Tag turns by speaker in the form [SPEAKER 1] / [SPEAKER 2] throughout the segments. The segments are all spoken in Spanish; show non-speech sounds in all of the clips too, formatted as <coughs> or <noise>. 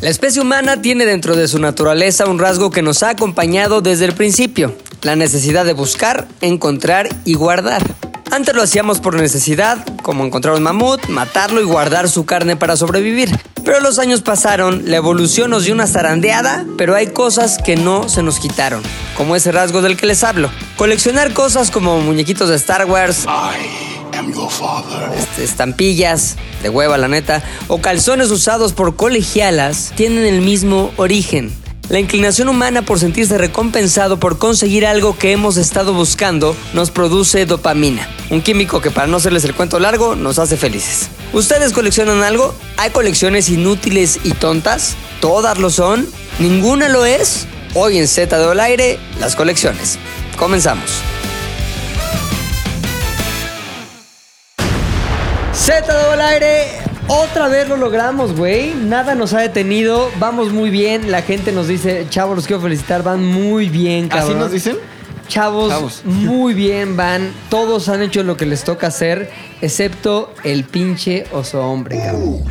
[SPEAKER 1] La especie humana tiene dentro de su naturaleza un rasgo que nos ha acompañado desde el principio, la necesidad de buscar, encontrar y guardar. Antes lo hacíamos por necesidad, como encontrar un mamut, matarlo y guardar su carne para sobrevivir. Pero los años pasaron, la evolución nos dio una zarandeada, pero hay cosas que no se nos quitaron, como ese rasgo del que les hablo. Coleccionar cosas como muñequitos de Star Wars,
[SPEAKER 2] I am your father.
[SPEAKER 1] este, estampillas, de hueva la neta, o calzones usados por colegialas tienen el mismo origen. La inclinación humana por sentirse recompensado por conseguir algo que hemos estado buscando nos produce dopamina, un químico que para no hacerles el cuento largo nos hace felices. ¿Ustedes coleccionan algo? ¿Hay colecciones inútiles y tontas? ¿Todas lo son? ¿Ninguna lo es? Hoy en Z de Al Aire, las colecciones. Comenzamos. Z al aire. Otra vez lo logramos, güey. Nada nos ha detenido. Vamos muy bien. La gente nos dice, chavos, los quiero felicitar. Van muy bien, cabrón.
[SPEAKER 3] ¿Así nos dicen?
[SPEAKER 1] Chavos,
[SPEAKER 3] Chavos.
[SPEAKER 1] muy bien van. Todos han hecho lo que les toca hacer, excepto el pinche oso hombre, cabrón.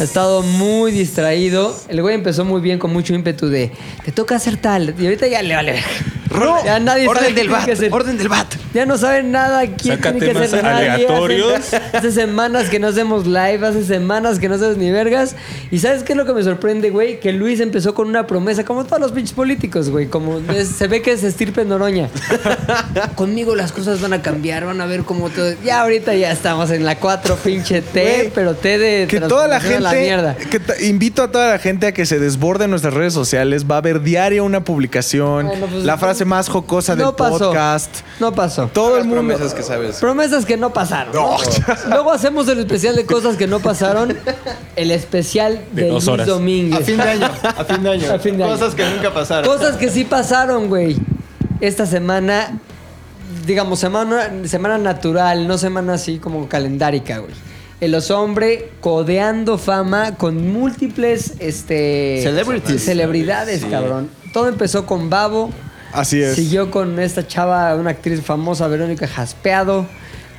[SPEAKER 1] Ha estado muy distraído. El güey empezó muy bien con mucho ímpetu de te toca hacer tal. Y ahorita ya le vale. verga.
[SPEAKER 3] No,
[SPEAKER 1] Ya nadie sabe
[SPEAKER 3] orden
[SPEAKER 1] qué
[SPEAKER 3] del
[SPEAKER 1] tiene
[SPEAKER 3] bat,
[SPEAKER 1] que hacer.
[SPEAKER 3] orden del bat.
[SPEAKER 1] Ya no saben nada quién
[SPEAKER 4] Saca
[SPEAKER 1] tiene que
[SPEAKER 4] temas
[SPEAKER 1] ser de nadie. Hace-
[SPEAKER 4] aleatorios.
[SPEAKER 1] <laughs> Hace, semanas que no hacemos live, hace semanas que no hacemos ni vergas. ¿Y sabes qué es lo que me sorprende, güey? Que Luis empezó con una promesa, como todos los pinches políticos, güey. Como es- se ve que es estirpe Noroña. Conmigo las cosas van a cambiar, van a ver cómo todo. Ya ahorita ya estamos en la 4 pinche T,
[SPEAKER 5] Güey,
[SPEAKER 1] pero T de
[SPEAKER 5] Que toda la
[SPEAKER 1] transformación a
[SPEAKER 5] gente,
[SPEAKER 1] mierda.
[SPEAKER 5] que ta- invito a toda la gente a que se desborde en nuestras redes sociales. Va a haber diario una publicación,
[SPEAKER 1] Bueno, pues,
[SPEAKER 5] la frase más jocosa del
[SPEAKER 1] No pasó.
[SPEAKER 5] podcast.
[SPEAKER 1] No pasó.
[SPEAKER 5] Todo el mundo.
[SPEAKER 3] Promesas que sabes.
[SPEAKER 1] Promesas que no pasaron. ¿no? Luego hacemos el especial de cosas que no pasaron. El especial de,
[SPEAKER 4] De dos
[SPEAKER 1] Luis
[SPEAKER 4] horas.
[SPEAKER 1] Domínguez.
[SPEAKER 3] A fin de año, a fin de
[SPEAKER 6] <laughs>
[SPEAKER 3] año.
[SPEAKER 1] A fin de año.
[SPEAKER 3] Cosas que nunca pasaron.
[SPEAKER 1] Cosas que sí pasaron, güey. Esta semana, digamos, semana, semana natural, no semana así como calendárica, güey. El oso hombre codeando fama con múltiples este,
[SPEAKER 3] Celebrities.
[SPEAKER 1] celebridades, cabrón. Todo empezó con Babo.
[SPEAKER 5] Así es.
[SPEAKER 1] Siguió con esta chava, una actriz famosa, Verónica Jaspeado.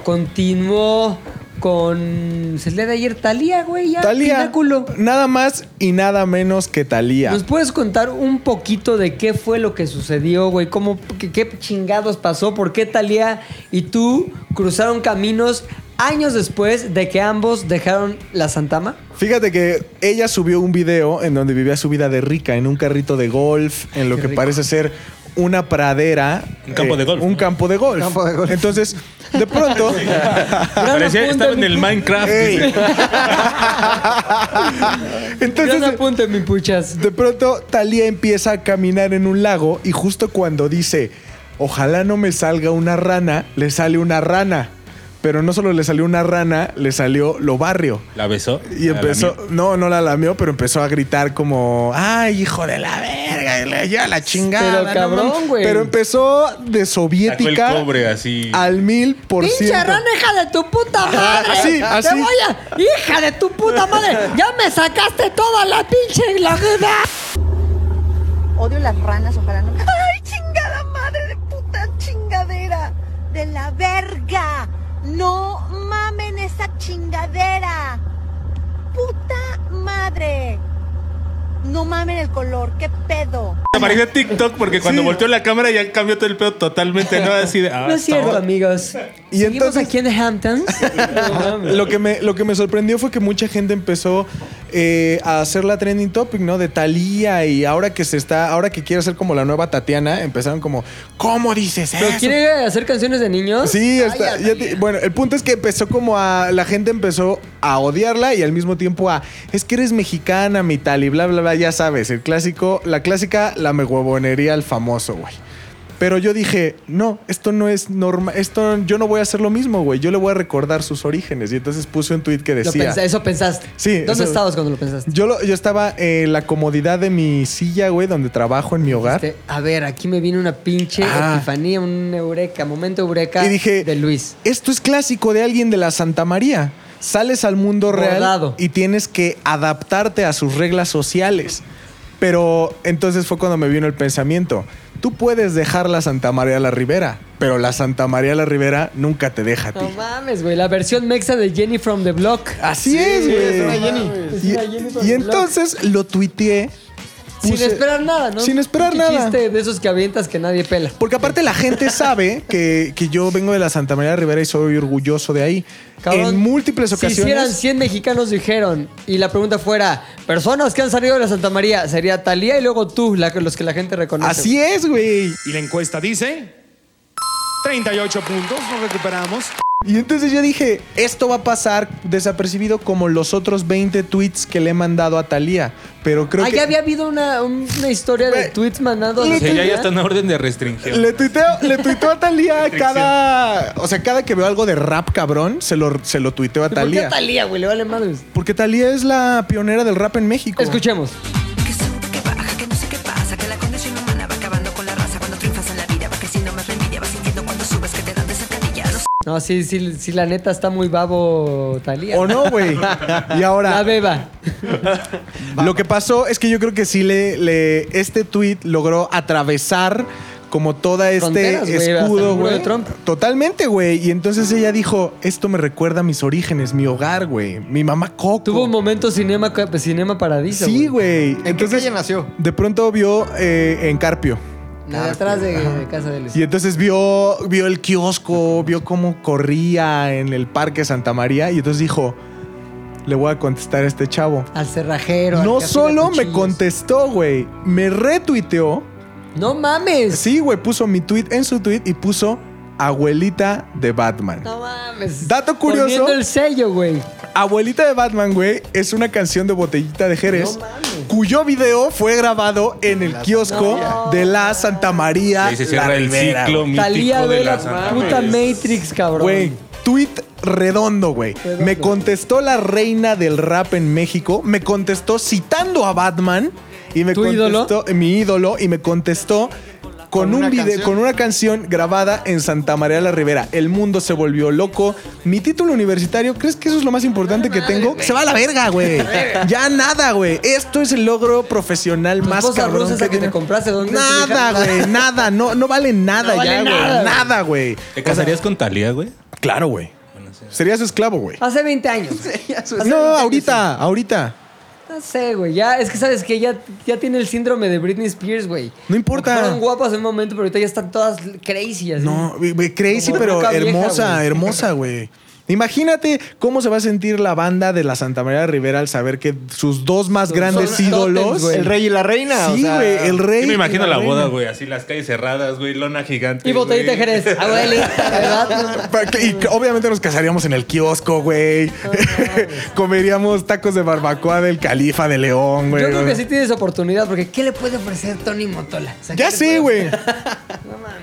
[SPEAKER 1] Continuó con. Se le de ayer Talía, güey, ya.
[SPEAKER 5] Talía,
[SPEAKER 1] Pináculo.
[SPEAKER 5] nada más y nada menos que Talía.
[SPEAKER 1] ¿Nos puedes contar un poquito de qué fue lo que sucedió, güey? ¿Cómo, qué, qué chingados pasó? ¿Por qué Talía y tú cruzaron caminos años después de que ambos dejaron la Santama?
[SPEAKER 5] Fíjate que ella subió un video en donde vivía su vida de rica en un carrito de golf, en lo
[SPEAKER 1] Qué
[SPEAKER 5] que
[SPEAKER 1] rico.
[SPEAKER 5] parece ser una pradera. eh,
[SPEAKER 4] Un campo de golf,
[SPEAKER 5] Un
[SPEAKER 4] ¿no?
[SPEAKER 5] campo de golf.
[SPEAKER 3] Campo de golf.
[SPEAKER 5] Entonces,
[SPEAKER 1] <laughs>
[SPEAKER 5] de pronto,
[SPEAKER 4] Parecía que
[SPEAKER 1] apunte,
[SPEAKER 4] estaba en
[SPEAKER 1] mi
[SPEAKER 4] el
[SPEAKER 1] pu-
[SPEAKER 4] Minecraft. dice.
[SPEAKER 5] <laughs> entonces
[SPEAKER 1] Gran apunte, mi puchas.
[SPEAKER 5] De pronto, Talía empieza a caminar en un lago y justo cuando dice, ojalá no me salga una rana, le sale una rana. Pero no solo le salió una rana, le salió lo barrio.
[SPEAKER 4] La besó.
[SPEAKER 5] Y
[SPEAKER 4] la
[SPEAKER 5] empezó,
[SPEAKER 4] lamió.
[SPEAKER 5] no, no la lamió, pero empezó a gritar como, ay, hijo de la verga, le- ya la chingada.
[SPEAKER 1] Pero
[SPEAKER 5] no
[SPEAKER 1] cabrón,
[SPEAKER 5] mames".
[SPEAKER 1] güey.
[SPEAKER 5] Pero empezó de
[SPEAKER 4] Sacó el
[SPEAKER 5] soviética
[SPEAKER 4] cobre así.
[SPEAKER 5] al mil por ciento.
[SPEAKER 1] ¡Pinche rana, hija de tu puta madre!
[SPEAKER 5] así,
[SPEAKER 1] ¡Te
[SPEAKER 5] así.
[SPEAKER 1] voy a... ¡Hija de tu puta madre! ¡Ya me sacaste toda la pinche la vida!
[SPEAKER 7] Odio las ranas, ojalá no. ¡Ay, chingada madre de puta chingadera! ¡De la verga! ¡No mamen esa chingadera! ¡Puta madre! No mamen el color, qué pedo.
[SPEAKER 4] Apareció TikTok porque cuando volteó la cámara ya cambió todo el pedo totalmente. No así de. ah,
[SPEAKER 1] No es cierto,
[SPEAKER 4] estaba-
[SPEAKER 1] amigos.
[SPEAKER 5] Y
[SPEAKER 1] ¿Seguimos
[SPEAKER 5] entonces-
[SPEAKER 1] aquí en The Hamptons?
[SPEAKER 5] <laughs> lo, que me, lo que me sorprendió fue que mucha gente empezó eh, a hacer la trending topic, ¿no? De Thalía y ahora que se está, ahora que quiere ser como la nueva Tatiana, empezaron como, ¿cómo dices
[SPEAKER 1] ¿Pero
[SPEAKER 5] eso?
[SPEAKER 1] quiere hacer canciones de niños?
[SPEAKER 5] Sí, está- ya te- bueno, el punto es que empezó como a, la gente empezó a odiarla y al mismo tiempo a, es que eres mexicana, mi tal, y bla, bla, bla, ya sabes, el clásico, la clásica, la me huevonería al famoso, güey. Pero yo dije, no, esto no es normal, esto, yo no voy a hacer lo mismo, güey, yo le voy a recordar sus orígenes. Y entonces puse un tweet que
[SPEAKER 1] Lo
[SPEAKER 5] decía...
[SPEAKER 1] pensa- eso pensaste.
[SPEAKER 5] Sí,
[SPEAKER 1] ¿Dónde
[SPEAKER 5] eso-
[SPEAKER 1] estabas cuando lo pensaste?
[SPEAKER 5] Yo, lo- yo estaba en la comodidad de mi silla, güey, donde trabajo en mi hogar.
[SPEAKER 1] Este, a ver, aquí me viene una pinche
[SPEAKER 5] Ah.
[SPEAKER 1] epifanía, un eureka, momento eureka
[SPEAKER 5] Y dije,
[SPEAKER 1] de Luis.
[SPEAKER 5] Esto es clásico de alguien de la Santa María. Sales al mundo real
[SPEAKER 1] Bordado.
[SPEAKER 5] y tienes que adaptarte a sus reglas sociales. Pero entonces fue cuando me vino el pensamiento. Tú puedes dejar la Santa María la Rivera, pero la Santa María la Rivera nunca te deja a ti.
[SPEAKER 6] No mames, güey. La versión mexa de Jenny from the Block.
[SPEAKER 5] Así
[SPEAKER 3] Sí,
[SPEAKER 5] es, Ah, güey.
[SPEAKER 3] es una Jenny.
[SPEAKER 6] Es
[SPEAKER 5] Y,
[SPEAKER 6] una Jenny from
[SPEAKER 5] y
[SPEAKER 6] the Block.
[SPEAKER 5] entonces lo tuiteé.
[SPEAKER 6] Sin
[SPEAKER 5] puse-
[SPEAKER 6] esperar nada, ¿no?
[SPEAKER 5] Sin esperar
[SPEAKER 6] Un
[SPEAKER 5] nada.
[SPEAKER 6] chiste de esos que avientas que nadie pela.
[SPEAKER 5] Porque aparte la gente sabe que, que yo vengo de la Santa María de Rivera y soy orgulloso de ahí.
[SPEAKER 6] Cabrón,
[SPEAKER 5] en múltiples
[SPEAKER 6] Si hicieran
[SPEAKER 5] ocasiones.
[SPEAKER 6] 100 mexicanos, dijeron, y la pregunta fuera, personas que han salido de la Santa María, sería Talía y luego tú, la que- los que la gente reconoce.
[SPEAKER 5] Así es, güey.
[SPEAKER 8] Y la encuesta dice 38 puntos, nos recuperamos.
[SPEAKER 5] Y entonces yo dije, esto va a pasar desapercibido como los otros 20 tweets que le he mandado a Talía. Pero creo
[SPEAKER 6] Ah,
[SPEAKER 5] que...
[SPEAKER 6] ya había habido una, un- una historia de
[SPEAKER 5] Güey.
[SPEAKER 6] tweets mandados.
[SPEAKER 5] Sí,
[SPEAKER 6] a
[SPEAKER 4] O sea, ya, ya
[SPEAKER 6] Talía.
[SPEAKER 4] está en orden de restricción.
[SPEAKER 5] Le tuiteo, le tuiteo a Talía cada... O sea, cada que veo algo de rap cabrón, se lo, se lo tuiteo a
[SPEAKER 6] ¿Y ¿Por qué
[SPEAKER 5] Talía.
[SPEAKER 6] a Talía, güey? Le vale madres.
[SPEAKER 5] Porque Talía es la pionera del rap en México.
[SPEAKER 6] Escuchemos.
[SPEAKER 9] Que sube, que baja, que no sé qué pasa Que la condición humana va acabando con la raza Cuando triunfas en la vida, va creciendo más la envidia Vas sintiendo cuando subes que te dan de zancadilla No
[SPEAKER 6] No, sí, sí, sí, la neta está muy babo Talía.
[SPEAKER 5] ¿O no,
[SPEAKER 6] <laughs>
[SPEAKER 5] güey? Y ahora...
[SPEAKER 6] La beba.
[SPEAKER 5] Lo que pasó es que yo creo que sí le, le- este tweet logró atravesar como toda este
[SPEAKER 6] Fronteras, güey, hasta el
[SPEAKER 5] escudo,
[SPEAKER 6] muro
[SPEAKER 5] güey.
[SPEAKER 6] de Trump.
[SPEAKER 5] Totalmente, güey. Y entonces ella dijo, esto me recuerda a mis orígenes, mi hogar, güey. Mi mamá Coco.
[SPEAKER 6] Tuvo un momento cinema, ca- pues, cinema paradiso.
[SPEAKER 5] Sí, güey.
[SPEAKER 3] ¿En qué calle nació?
[SPEAKER 5] de pronto vio eh, en Carpio.
[SPEAKER 6] De atrás de,
[SPEAKER 5] Ah,
[SPEAKER 6] de casa de Luis.
[SPEAKER 5] Y entonces vio, vio el kiosco, vio cómo corría en el Parque Santa María. Y entonces dijo, le voy a contestar a este chavo.
[SPEAKER 6] Al cerrajero. al
[SPEAKER 5] No
[SPEAKER 6] que afila
[SPEAKER 5] solo me
[SPEAKER 6] cuchillos.
[SPEAKER 5] contestó, güey. Me retuiteó.
[SPEAKER 6] No mames.
[SPEAKER 5] Sí, güey, puso mi tweet en su tweet y puso abuelita de Batman.
[SPEAKER 6] No mames.
[SPEAKER 5] Dato curioso.
[SPEAKER 6] Poniendo el sello, güey.
[SPEAKER 5] Abuelita de Batman, güey, es una canción de Botellita de Jerez,
[SPEAKER 6] No mames.
[SPEAKER 5] cuyo video fue grabado en el kiosco
[SPEAKER 6] María.
[SPEAKER 5] de la Santa María.
[SPEAKER 4] Ahí se
[SPEAKER 5] la
[SPEAKER 4] cierra el
[SPEAKER 5] Ribera,
[SPEAKER 4] ciclo
[SPEAKER 5] güey.
[SPEAKER 4] mítico
[SPEAKER 6] Talía
[SPEAKER 4] de
[SPEAKER 6] de
[SPEAKER 4] la
[SPEAKER 6] la
[SPEAKER 4] Santa
[SPEAKER 6] puta
[SPEAKER 4] María.
[SPEAKER 6] Matrix, cabrón.
[SPEAKER 5] Güey, tweet redondo, güey.
[SPEAKER 6] Redondo.
[SPEAKER 5] Me contestó la reina del rap en México, me contestó citando a Batman y me
[SPEAKER 6] ¿Tu ídolo?
[SPEAKER 5] contestó eh, mi ídolo y me contestó con,
[SPEAKER 3] Con
[SPEAKER 5] un
[SPEAKER 3] una
[SPEAKER 5] video,
[SPEAKER 3] canción.
[SPEAKER 5] con una canción grabada en Santa María la Rivera. El mundo se volvió loco. Mi título universitario, ¿crees que eso es lo más importante que tengo? Se va <laughs> a la verga, güey. ya nada, güey. Esto es el logro profesional más
[SPEAKER 6] esposa
[SPEAKER 5] cabrón
[SPEAKER 6] rusa esa que te
[SPEAKER 5] tiene.
[SPEAKER 6] compraste, ¿dónde es tu hija?
[SPEAKER 5] Nada, güey, nada, no no vale nada
[SPEAKER 6] No
[SPEAKER 5] ya,
[SPEAKER 6] vale
[SPEAKER 5] güey.
[SPEAKER 6] nada, güey.
[SPEAKER 5] Nada, güey.
[SPEAKER 4] ¿Te casarías con Talía, güey?
[SPEAKER 5] Claro, güey. Serías esclavo, güey.
[SPEAKER 6] Hace 20 años. Ah,
[SPEAKER 5] No, ahorita, ahorita.
[SPEAKER 6] No sé, güey. Ya, es que sabes que ya, ya tiene el síndrome de Britney Spears, güey.
[SPEAKER 5] No importa.
[SPEAKER 6] Fueron guapas en un momento, pero ahorita ya están todas crazy. Así.
[SPEAKER 5] No, güey, güey, crazy,
[SPEAKER 6] Como
[SPEAKER 5] pero
[SPEAKER 6] loca vieja,
[SPEAKER 5] hermosa,
[SPEAKER 6] güey.
[SPEAKER 5] hermosa, güey. Imagínate cómo se va a sentir la banda de la Santa María de Rivera al saber que sus dos más
[SPEAKER 6] Son-
[SPEAKER 5] grandes
[SPEAKER 6] son
[SPEAKER 5] ídolos.
[SPEAKER 6] tótems, güey.
[SPEAKER 3] El rey y la reina. o
[SPEAKER 5] sí,
[SPEAKER 3] sea,
[SPEAKER 5] güey, el rey.
[SPEAKER 4] Yo me imagino
[SPEAKER 5] y
[SPEAKER 4] la boda,
[SPEAKER 5] reina.
[SPEAKER 4] güey. Así las calles cerradas, güey. Lona gigante.
[SPEAKER 6] Y botellita de
[SPEAKER 4] güey.
[SPEAKER 6] Jerez. Abuelita, ¿verdad?
[SPEAKER 5] Para que- Y que obviamente nos casaríamos en el kiosco,
[SPEAKER 6] <laughs>
[SPEAKER 5] güey. Comeríamos tacos de barbacoa del califa de León, güey.
[SPEAKER 6] Yo creo que sí tienes oportunidad, porque ¿qué le puede ofrecer Tony Motola? O sea,
[SPEAKER 5] Ya
[SPEAKER 6] ¿qué le
[SPEAKER 5] sé,
[SPEAKER 6] puede-
[SPEAKER 5] güey.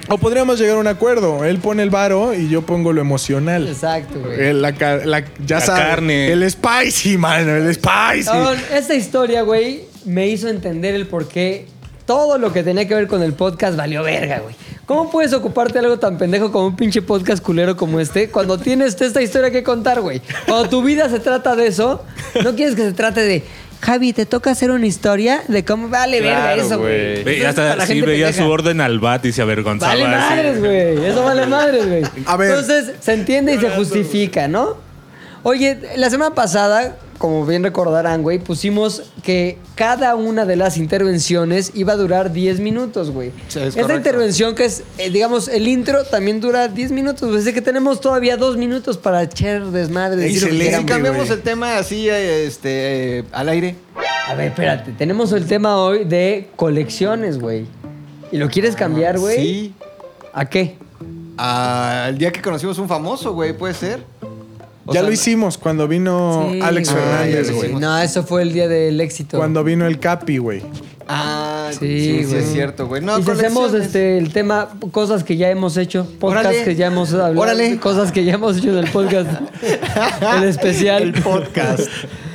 [SPEAKER 5] o podríamos llegar a un acuerdo. Él pone el varo y yo pongo lo emocional.
[SPEAKER 6] Exacto, güey.
[SPEAKER 5] El- Eh, la, ca- la- ya
[SPEAKER 4] La
[SPEAKER 5] sabes,
[SPEAKER 4] carne.
[SPEAKER 5] El spicy, mano. El spicy.
[SPEAKER 6] Cabrón, esta historia, güey, me hizo entender el por qué todo lo que tenía que ver con el podcast valió verga, güey. ¿Cómo puedes ocuparte de algo tan pendejo como un pinche podcast culero como este cuando tienes esta historia que contar, güey? Cuando tu vida se trata de eso, no quieres que se trate de... Javi, te toca hacer una historia de cómo vale verga eso, güey.
[SPEAKER 4] Ve,
[SPEAKER 6] Eso es para la
[SPEAKER 4] hasta, sí,
[SPEAKER 6] gente
[SPEAKER 4] veía
[SPEAKER 6] pendeja.
[SPEAKER 4] su orden al bat y se avergonzaba.
[SPEAKER 6] Vale
[SPEAKER 4] así.
[SPEAKER 6] madres, güey. Eso vale madres, güey.
[SPEAKER 5] A ver.
[SPEAKER 6] Entonces, se entiende y se justifica, ¿no? Oye, la semana pasada, como bien recordarán, güey, pusimos que cada una de las intervenciones iba a durar 10 minutos, güey.
[SPEAKER 3] Sí, es
[SPEAKER 6] Esta
[SPEAKER 3] correcto.
[SPEAKER 6] intervención que es, eh, digamos, el intro también dura 10 minutos. güey. Así que tenemos todavía dos minutos para echar desmadre. decir lo que
[SPEAKER 5] Excelente.
[SPEAKER 6] queramos.
[SPEAKER 3] Si cambiamos
[SPEAKER 5] güey.
[SPEAKER 3] el tema así eh, este, eh, al aire.
[SPEAKER 6] A ver, espérate. Tenemos el tema hoy de colecciones, güey. ¿Y lo quieres cambiar, güey?
[SPEAKER 3] Ah, Sí.
[SPEAKER 6] ¿A qué?
[SPEAKER 3] Al día que conocimos un famoso, güey, puede ser. O
[SPEAKER 5] ya
[SPEAKER 3] sea,
[SPEAKER 5] lo hicimos cuando vino
[SPEAKER 6] Sí,
[SPEAKER 5] Alex
[SPEAKER 6] güey.
[SPEAKER 5] Fernández,
[SPEAKER 3] Ah, ya lo
[SPEAKER 5] güey.
[SPEAKER 3] hicimos.
[SPEAKER 6] No, eso fue el día del éxito.
[SPEAKER 5] Cuando vino el Capi, güey.
[SPEAKER 3] Ah,
[SPEAKER 6] Sí,
[SPEAKER 3] sí, sí,
[SPEAKER 6] güey.
[SPEAKER 3] es cierto, güey. No,
[SPEAKER 6] y si hacemos
[SPEAKER 3] colecciones.
[SPEAKER 6] este, el tema, cosas que ya hemos hecho, podcast
[SPEAKER 3] Órale.
[SPEAKER 6] que ya hemos hablado,
[SPEAKER 3] Órale.
[SPEAKER 6] cosas que ya hemos hecho del
[SPEAKER 3] <laughs>
[SPEAKER 6] podcast, el especial.
[SPEAKER 3] El podcast.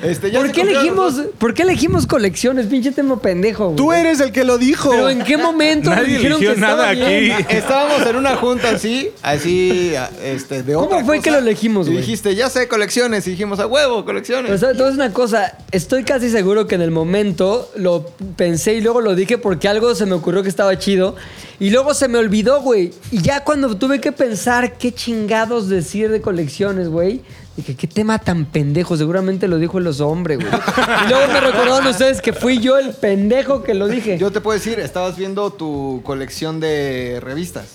[SPEAKER 3] Este, ya
[SPEAKER 6] ¿Por
[SPEAKER 3] se
[SPEAKER 6] qué,
[SPEAKER 3] compraron
[SPEAKER 6] elegimos,
[SPEAKER 3] los dos.
[SPEAKER 6] ¿Por qué elegimos colecciones? Pinche tema pendejo. güey.
[SPEAKER 5] Tú eres el que lo dijo.
[SPEAKER 6] Pero ¿en qué momento me
[SPEAKER 4] Nadie
[SPEAKER 6] dijeron que
[SPEAKER 4] eligió
[SPEAKER 6] estaba
[SPEAKER 4] nada
[SPEAKER 6] bien?
[SPEAKER 3] <laughs>
[SPEAKER 4] aquí.
[SPEAKER 3] Estábamos en una junta así, así, a- este, de
[SPEAKER 6] ¿Cómo
[SPEAKER 3] otra
[SPEAKER 6] fue
[SPEAKER 3] cosa,
[SPEAKER 6] que lo elegimos,
[SPEAKER 3] y
[SPEAKER 6] güey?
[SPEAKER 3] dijiste, ya sé, colecciones. Y dijimos, a huevo, colecciones.
[SPEAKER 6] Pero, ¿sabes? Te voy a decir una cosa, estoy casi seguro que en el momento lo pensé y luego lo dije porque algo se me ocurrió que estaba chido. Y luego se me olvidó, güey. Y ya cuando tuve que pensar qué chingados decir de colecciones, güey. Dije, qué tema tan pendejo. Seguramente lo dijo el oso hombre, güey. Y luego me recordaron ustedes que fui yo el pendejo que lo dije.
[SPEAKER 3] Yo te puedo decir, estabas viendo tu colección de revistas.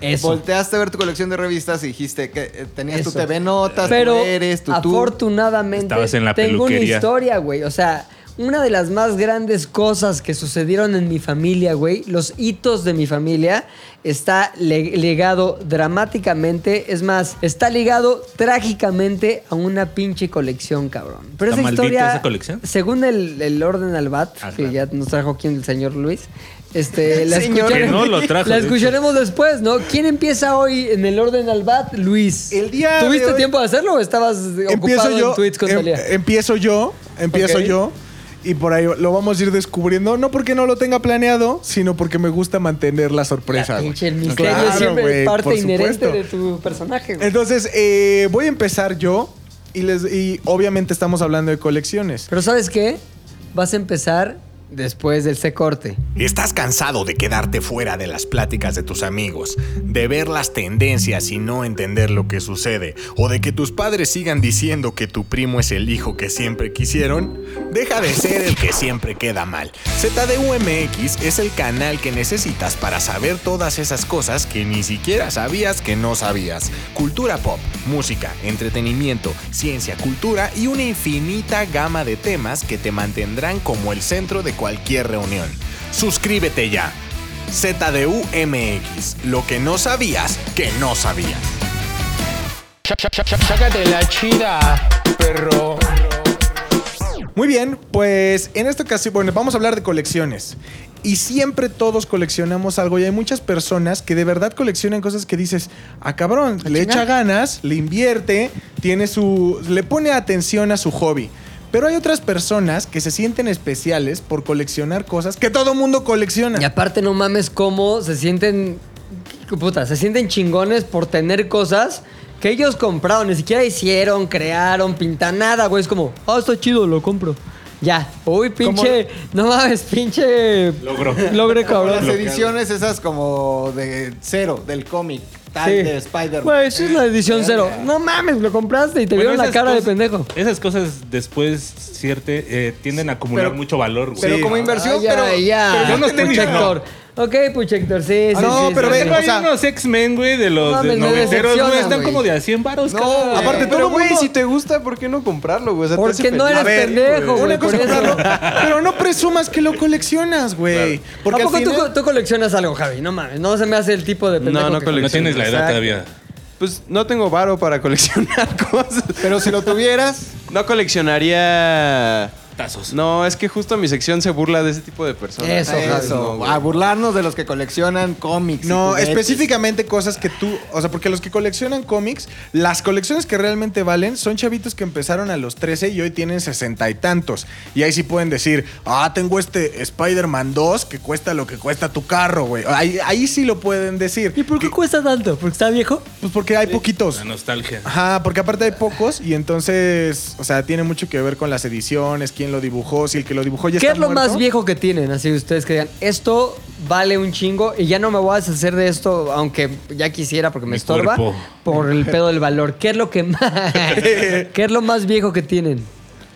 [SPEAKER 6] Eso.
[SPEAKER 3] Volteaste a ver tu colección de revistas y dijiste que eh, tenías tu
[SPEAKER 6] Eso.
[SPEAKER 3] TV Notas,
[SPEAKER 6] Pero
[SPEAKER 3] tu eres, tu tú.
[SPEAKER 6] afortunadamente
[SPEAKER 4] Estabas en la
[SPEAKER 6] tengo una
[SPEAKER 4] peluquería.
[SPEAKER 6] historia, güey. O sea, una de las más grandes cosas que sucedieron en mi familia, güey, los hitos de mi familia, está le- ligado dramáticamente, es más, está ligado trágicamente a una pinche colección, cabrón. Pero
[SPEAKER 4] ¿Está
[SPEAKER 6] esa
[SPEAKER 4] maldita
[SPEAKER 6] historia,
[SPEAKER 4] esa colección? Ah,
[SPEAKER 6] según el, el orden al bat,
[SPEAKER 4] Al
[SPEAKER 6] que
[SPEAKER 4] bat.
[SPEAKER 6] ya nos trajo aquí el señor Luis,
[SPEAKER 3] <laughs>
[SPEAKER 6] este, la,
[SPEAKER 3] Señor.
[SPEAKER 6] escuchare-
[SPEAKER 4] Que no lo trajo,
[SPEAKER 6] la
[SPEAKER 4] de hecho.
[SPEAKER 6] escucharemos después, ¿no? ¿Quién empieza hoy en el orden al bat? Luis.
[SPEAKER 5] El día de
[SPEAKER 6] ¿Tuviste
[SPEAKER 5] hoy-
[SPEAKER 6] tiempo de hacerlo o estabas
[SPEAKER 5] empiezo
[SPEAKER 6] ocupado
[SPEAKER 5] yo,
[SPEAKER 6] en tweets con
[SPEAKER 5] em-
[SPEAKER 6] Talía?
[SPEAKER 5] empiezo yo, empiezo
[SPEAKER 6] Ok.
[SPEAKER 5] yo. Y por ahí lo vamos a ir descubriendo, no porque no lo tenga planeado, sino porque me gusta mantener la sorpresa.
[SPEAKER 6] La
[SPEAKER 5] güey.
[SPEAKER 6] pinche, el misterio
[SPEAKER 5] Claro,
[SPEAKER 6] siempre
[SPEAKER 5] güey,
[SPEAKER 6] es parte
[SPEAKER 5] por
[SPEAKER 6] inherente
[SPEAKER 5] supuesto.
[SPEAKER 6] de tu personaje, güey.
[SPEAKER 5] Entonces, eh, voy a empezar yo. Y, les, y obviamente estamos hablando de colecciones.
[SPEAKER 6] Pero ¿sabes qué? Vas a empezar después del C corte.
[SPEAKER 10] ¿Estás cansado de quedarte fuera de las pláticas de tus amigos, de ver las tendencias y no entender lo que sucede, o de que tus padres sigan diciendo que tu primo es el hijo que siempre quisieron? Deja de ser el que siempre queda mal. ZDUMX es el canal que necesitas para saber todas esas cosas que ni siquiera sabías que no sabías. Cultura pop, música, entretenimiento, ciencia, cultura y una infinita gama de temas que te mantendrán como el centro de cualquier reunión. Suscríbete ya. ZDUMX, lo que no sabías que no sabías.
[SPEAKER 5] Muy bien, pues en esta ocasión, bueno, vamos a hablar de colecciones. Y siempre todos coleccionamos algo y hay muchas personas que de verdad coleccionan cosas que dices, ah cabrón, le echa ganas, le invierte, tiene su le pone atención a su hobby. Pero hay otras personas que se sienten especiales por coleccionar cosas que todo mundo colecciona.
[SPEAKER 6] Y aparte, no mames cómo se sienten. Puta, se sienten chingones por tener cosas que ellos compraron, ni siquiera hicieron, crearon, pintan nada, güey. Es como, ah, está chido, lo compro. Ya. Uy, pinche. No mames, pinche.
[SPEAKER 4] Logro.
[SPEAKER 6] Logre cabrón.
[SPEAKER 3] Las ediciones esas como de cero, del cómic, tal
[SPEAKER 6] Sí.
[SPEAKER 3] de Spider-Man. Eh,
[SPEAKER 6] Güey, eso es la edición cero. No mames, lo compraste y te
[SPEAKER 4] Bueno,
[SPEAKER 6] vieron la
[SPEAKER 4] esas
[SPEAKER 6] cara
[SPEAKER 5] pues
[SPEAKER 4] cosas-
[SPEAKER 6] de pendejo.
[SPEAKER 4] Esas cosas después cierte, eh, tienden a acumular
[SPEAKER 3] Pero-
[SPEAKER 4] mucho valor, güey.
[SPEAKER 3] Pero como inversión,
[SPEAKER 6] Ah, ya,
[SPEAKER 3] pero,
[SPEAKER 6] ya.
[SPEAKER 3] pero yo no tengo
[SPEAKER 6] Puchector. Ok, Puchector, sí, sí.
[SPEAKER 5] no,
[SPEAKER 6] sí,
[SPEAKER 5] pero
[SPEAKER 6] sí,
[SPEAKER 5] ve,
[SPEAKER 6] sí.
[SPEAKER 4] Tengo ahí
[SPEAKER 5] o sea-
[SPEAKER 4] unos X-Men, güey, de los
[SPEAKER 6] No,
[SPEAKER 4] de
[SPEAKER 6] me- me
[SPEAKER 4] noventeros, güey.
[SPEAKER 6] decepciona,
[SPEAKER 4] Están
[SPEAKER 6] güey.
[SPEAKER 4] como de a 100 baros,
[SPEAKER 3] No,
[SPEAKER 4] cada-
[SPEAKER 3] güey.
[SPEAKER 5] Aparte, todo
[SPEAKER 11] Pero, güey,
[SPEAKER 5] mundo-
[SPEAKER 11] si te gusta, ¿por qué no comprarlo,
[SPEAKER 5] pues,
[SPEAKER 11] güey? O sea, te
[SPEAKER 6] Porque
[SPEAKER 11] hace
[SPEAKER 6] no
[SPEAKER 11] feliz.
[SPEAKER 6] eres pendejo, güey.
[SPEAKER 5] Una cosa
[SPEAKER 6] por
[SPEAKER 5] es
[SPEAKER 6] eso.
[SPEAKER 5] comprarlo, pero no presumas que lo coleccionas, güey.
[SPEAKER 6] ¿A
[SPEAKER 5] Porque al
[SPEAKER 6] poco tú,
[SPEAKER 5] final-
[SPEAKER 6] co- tú coleccionas algo, Javi? No mames, no se me hace el tipo de pendejo.
[SPEAKER 11] No, no
[SPEAKER 6] que-
[SPEAKER 11] colecciono.
[SPEAKER 4] No tienes la edad
[SPEAKER 11] Exacto.
[SPEAKER 4] todavía.
[SPEAKER 11] Pues no tengo varo para coleccionar <laughs> cosas.
[SPEAKER 3] pero si lo tuvieras,
[SPEAKER 11] No coleccionaría.
[SPEAKER 4] Tazos.
[SPEAKER 11] No, es que justo mi sección se burla de ese tipo de personas.
[SPEAKER 6] Eso, Javi.
[SPEAKER 3] eso, a burlarnos de los que coleccionan cómics. y
[SPEAKER 5] No,
[SPEAKER 3] juguetes.
[SPEAKER 5] específicamente cosas que tú, o sea, porque los que coleccionan cómics, las colecciones que realmente valen son chavitos que empezaron a los 13 y hoy tienen sesenta y tantos. Y ahí sí pueden decir, ah, tengo este Spider-Man 2 que cuesta lo que cuesta tu carro, güey. Ahí, ahí sí lo pueden decir.
[SPEAKER 6] ¿Y por qué cuesta tanto? ¿Porque está viejo?
[SPEAKER 5] Pues porque hay poquitos.
[SPEAKER 4] La nostalgia.
[SPEAKER 5] Ajá, porque aparte hay pocos y entonces, o sea, tiene mucho que ver con las ediciones, quién lo dibujó, si el que lo dibujó ya
[SPEAKER 6] ¿Qué
[SPEAKER 5] está
[SPEAKER 6] es lo
[SPEAKER 5] muerto.
[SPEAKER 6] más viejo que tienen? Así ustedes que digan, esto vale un chingo y ya no me voy a deshacer de esto, aunque ya quisiera porque me
[SPEAKER 4] Mi
[SPEAKER 6] estorba,
[SPEAKER 4] cuerpo.
[SPEAKER 6] por el pedo del valor. ¿Qué es lo que más, ¿Qué es lo más viejo que tienen?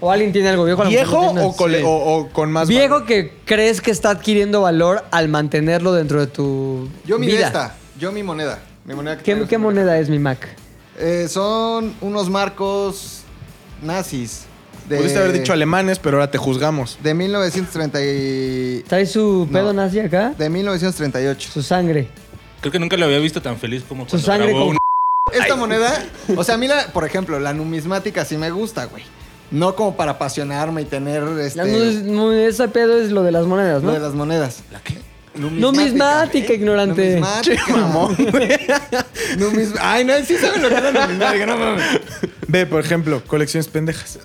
[SPEAKER 6] ¿O alguien tiene algo viejo? A lo mejor
[SPEAKER 5] ¿Viejo
[SPEAKER 6] no tiene.
[SPEAKER 5] o, cole- o- o con más
[SPEAKER 6] Viejo
[SPEAKER 5] valor?
[SPEAKER 6] que crees que está adquiriendo valor al mantenerlo dentro de tu
[SPEAKER 3] Yo mi de
[SPEAKER 6] vida.
[SPEAKER 3] esta, yo mi moneda. Mi moneda que
[SPEAKER 6] ¿Qué,
[SPEAKER 3] traigo.
[SPEAKER 6] qué moneda es mi Mac?
[SPEAKER 3] Eh, son unos marcos nazis. De,
[SPEAKER 5] Pudiste haber dicho alemanes, pero ahora te juzgamos.
[SPEAKER 3] <laughs> De 1930 y-
[SPEAKER 6] ¿Trae su
[SPEAKER 3] No.
[SPEAKER 6] pedo nazi acá?
[SPEAKER 3] de 1938.
[SPEAKER 6] Su sangre.
[SPEAKER 4] Creo que nunca lo había visto tan feliz como
[SPEAKER 6] Su
[SPEAKER 4] cuando
[SPEAKER 6] sangre
[SPEAKER 4] grabó
[SPEAKER 6] con...
[SPEAKER 4] un-
[SPEAKER 3] Esta moneda, o sea, a mí, la, por ejemplo, la numismática sí me gusta, güey. No como para apasionarme y tener este,
[SPEAKER 6] La nuz- nu- ese pedo es lo de las monedas,
[SPEAKER 3] lo
[SPEAKER 6] ¿no?
[SPEAKER 3] de las ¿eh? monedas. ¿La qué?
[SPEAKER 6] Numismática, eh. ignorante. <laughs>
[SPEAKER 3] Numismática, mamón. Numis- Ay, no, sí saben lo que es la numismática, no mames.
[SPEAKER 5] Ve, por ejemplo, colecciones pendejas.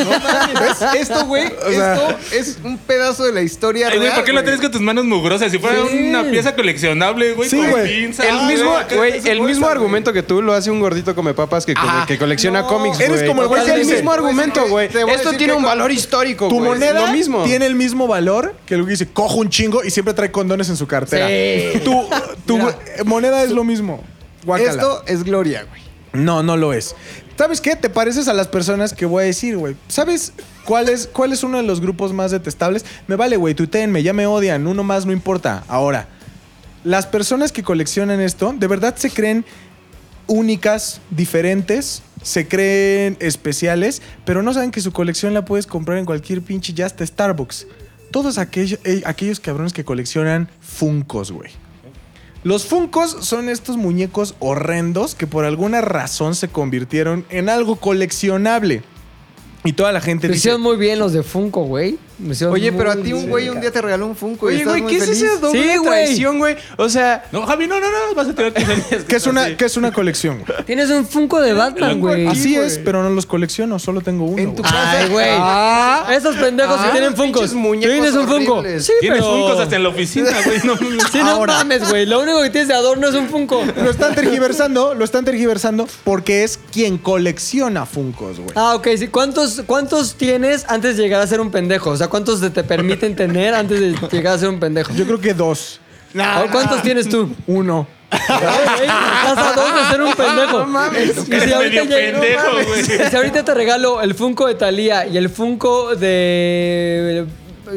[SPEAKER 3] ¿Ves? Esto, güey, esto es un pedazo de la historia
[SPEAKER 4] Ay, güey,
[SPEAKER 3] real.
[SPEAKER 4] ¿por qué lo tienes con tus manos mugrosas? Si fuera
[SPEAKER 3] Sí.
[SPEAKER 4] una pieza coleccionable, güey,
[SPEAKER 11] Sí,
[SPEAKER 4] con
[SPEAKER 11] güey.
[SPEAKER 4] pinzas,
[SPEAKER 11] El
[SPEAKER 4] güey,
[SPEAKER 11] mismo,
[SPEAKER 4] acá
[SPEAKER 11] güey,
[SPEAKER 4] está su
[SPEAKER 11] el
[SPEAKER 4] bolsa,
[SPEAKER 11] mismo
[SPEAKER 4] güey.
[SPEAKER 11] argumento que tú lo hace un gordito come papas que, cole-
[SPEAKER 4] Ajá.
[SPEAKER 11] que colecciona
[SPEAKER 4] No.
[SPEAKER 11] cómics,
[SPEAKER 5] Eres
[SPEAKER 11] güey.
[SPEAKER 5] como el güey que
[SPEAKER 11] Totalmente.
[SPEAKER 5] dice-
[SPEAKER 11] el mismo argumento, güey.
[SPEAKER 5] Te voy a
[SPEAKER 11] Esto
[SPEAKER 5] decir
[SPEAKER 11] tiene
[SPEAKER 5] que
[SPEAKER 11] un
[SPEAKER 5] co-
[SPEAKER 11] valor histórico,
[SPEAKER 5] Tu
[SPEAKER 11] güey. Es
[SPEAKER 5] moneda
[SPEAKER 11] lo mismo.
[SPEAKER 5] tiene el mismo valor que el güey que dice, cojo un chingo y siempre trae condones en su cartera.
[SPEAKER 6] Sí.
[SPEAKER 5] Tu, tu
[SPEAKER 3] Mira.
[SPEAKER 5] eh, moneda es lo mismo. Guácala.
[SPEAKER 3] Esto es gloria, güey.
[SPEAKER 5] No, no lo es. ¿Sabes qué? Te pareces a las personas que voy a decir, güey. ¿Sabes cuál es, cuál es uno de los grupos más detestables? Me vale, güey, tutéenme, ya me odian, uno más no importa. Ahora, las personas que coleccionan esto, ¿de verdad se creen únicas, diferentes? Se creen especiales, pero no saben que su colección la puedes comprar en cualquier pinche ya hasta Starbucks. Todos aquello- eh, aquellos cabrones que coleccionan Funcos, güey. Los Funcos son estos muñecos horrendos que por alguna razón se convirtieron en algo coleccionable. Y toda la gente
[SPEAKER 6] Lo
[SPEAKER 5] dice,
[SPEAKER 6] hicieron muy bien los de Funko, güey. Lo hicieron
[SPEAKER 3] Oye, pero a
[SPEAKER 6] muy
[SPEAKER 3] ti un
[SPEAKER 6] bien.
[SPEAKER 3] güey un día te regaló un Funko y
[SPEAKER 11] Oye,
[SPEAKER 3] estás
[SPEAKER 11] güey,
[SPEAKER 3] muy
[SPEAKER 11] ¿qué es
[SPEAKER 3] feliz.
[SPEAKER 11] esa doble
[SPEAKER 6] Sí, güey.
[SPEAKER 11] traición, güey? O sea,
[SPEAKER 4] No, Javi, no, no, no, vas a tirar tus años. <laughs>
[SPEAKER 5] ¿qué es una, qué es una colección? güey?"
[SPEAKER 6] Tienes un Funko de Batman, güey.
[SPEAKER 5] Así es, pero no los colecciono, solo tengo uno.
[SPEAKER 3] En tu
[SPEAKER 5] güey.
[SPEAKER 6] Ay, güey. Esos pendejos que
[SPEAKER 11] Ah,
[SPEAKER 6] tienen Funkos.
[SPEAKER 11] pinches muñecos
[SPEAKER 6] Tienes un Funko.
[SPEAKER 11] horribles.
[SPEAKER 6] Sí,
[SPEAKER 4] Tienes
[SPEAKER 6] pero-
[SPEAKER 4] funcos hasta en la oficina, güey. No, no,
[SPEAKER 6] <laughs>
[SPEAKER 4] no.
[SPEAKER 6] Sí, no mames, güey. Lo único que tienes de adorno es un Funko.
[SPEAKER 5] <laughs> Lo están tergiversando, lo están tergiversando porque es quien colecciona Funcos, güey.
[SPEAKER 6] Ah, ok, sí. ¿Cuántos, ¿Cuántos tienes antes de llegar a ser un pendejo? O sea, ¿cuántos te, te permiten tener antes de llegar a ser un pendejo?
[SPEAKER 5] Yo creo que dos.
[SPEAKER 6] O, ¿Cuántos tienes tú? <laughs>
[SPEAKER 5] Uno.
[SPEAKER 6] Ay, güey, Estás a dos de ser un pendejo. Y
[SPEAKER 4] Eres
[SPEAKER 6] si
[SPEAKER 4] medio
[SPEAKER 6] ahorita, llega-
[SPEAKER 4] pendejo, güey.
[SPEAKER 6] y si ahorita te regalo el Funko de Thalía y el Funko de.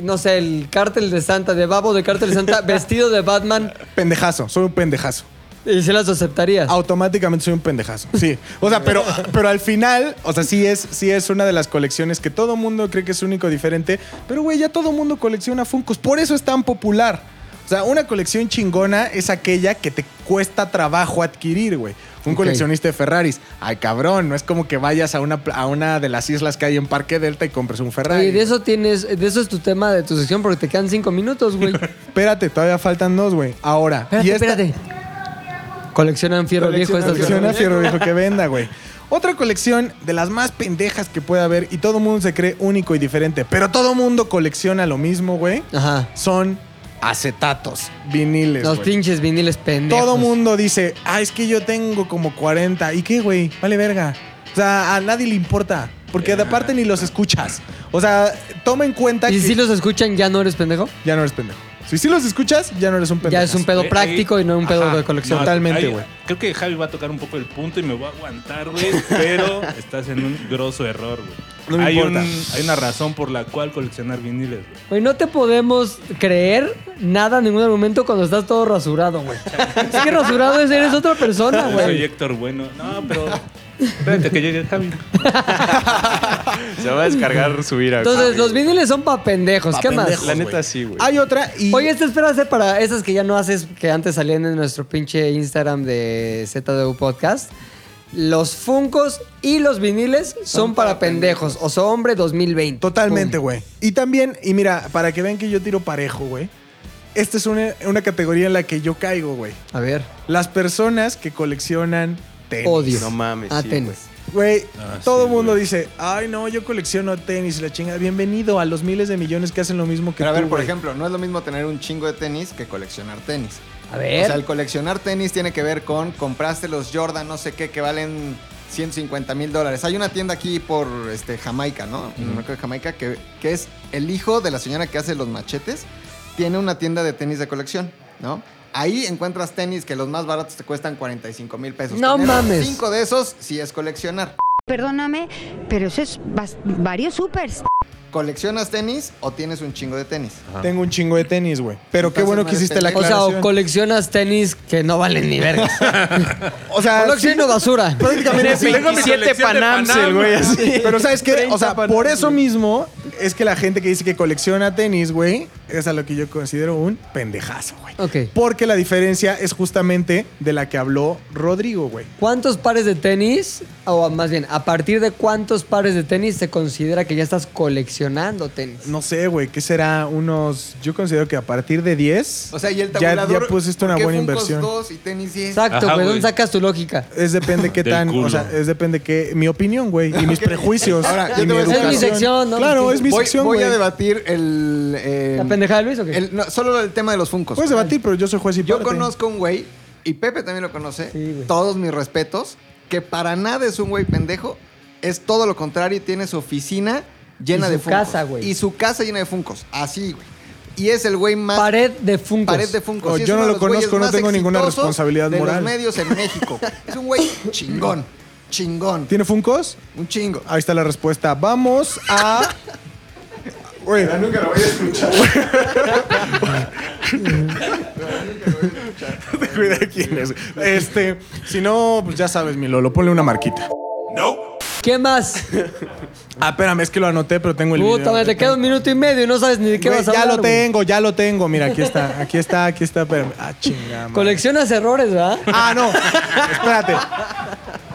[SPEAKER 6] No sé, el cártel de Santa, de babo de cártel
[SPEAKER 5] <laughs>
[SPEAKER 6] de Santa, vestido de Batman,
[SPEAKER 5] Pendejazo, soy un pendejazo.
[SPEAKER 6] ¿y si las aceptarías?
[SPEAKER 5] Automáticamente soy un pendejazo. Sí. O sea, pero, pero al final, o sea, sí es, sí es una de las colecciones que todo mundo cree que es único diferente. Pero, güey, ya todo mundo colecciona Funkos. Por eso es tan popular. O sea, una colección chingona es aquella que te cuesta trabajo adquirir, güey. Un
[SPEAKER 6] Ok.
[SPEAKER 5] coleccionista de Ferraris. Ay, cabrón, no es como que vayas a una, pla- a una de las islas que hay en Parque Delta y compres un Ferrari.
[SPEAKER 6] Oye, de eso tienes, de eso es tu tema de tu sección porque te quedan cinco minutos,
[SPEAKER 5] <laughs>
[SPEAKER 6] güey.
[SPEAKER 5] Espérate, todavía faltan dos, güey. Ahora.
[SPEAKER 6] Espérate,
[SPEAKER 5] y esta-
[SPEAKER 6] espérate. Coleccionan fierro viejo estas
[SPEAKER 5] Colecciona
[SPEAKER 6] personas.
[SPEAKER 5] fierro viejo que venda, güey. Otra colección de las más pendejas que puede haber y todo mundo se cree único y diferente, pero todo mundo colecciona lo mismo, güey.
[SPEAKER 6] Ajá.
[SPEAKER 5] Son acetatos, viniles,
[SPEAKER 6] Los
[SPEAKER 5] güey.
[SPEAKER 6] pinches viniles pendejos.
[SPEAKER 5] Todo mundo dice, ah, es que yo tengo como 40. ¿Y qué, güey? Vale verga. O sea, a nadie le importa. Porque de aparte ni los escuchas. O sea, toma en cuenta
[SPEAKER 6] Y
[SPEAKER 5] que
[SPEAKER 6] si los escuchan, ya no eres pendejo.
[SPEAKER 5] ya no eres pendejo. Si sí los escuchas, ya no eres un pendejo.
[SPEAKER 6] Ya es un pedo
[SPEAKER 4] Ahí-
[SPEAKER 6] práctico y no un pedo
[SPEAKER 5] Ajá.
[SPEAKER 6] de colección.
[SPEAKER 5] No, Totalmente, güey.
[SPEAKER 4] Creo que Javi va a tocar un poco el punto y me voy a aguantar, güey. pero estás en un grosso error, güey.
[SPEAKER 5] No me
[SPEAKER 4] hay,
[SPEAKER 5] importa.
[SPEAKER 4] un- hay una razón por la cual coleccionar viniles, güey.
[SPEAKER 6] Güey, no te podemos creer nada, ningún argumento cuando estás todo rasurado, güey. es que rasurado es, eres otra persona,
[SPEAKER 4] Yo soy
[SPEAKER 6] güey.
[SPEAKER 4] Héctor Bueno. No, pero. Espérate que llegue Javi.
[SPEAKER 11] se va a descargar su ira. güey.
[SPEAKER 6] Entonces, los viniles son pa' pendejos. ¿Qué más?
[SPEAKER 11] La neta sí, güey.
[SPEAKER 5] Hay otra y...
[SPEAKER 6] Oye, esta espérate para esas que ya no haces, que antes salían en nuestro pinche Instagram de ZDU Podcast. Los Funcos y los viniles son, para, pendejos. O sea, hombre 2020.
[SPEAKER 5] Totalmente,
[SPEAKER 6] Pum.
[SPEAKER 5] güey. Y también, y mira, para que vean que yo tiro parejo, güey. Esta es una, una categoría en la que yo caigo, güey.
[SPEAKER 6] A ver,
[SPEAKER 5] Las personas que coleccionan tenis.
[SPEAKER 6] odio.
[SPEAKER 11] No mames,
[SPEAKER 6] A
[SPEAKER 11] sí,
[SPEAKER 6] tenis.
[SPEAKER 5] Güey,
[SPEAKER 4] Ah,
[SPEAKER 5] todo
[SPEAKER 4] sí,
[SPEAKER 5] mundo
[SPEAKER 4] güey.
[SPEAKER 5] dice, ay, no, yo colecciono tenis, la chingada. Bienvenido a los miles de millones que hacen lo mismo que
[SPEAKER 3] Pero a
[SPEAKER 5] tú,
[SPEAKER 3] ver, por
[SPEAKER 5] güey.
[SPEAKER 3] ejemplo, no es lo mismo tener un chingo de tenis que coleccionar tenis.
[SPEAKER 6] A
[SPEAKER 3] O sea,
[SPEAKER 6] ver.
[SPEAKER 3] el coleccionar tenis tiene que ver con compraste los Jordan, no sé qué, que valen 150 mil dólares. Hay una tienda aquí por este, Jamaica, ¿no? En el mercado de Jamaica, que, que es el hijo de la señora que hace los machetes, tiene una tienda de tenis de colección, ¿no? Ahí encuentras tenis que los más baratos te cuestan 45 mil pesos.
[SPEAKER 6] No mames.
[SPEAKER 3] Cinco de esos sí es coleccionar.
[SPEAKER 12] Perdóname, pero eso es bas- varios supers.
[SPEAKER 3] ¿Coleccionas tenis o tienes un chingo de tenis?
[SPEAKER 5] Tengo un chingo de tenis, güey. Pero qué
[SPEAKER 3] Entonces
[SPEAKER 5] bueno
[SPEAKER 3] no
[SPEAKER 5] que
[SPEAKER 3] eres
[SPEAKER 5] hiciste la
[SPEAKER 6] o
[SPEAKER 3] pendejo.
[SPEAKER 6] sea,
[SPEAKER 5] aclaración.
[SPEAKER 6] o coleccionas tenis que no valen
[SPEAKER 5] <laughs>
[SPEAKER 6] ni vergas.
[SPEAKER 5] O sea,
[SPEAKER 6] Colecciono basura.
[SPEAKER 5] Ah, <laughs> prácticamente sí.
[SPEAKER 11] Tengo mis 27
[SPEAKER 4] colección de
[SPEAKER 11] Panams,
[SPEAKER 4] Panam.
[SPEAKER 11] el güey, así.
[SPEAKER 5] Pero ¿sabes qué? O sea,
[SPEAKER 11] 30
[SPEAKER 5] por eso mismo es que la gente que dice que colecciona tenis, güey, es a lo que yo considero un pendejazo, güey.
[SPEAKER 6] Ok.
[SPEAKER 5] Porque la diferencia es justamente de la que habló Rodrigo, güey.
[SPEAKER 6] ¿Cuántos pares de tenis, o más bien, a partir de cuántos pares de tenis se considera que ya estás coleccionando tenis?
[SPEAKER 5] No sé, güey, ¿qué será? Unos. Yo considero que a partir de 10.
[SPEAKER 3] O sea, y el
[SPEAKER 5] ya,
[SPEAKER 3] tabulador.
[SPEAKER 5] ya pusiste
[SPEAKER 3] ¿por
[SPEAKER 5] una
[SPEAKER 3] qué
[SPEAKER 5] buena
[SPEAKER 3] Funkos
[SPEAKER 5] inversión.
[SPEAKER 3] dos y tenis diez?
[SPEAKER 6] Exacto, güey. ¿Dónde sacas tu lógica?
[SPEAKER 5] Es depende qué
[SPEAKER 6] Del
[SPEAKER 5] tan.
[SPEAKER 6] culo.
[SPEAKER 5] O sea, es depende qué. Mi opinión, güey. Y mis prejuicios. y
[SPEAKER 3] Ahora, yo te
[SPEAKER 5] mi
[SPEAKER 3] voy a decir
[SPEAKER 5] educación.
[SPEAKER 3] una cosa.
[SPEAKER 5] Claro, es mi
[SPEAKER 3] Voy-
[SPEAKER 5] sección,
[SPEAKER 3] Voy
[SPEAKER 5] güey.
[SPEAKER 3] a debatir el. eh,
[SPEAKER 6] ¿La pendejada de Luis o qué?
[SPEAKER 3] el- no, solo el tema de los funcos.
[SPEAKER 5] Puedes debatir, pero yo soy juez y
[SPEAKER 3] Yo
[SPEAKER 5] parte.
[SPEAKER 3] conozco un güey, y Pepe también lo conoce, todos mis respetos, que para nada es un güey pendejo, es todo lo contrario y tiene su oficina llena
[SPEAKER 6] Y
[SPEAKER 3] de
[SPEAKER 6] su
[SPEAKER 3] funcos.
[SPEAKER 6] casa, güey.
[SPEAKER 3] Y su casa llena de funcos, así, güey. Y es el güey más...
[SPEAKER 6] Pared de funcos.
[SPEAKER 3] Pared de funcos.
[SPEAKER 5] Oh,
[SPEAKER 3] Y es
[SPEAKER 5] yo no
[SPEAKER 3] uno de
[SPEAKER 5] lo
[SPEAKER 3] los güeyes
[SPEAKER 5] conozco, no
[SPEAKER 3] más
[SPEAKER 5] tengo ninguna
[SPEAKER 3] exitosos
[SPEAKER 5] responsabilidad moral.
[SPEAKER 3] De los medios
[SPEAKER 5] <laughs>
[SPEAKER 3] en México. es un güey chingón, chingón.
[SPEAKER 5] ¿Tiene Funcos?
[SPEAKER 3] Un chingo.
[SPEAKER 5] Ahí está la respuesta. Vamos a. Güey.
[SPEAKER 3] nunca lo voy a escuchar.
[SPEAKER 5] Te cuida quién es. Este, si no, pues ya sabes, mi Lolo, ponle una marquita.
[SPEAKER 6] ¿Qué más?
[SPEAKER 5] Ah, espérame, es que lo anoté, pero tengo el
[SPEAKER 6] Puta,
[SPEAKER 5] video.
[SPEAKER 6] madre, te queda un minuto y medio y no sabes ni de qué
[SPEAKER 5] Güey,
[SPEAKER 6] vas a
[SPEAKER 5] ya
[SPEAKER 6] hablar.
[SPEAKER 5] lo
[SPEAKER 6] güey.
[SPEAKER 5] tengo, ya lo tengo. Mira, aquí está, aquí está, aquí está. Espérame. Ah, chingada. madre.
[SPEAKER 6] Coleccionas errores, ¿verdad?
[SPEAKER 5] Ah, no. Espérate.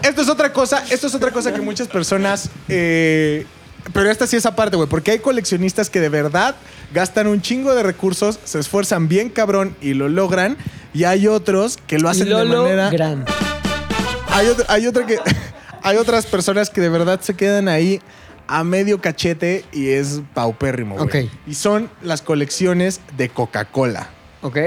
[SPEAKER 5] Esto es otra cosa, esto es otra cosa que muchas personas. eh, pero esta sí es aparte, güey, porque hay coleccionistas que de verdad gastan un chingo de recursos, se esfuerzan bien cabrón y lo logran, y hay otros que lo hacen de
[SPEAKER 6] Lolo
[SPEAKER 5] manera.
[SPEAKER 6] Gran.
[SPEAKER 5] Hay otro- hay otra que <laughs> hay otras personas que de verdad se quedan ahí a medio cachete y es paupérrimo, güey.
[SPEAKER 6] Ok.
[SPEAKER 5] Y son las colecciones de Coca-Cola.
[SPEAKER 6] Ok.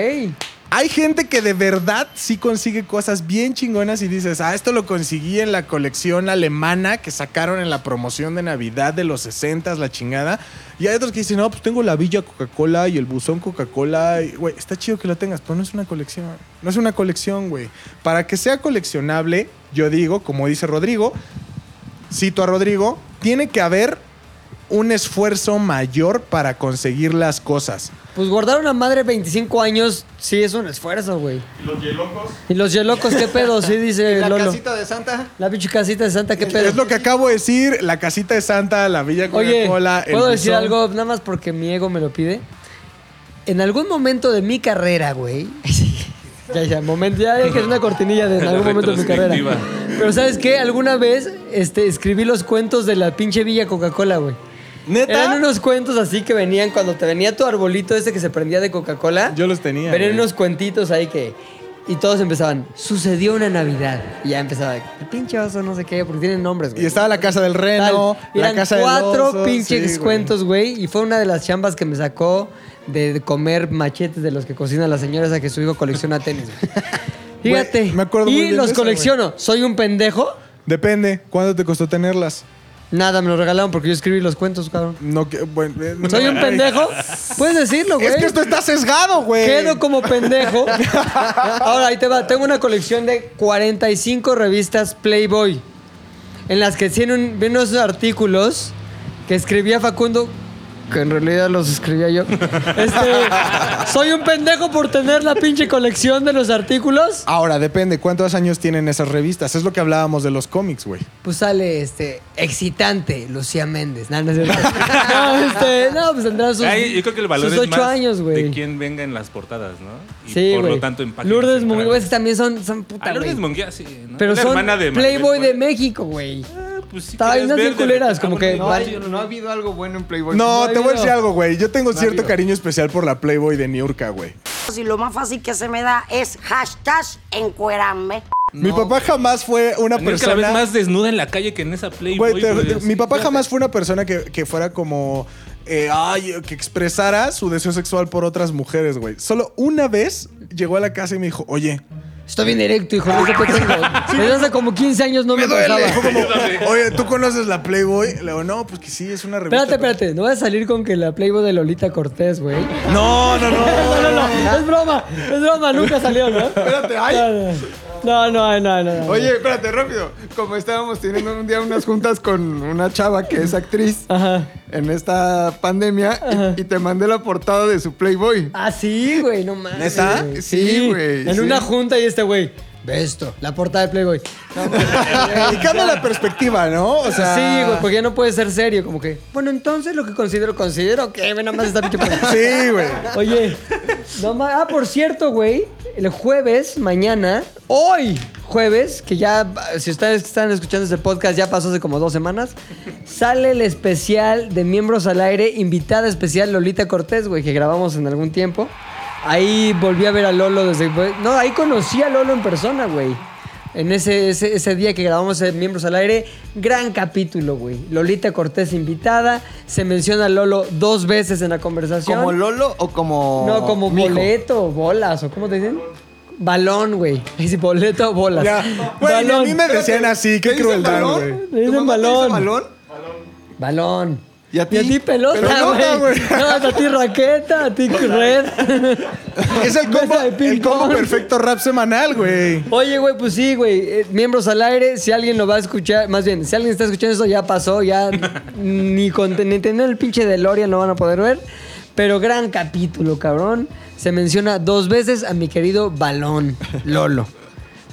[SPEAKER 5] Hay gente que de verdad sí consigue cosas bien chingonas y dices, ah, esto lo conseguí en la colección alemana que sacaron en la promoción de Navidad de los 60, la chingada. Y hay otros que dicen, no, pues tengo la Villa Coca-Cola y el buzón Coca-Cola. Y, Güey, está chido que lo tengas, pero no es una colección. No es una colección, güey. Para que sea coleccionable, yo digo, como dice Rodrigo, cito a Rodrigo, tiene que haber un esfuerzo mayor para conseguir las cosas.
[SPEAKER 6] Pues guardar una madre 25 años sí es un esfuerzo, güey.
[SPEAKER 8] Los hielocos.
[SPEAKER 6] Y los yelocos, ¿qué
[SPEAKER 5] <laughs>
[SPEAKER 6] pedo? Sí, dice
[SPEAKER 3] La
[SPEAKER 6] Lolo.
[SPEAKER 3] casita de Santa.
[SPEAKER 6] La pinche casita de Santa, ¿qué pedo?
[SPEAKER 5] Es lo que acabo de decir, la casita de Santa, la Villa
[SPEAKER 6] Oye,
[SPEAKER 5] Coca-Cola. el
[SPEAKER 6] ¿puedo decir
[SPEAKER 5] buzón.
[SPEAKER 6] algo nada más porque mi ego me lo pide? En algún momento de mi carrera, güey. <laughs> ya, ya, momento, ya que es una cortinilla de en algún momento de mi carrera.
[SPEAKER 4] Retrospectiva.
[SPEAKER 6] Pero ¿sabes qué? Alguna vez este, escribí los cuentos de la pinche Villa Coca-Cola, güey.
[SPEAKER 5] ¿Neta?
[SPEAKER 6] Eran unos cuentos así que venían cuando te venía tu arbolito ese que se prendía de Coca-Cola.
[SPEAKER 5] Yo los tenía.
[SPEAKER 6] Venían
[SPEAKER 5] güey.
[SPEAKER 6] unos cuentitos ahí que. Y todos empezaban. Sucedió una Navidad. Y ya empezaba. El pinche oso, no sé qué, porque tienen nombres, güey.
[SPEAKER 5] Y estaba la casa del
[SPEAKER 6] Tal.
[SPEAKER 5] reno, la
[SPEAKER 6] Eran
[SPEAKER 5] casa del
[SPEAKER 6] cuatro
[SPEAKER 5] oso,
[SPEAKER 6] pinches
[SPEAKER 5] sí, güey.
[SPEAKER 6] cuentos, güey. Y fue una de las chambas que me sacó de de comer machetes de los que cocinan las señoras a que su hijo colecciona tenis, güey. Fíjate.
[SPEAKER 5] <laughs> Güey, me acuerdo muy
[SPEAKER 6] y
[SPEAKER 5] bien de
[SPEAKER 6] los
[SPEAKER 5] eso,
[SPEAKER 6] colecciono. ¿Soy un pendejo?
[SPEAKER 5] Depende, ¿cuánto te costó tenerlas?
[SPEAKER 6] Nada, me los regalaron porque yo escribí los cuentos, cabrón.
[SPEAKER 5] No, que, bueno, eh, no.
[SPEAKER 6] ¿Soy un pendejo? Puedes decirlo, güey.
[SPEAKER 5] <laughs> Es que esto está sesgado, güey.
[SPEAKER 6] Quedo como pendejo. Ahora, ahí te va. Tengo una colección de 45 revistas Playboy. En las que tienen un- vienen unos artículos que escribía Facundo. Que en realidad los escribía yo. Este, ¿Soy un pendejo por tener la pinche colección de los artículos?
[SPEAKER 5] Ahora, depende, ¿cuántos años tienen esas revistas? Es lo que hablábamos de los cómics, güey.
[SPEAKER 6] Pues sale este excitante Lucía Méndez. No, no, es
[SPEAKER 5] <laughs>
[SPEAKER 6] cierto. No, este, no, pues tendrá sus,
[SPEAKER 4] Ay, yo creo que el valor
[SPEAKER 6] sus
[SPEAKER 4] es
[SPEAKER 6] ocho
[SPEAKER 4] más
[SPEAKER 6] años,
[SPEAKER 4] de
[SPEAKER 6] güey.
[SPEAKER 4] quién venga en las portadas, ¿no? Y
[SPEAKER 6] Sí,
[SPEAKER 4] por
[SPEAKER 6] güey.
[SPEAKER 4] lo tanto impacta.
[SPEAKER 6] Lourdes Munguía, es que también son, son puta,
[SPEAKER 4] Ah, Lourdes
[SPEAKER 6] güey.
[SPEAKER 4] Munguía, sí. ¿no?
[SPEAKER 6] Pero
[SPEAKER 4] Es la
[SPEAKER 6] son
[SPEAKER 4] hermana de Maribel
[SPEAKER 6] Playboy de
[SPEAKER 4] Guardia.
[SPEAKER 6] México, güey.
[SPEAKER 4] Pues sí,
[SPEAKER 6] Estaban
[SPEAKER 4] querías
[SPEAKER 6] unas bien
[SPEAKER 4] ver de
[SPEAKER 6] culeras,
[SPEAKER 4] repente,
[SPEAKER 6] como
[SPEAKER 4] ah,
[SPEAKER 6] que...
[SPEAKER 4] bueno,
[SPEAKER 3] No,
[SPEAKER 6] vale.
[SPEAKER 3] hay- no ha habido algo bueno en Playboy.
[SPEAKER 5] No,
[SPEAKER 6] Pues ha
[SPEAKER 5] te voy a decir
[SPEAKER 6] habido.
[SPEAKER 5] algo, güey. Yo tengo cierto
[SPEAKER 3] habido.
[SPEAKER 5] cariño especial por la Playboy de Niurka, güey.
[SPEAKER 13] Y lo más fácil que se me da es hashtag encuerarme.
[SPEAKER 5] Mi papá jamás fue una
[SPEAKER 4] Tenías cada vez
[SPEAKER 5] persona...
[SPEAKER 4] más desnuda en la calle que en esa Playboy.
[SPEAKER 5] Güey, te-
[SPEAKER 4] güey,
[SPEAKER 5] te-
[SPEAKER 4] así.
[SPEAKER 5] mi papá jamás fue una persona que, que fuera como. eh, ay, que expresara su deseo sexual por otras mujeres, güey. Solo una vez llegó a la casa y me dijo, oye.
[SPEAKER 6] Estoy bien directo, hijo.
[SPEAKER 4] Ah,
[SPEAKER 6] No sé qué tengo. Desde hace como 15 años no
[SPEAKER 4] <laughs>
[SPEAKER 6] me,
[SPEAKER 5] Me dijo
[SPEAKER 6] pasaba.
[SPEAKER 5] como, oye, ¿tú conoces la Playboy? Le digo, no, pues que sí, es una revista.
[SPEAKER 6] Espérate, espérate. No voy a salir con que la Playboy de Lolita Cortés, güey.
[SPEAKER 5] No, no, no.
[SPEAKER 6] <laughs> No, no, no. Es broma. Es broma. Nunca salió, ¿no?
[SPEAKER 3] Espérate, ay.
[SPEAKER 6] No, no, no, no. no, no.
[SPEAKER 3] Oye, espérate, rápido. Como estábamos teniendo un día unas juntas con una chava que es actriz en esta pandemia y- y, te mandé la portada de su Playboy.
[SPEAKER 6] Ah, sí, güey. No mames.
[SPEAKER 3] ¿Neta?
[SPEAKER 6] güey.
[SPEAKER 3] Sí, güey,
[SPEAKER 6] En
[SPEAKER 3] sí.
[SPEAKER 6] una junta y este güey. ve esto, la portada de Playboy.
[SPEAKER 5] y cambia la perspectiva, ¿no? O sea,
[SPEAKER 6] sí, güey, pues, porque ya no puede ser serio, como que. Bueno, entonces lo que considero, considero que ve nada más
[SPEAKER 5] <laughs>
[SPEAKER 6] esta pinche película.
[SPEAKER 5] Sí, güey.
[SPEAKER 6] Oye, no ma- Ah, por cierto, güey, el jueves, mañana, hoy jueves, que ya, si ustedes están escuchando este podcast, ya pasó hace como dos semanas, sale el especial de Miembros al Aire, invitada especial Lolita Cortés, güey, que grabamos en algún tiempo. Ahí volví a ver a Lolo desde... No, ahí conocí a Lolo en persona, güey. En ese, ese, ese día que grabamos en Miembros al Aire, gran capítulo, güey. Lolita Cortés invitada, se menciona a Lolo dos veces en la conversación.
[SPEAKER 3] ¿Como Lolo o como.?
[SPEAKER 6] No, como
[SPEAKER 3] mijo?
[SPEAKER 6] boleto, bolas, o ¿cómo te dicen? Balón, güey. <laughs> Dice boleto o bolas.
[SPEAKER 5] Ya. Güey, ni a mí me decían así, qué crueldad, güey.
[SPEAKER 6] Me dicen balón. balón? Balón. ¿Y a ti? pelota, güey. <laughs> No, a ti raqueta, a ti red.
[SPEAKER 5] Es el combo, el combo perfecto rap semanal, güey.
[SPEAKER 6] Oye, güey, pues sí, güey. eh, miembros al aire, si alguien lo va a escuchar, más bien, si alguien está escuchando eso, ya
[SPEAKER 5] <laughs>
[SPEAKER 6] pasó, ya ni con ni tener el pinche DeLorean lo van a poder ver. Pero gran capítulo, cabrón. Se menciona dos veces a mi querido Balón, Lolo.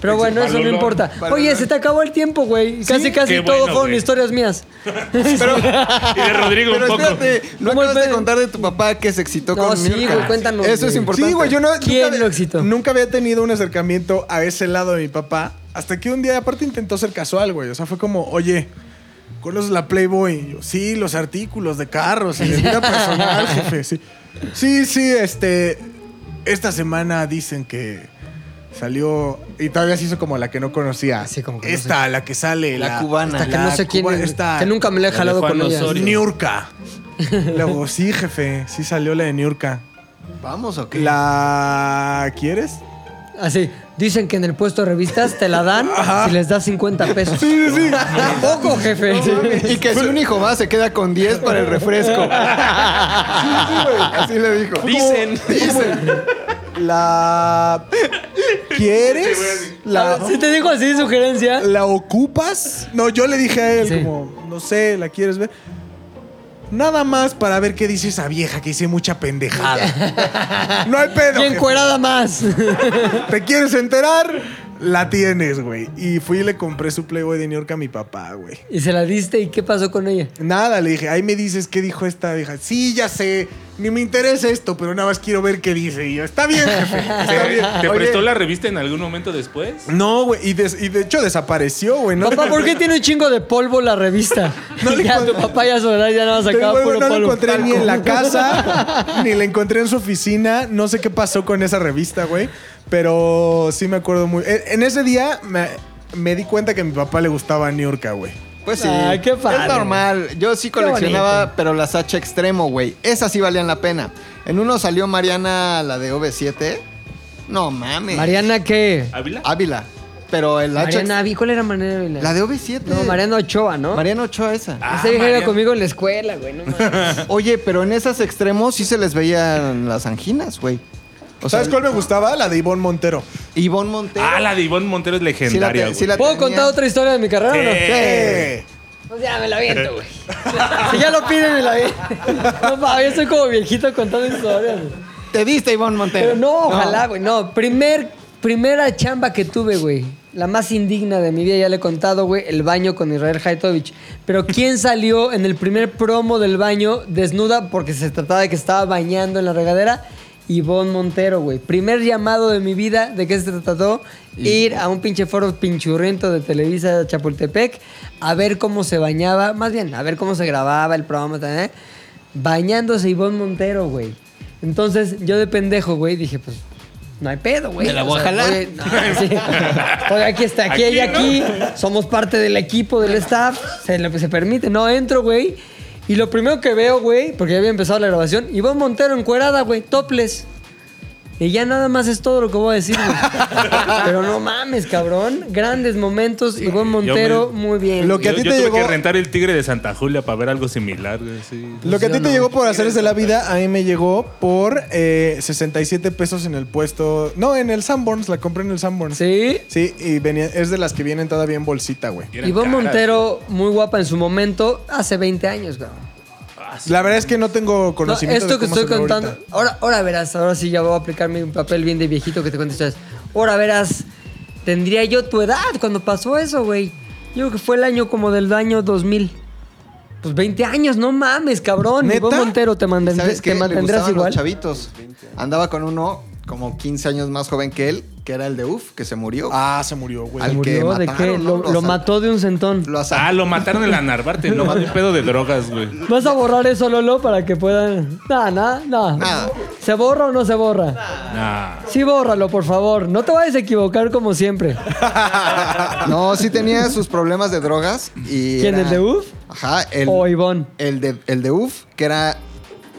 [SPEAKER 6] Pero bueno, eso no
[SPEAKER 5] Balolón.
[SPEAKER 6] importa. Oye,
[SPEAKER 5] Balolón.
[SPEAKER 6] se te acabó el tiempo, güey. Casi, casi
[SPEAKER 5] Qué
[SPEAKER 6] todo
[SPEAKER 5] bueno,
[SPEAKER 6] fueron
[SPEAKER 5] güey. <laughs>
[SPEAKER 6] historias mías. <laughs>
[SPEAKER 4] Y de Rodrigo
[SPEAKER 3] Pero
[SPEAKER 4] un poco.
[SPEAKER 3] espérate, no acabas de contar de tu papá que se excitó
[SPEAKER 6] No,
[SPEAKER 3] con
[SPEAKER 6] sí,
[SPEAKER 3] Mirka.
[SPEAKER 6] güey, cuéntanos,
[SPEAKER 3] Eso es
[SPEAKER 6] güey.
[SPEAKER 3] importante.
[SPEAKER 5] Sí, güey, yo no, nunca,
[SPEAKER 6] lo excitó?
[SPEAKER 5] nunca había tenido un acercamiento a ese lado de mi papá. Hasta que un día, aparte, intentó ser casual, güey. O sea, fue como, oye, ¿conoces la Playboy? Y yo, sí, los artículos de carros y de vida
[SPEAKER 3] <laughs>
[SPEAKER 5] personal, jefe. Sí, sí, sí, este. Esta semana dicen que salió. Y todavía se hizo como la que no conocía.
[SPEAKER 6] que no
[SPEAKER 5] esta, la que sale.
[SPEAKER 6] La cubana. Esta que no sé quién
[SPEAKER 5] Ah, cuba-
[SPEAKER 6] es, güey. Que nunca me la he La de jalado Juan con ella. Osorio.
[SPEAKER 5] Niurka. Luego, sí, jefe. Sí salió la de Niurka.
[SPEAKER 3] ¿Vamos o qué?
[SPEAKER 5] ¿La quieres?
[SPEAKER 6] Así. Dicen que en el puesto de revistas te
[SPEAKER 5] <laughs>
[SPEAKER 6] la dan si les das 50 pesos.
[SPEAKER 5] Sí, sí, sí.
[SPEAKER 6] <laughs> Tampoco, jefe.
[SPEAKER 3] Y que si un hijo va, se queda con 10 para el
[SPEAKER 6] <laughs>
[SPEAKER 3] refresco. Sí, sí, güey, así le dijo.
[SPEAKER 5] Dicen. La. ¿Quieres? La,
[SPEAKER 6] Si te digo así, sugerencia.
[SPEAKER 5] ¿La ocupas? No, yo le dije a él, como, no sé, ¿la quieres ver? Nada más para ver qué dice esa vieja que hice mucha pendejada. no hay pedo.
[SPEAKER 6] Y
[SPEAKER 5] jefe.
[SPEAKER 6] encuerada más. <laughs>
[SPEAKER 5] ¿Te quieres enterar? La tienes, güey. Y fui y le compré su Playboy de New York a mi papá, güey.
[SPEAKER 6] Y se la diste y qué pasó con ella.
[SPEAKER 5] Nada, le dije, ahí me dices qué dijo esta vieja. Sí, ya sé, ni me interesa esto, pero nada más quiero ver qué dice. Y yo, está bien, jefe. Está
[SPEAKER 4] <laughs> ¿Te,
[SPEAKER 5] bien.
[SPEAKER 4] te
[SPEAKER 5] Oye,
[SPEAKER 4] prestó la revista en algún momento después?
[SPEAKER 5] No, güey, y, des- y de hecho desapareció, güey. No,
[SPEAKER 6] Papá, ¿por qué tiene un chingo de polvo la revista? ya, tu papá ya a su edad ya nada
[SPEAKER 5] <laughs>
[SPEAKER 6] más
[SPEAKER 5] Te digo,
[SPEAKER 6] sacaba
[SPEAKER 5] güey,
[SPEAKER 6] puro
[SPEAKER 5] no la
[SPEAKER 6] polvo.
[SPEAKER 5] encontré ni en la casa, ni la encontré en su oficina. No sé qué pasó con esa revista, güey. Pero sí me acuerdo muy. En en ese día me, me di cuenta que a mi papá le gustaba New York, güey.
[SPEAKER 3] Pues sí.
[SPEAKER 6] Ay, qué padre.
[SPEAKER 3] Es normal. Yo sí coleccionaba, pero las H extremo, güey. Esas sí valían la pena. En uno salió Mariana, la de OV7. No mames.
[SPEAKER 6] <laughs> ¿Mariana qué?
[SPEAKER 4] ¿Ávila?
[SPEAKER 3] Ávila. Pero el H.
[SPEAKER 6] Mariana, Avi- ¿cuál era Mariana Ávila?
[SPEAKER 3] La de OV7.
[SPEAKER 6] No, Mariana Ochoa, ¿no?
[SPEAKER 3] Mariana Ochoa esa.
[SPEAKER 4] Ah,
[SPEAKER 6] Esa vieja iba conmigo en la escuela, güey. No
[SPEAKER 5] <laughs>
[SPEAKER 6] mames.
[SPEAKER 3] Oye, pero en esas extremos sí se les veían las anginas, güey. O
[SPEAKER 5] ¿Sabes cuál me gustaba? La de Ivonne Montero.
[SPEAKER 3] Ivonne Montero.
[SPEAKER 4] Ah, la de Ivonne Montero es legendaria, güey.
[SPEAKER 3] sí la
[SPEAKER 6] ¿Puedo
[SPEAKER 3] tenía.
[SPEAKER 6] contar otra historia de mi carrera o no?
[SPEAKER 5] ¡Eh!
[SPEAKER 6] Pues ya me la aviento, güey. <laughs> si ya lo piden, me la aviento. <laughs> No, pa, yo soy como viejito contando historias, güey.
[SPEAKER 3] Te diste Ivonne Montero.
[SPEAKER 6] Pero no, ojalá, güey. No, primer, primera chamba que tuve, güey. La más indigna de mi vida, ya le he contado, güey, el baño con Israel Haitovich. Pero ¿quién salió en el primer promo del baño desnuda porque se trataba de que estaba bañando en la regadera? Ivonne Montero, güey. Primer llamado de mi vida, ¿de qué se trató? Ir a un pinche foro pinchurriento de Televisa Chapultepec a ver cómo se bañaba, más bien, a ver cómo se grababa el programa también. Bañándose Ivonne Montero, güey. Entonces, yo de pendejo, güey, dije, pues, no hay pedo, güey.
[SPEAKER 3] Me la
[SPEAKER 6] O
[SPEAKER 3] voy a
[SPEAKER 6] sea,
[SPEAKER 3] jalar.
[SPEAKER 6] oye, no, sí. Oye, aquí está, aquí,
[SPEAKER 4] Aquí,
[SPEAKER 6] hay aquí. Somos parte del equipo, del staff. Se, le- se permite. No, entro, güey. Y lo primero que veo, güey, porque ya había empezado la grabación, Ivonne Montero encuerada, güey, topless. Y ya nada más es todo lo que voy a decir,
[SPEAKER 4] <laughs>
[SPEAKER 6] güey. Pero no mames, cabrón. Grandes momentos. Ivonne Montero,
[SPEAKER 4] me-
[SPEAKER 6] muy bien.
[SPEAKER 5] Lo
[SPEAKER 6] güey.
[SPEAKER 5] que a
[SPEAKER 4] Yo,
[SPEAKER 5] ti
[SPEAKER 4] yo
[SPEAKER 5] te
[SPEAKER 4] tuve
[SPEAKER 5] llegó.
[SPEAKER 4] que rentar el Tigre de Santa Julia para ver algo similar, güey. sí.
[SPEAKER 5] Lo que a ti
[SPEAKER 6] Yo
[SPEAKER 5] te
[SPEAKER 6] no.
[SPEAKER 5] llegó por hacer es de la vida, a mí me llegó por eh, 67 pesos en el puesto. No, en el Sanborns, la compré en el Sanborns.
[SPEAKER 6] ¿Sí?
[SPEAKER 5] Sí, y venía, es de las que vienen todavía en bolsita, güey.
[SPEAKER 4] Eran
[SPEAKER 6] Ivonne
[SPEAKER 4] caras,
[SPEAKER 6] Montero, muy guapa en su momento, hace 20 años, güey.
[SPEAKER 5] La verdad es que no tengo
[SPEAKER 6] No,
[SPEAKER 5] conocimiento.
[SPEAKER 6] esto
[SPEAKER 5] de
[SPEAKER 6] que
[SPEAKER 5] cómo se
[SPEAKER 6] estoy
[SPEAKER 5] ve
[SPEAKER 6] contando.
[SPEAKER 5] ahorita.
[SPEAKER 6] Ahora, ahora verás, ahora sí ya voy a aplicar mi papel bien de viejito que te cuento historias. Ahora verás, Tendría yo tu edad cuando pasó eso, güey. Yo creo que fue el año como del año 2000. Pues 20 años, no mames, cabrón. Mi
[SPEAKER 3] ¿Neta?
[SPEAKER 6] buen Montero te mandé.
[SPEAKER 3] ¿Sabes qué?
[SPEAKER 6] te
[SPEAKER 3] Le
[SPEAKER 6] mantendrás
[SPEAKER 3] gustaban
[SPEAKER 6] igual.
[SPEAKER 3] los chavitos. Andaba con uno como 15 años más joven que él, que era el de UF, que se murió.
[SPEAKER 5] Ah, se murió, güey.
[SPEAKER 3] Al
[SPEAKER 6] pues, ¿Se
[SPEAKER 3] que
[SPEAKER 6] murió? ¿De
[SPEAKER 3] mataron,
[SPEAKER 6] qué?
[SPEAKER 3] ¿no?
[SPEAKER 6] Lo- lo
[SPEAKER 3] asa-
[SPEAKER 6] mató de un centón.
[SPEAKER 3] Lo
[SPEAKER 4] Ah, lo mataron en la Narvarte, no más de pedo de drogas, güey.
[SPEAKER 6] ¿Vas a borrar eso, Lolo, para que puedan...? Nada, nada, nada. ¿Se borra o no se borra?
[SPEAKER 4] Nah.
[SPEAKER 6] Sí, bórralo, por favor. No te vayas a equivocar como siempre.
[SPEAKER 3] <laughs> No, sí tenía sus problemas de drogas y.
[SPEAKER 6] ¿Quién, el de UF?
[SPEAKER 3] Ajá, el.
[SPEAKER 6] O Ivonne.
[SPEAKER 3] El de, el de UF, que era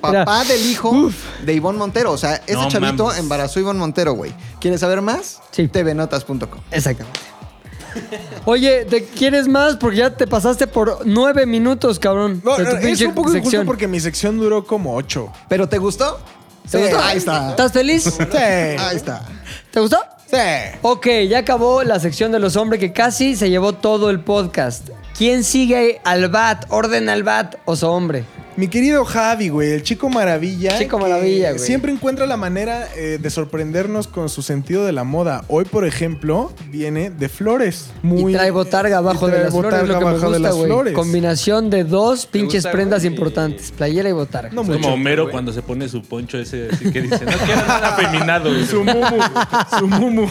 [SPEAKER 3] papá
[SPEAKER 6] Era-
[SPEAKER 3] del hijo de Ivonne Montero. O sea, ese
[SPEAKER 6] No
[SPEAKER 3] chavito
[SPEAKER 6] mames.
[SPEAKER 3] embarazó a Ivonne Montero, güey. ¿Quieres saber más? Sí. tvnotas.com.
[SPEAKER 6] Exactamente. <laughs> Oye, ¿te quieres más? Porque ya te pasaste por nueve minutos, cabrón.
[SPEAKER 5] No,
[SPEAKER 6] de
[SPEAKER 5] no,
[SPEAKER 6] tu
[SPEAKER 5] es
[SPEAKER 6] pinche
[SPEAKER 5] un poco injusto
[SPEAKER 6] sección.
[SPEAKER 5] porque mi sección duró como ocho.
[SPEAKER 3] ¿Pero te gustó?
[SPEAKER 6] ¿Te gustó?
[SPEAKER 3] Ahí está.
[SPEAKER 6] ¿Estás feliz?
[SPEAKER 5] eh, Sí. Ahí
[SPEAKER 3] está.
[SPEAKER 6] ¿Te gustó?
[SPEAKER 5] Sí.
[SPEAKER 6] Ok, ya acabó la sección de los hombres que casi se llevó todo el podcast. ¿Quién sigue al bat? ¿Orden al bat? Oso hombre.
[SPEAKER 5] Mi querido Javi, güey, el chico maravilla.
[SPEAKER 6] Chico
[SPEAKER 5] que
[SPEAKER 6] maravilla, güey.
[SPEAKER 5] Siempre encuentra la manera eh, de sorprendernos con su sentido de la moda. Hoy, por ejemplo, viene de flores. Muy,
[SPEAKER 6] y trae botarga abajo
[SPEAKER 5] y trae
[SPEAKER 6] de las flores, es
[SPEAKER 5] botarga
[SPEAKER 6] lo que me
[SPEAKER 5] abajo de
[SPEAKER 6] gusta,
[SPEAKER 5] las
[SPEAKER 6] güey.
[SPEAKER 5] flores.
[SPEAKER 6] Combinación de dos pinches
[SPEAKER 4] gusta,
[SPEAKER 6] prendas
[SPEAKER 4] güey?
[SPEAKER 6] importantes, playera y botarga.
[SPEAKER 4] es como Homero cuando se pone su poncho ese así que dice, no quiero
[SPEAKER 5] <laughs>
[SPEAKER 4] nada afeminado. güey".
[SPEAKER 5] su mumu.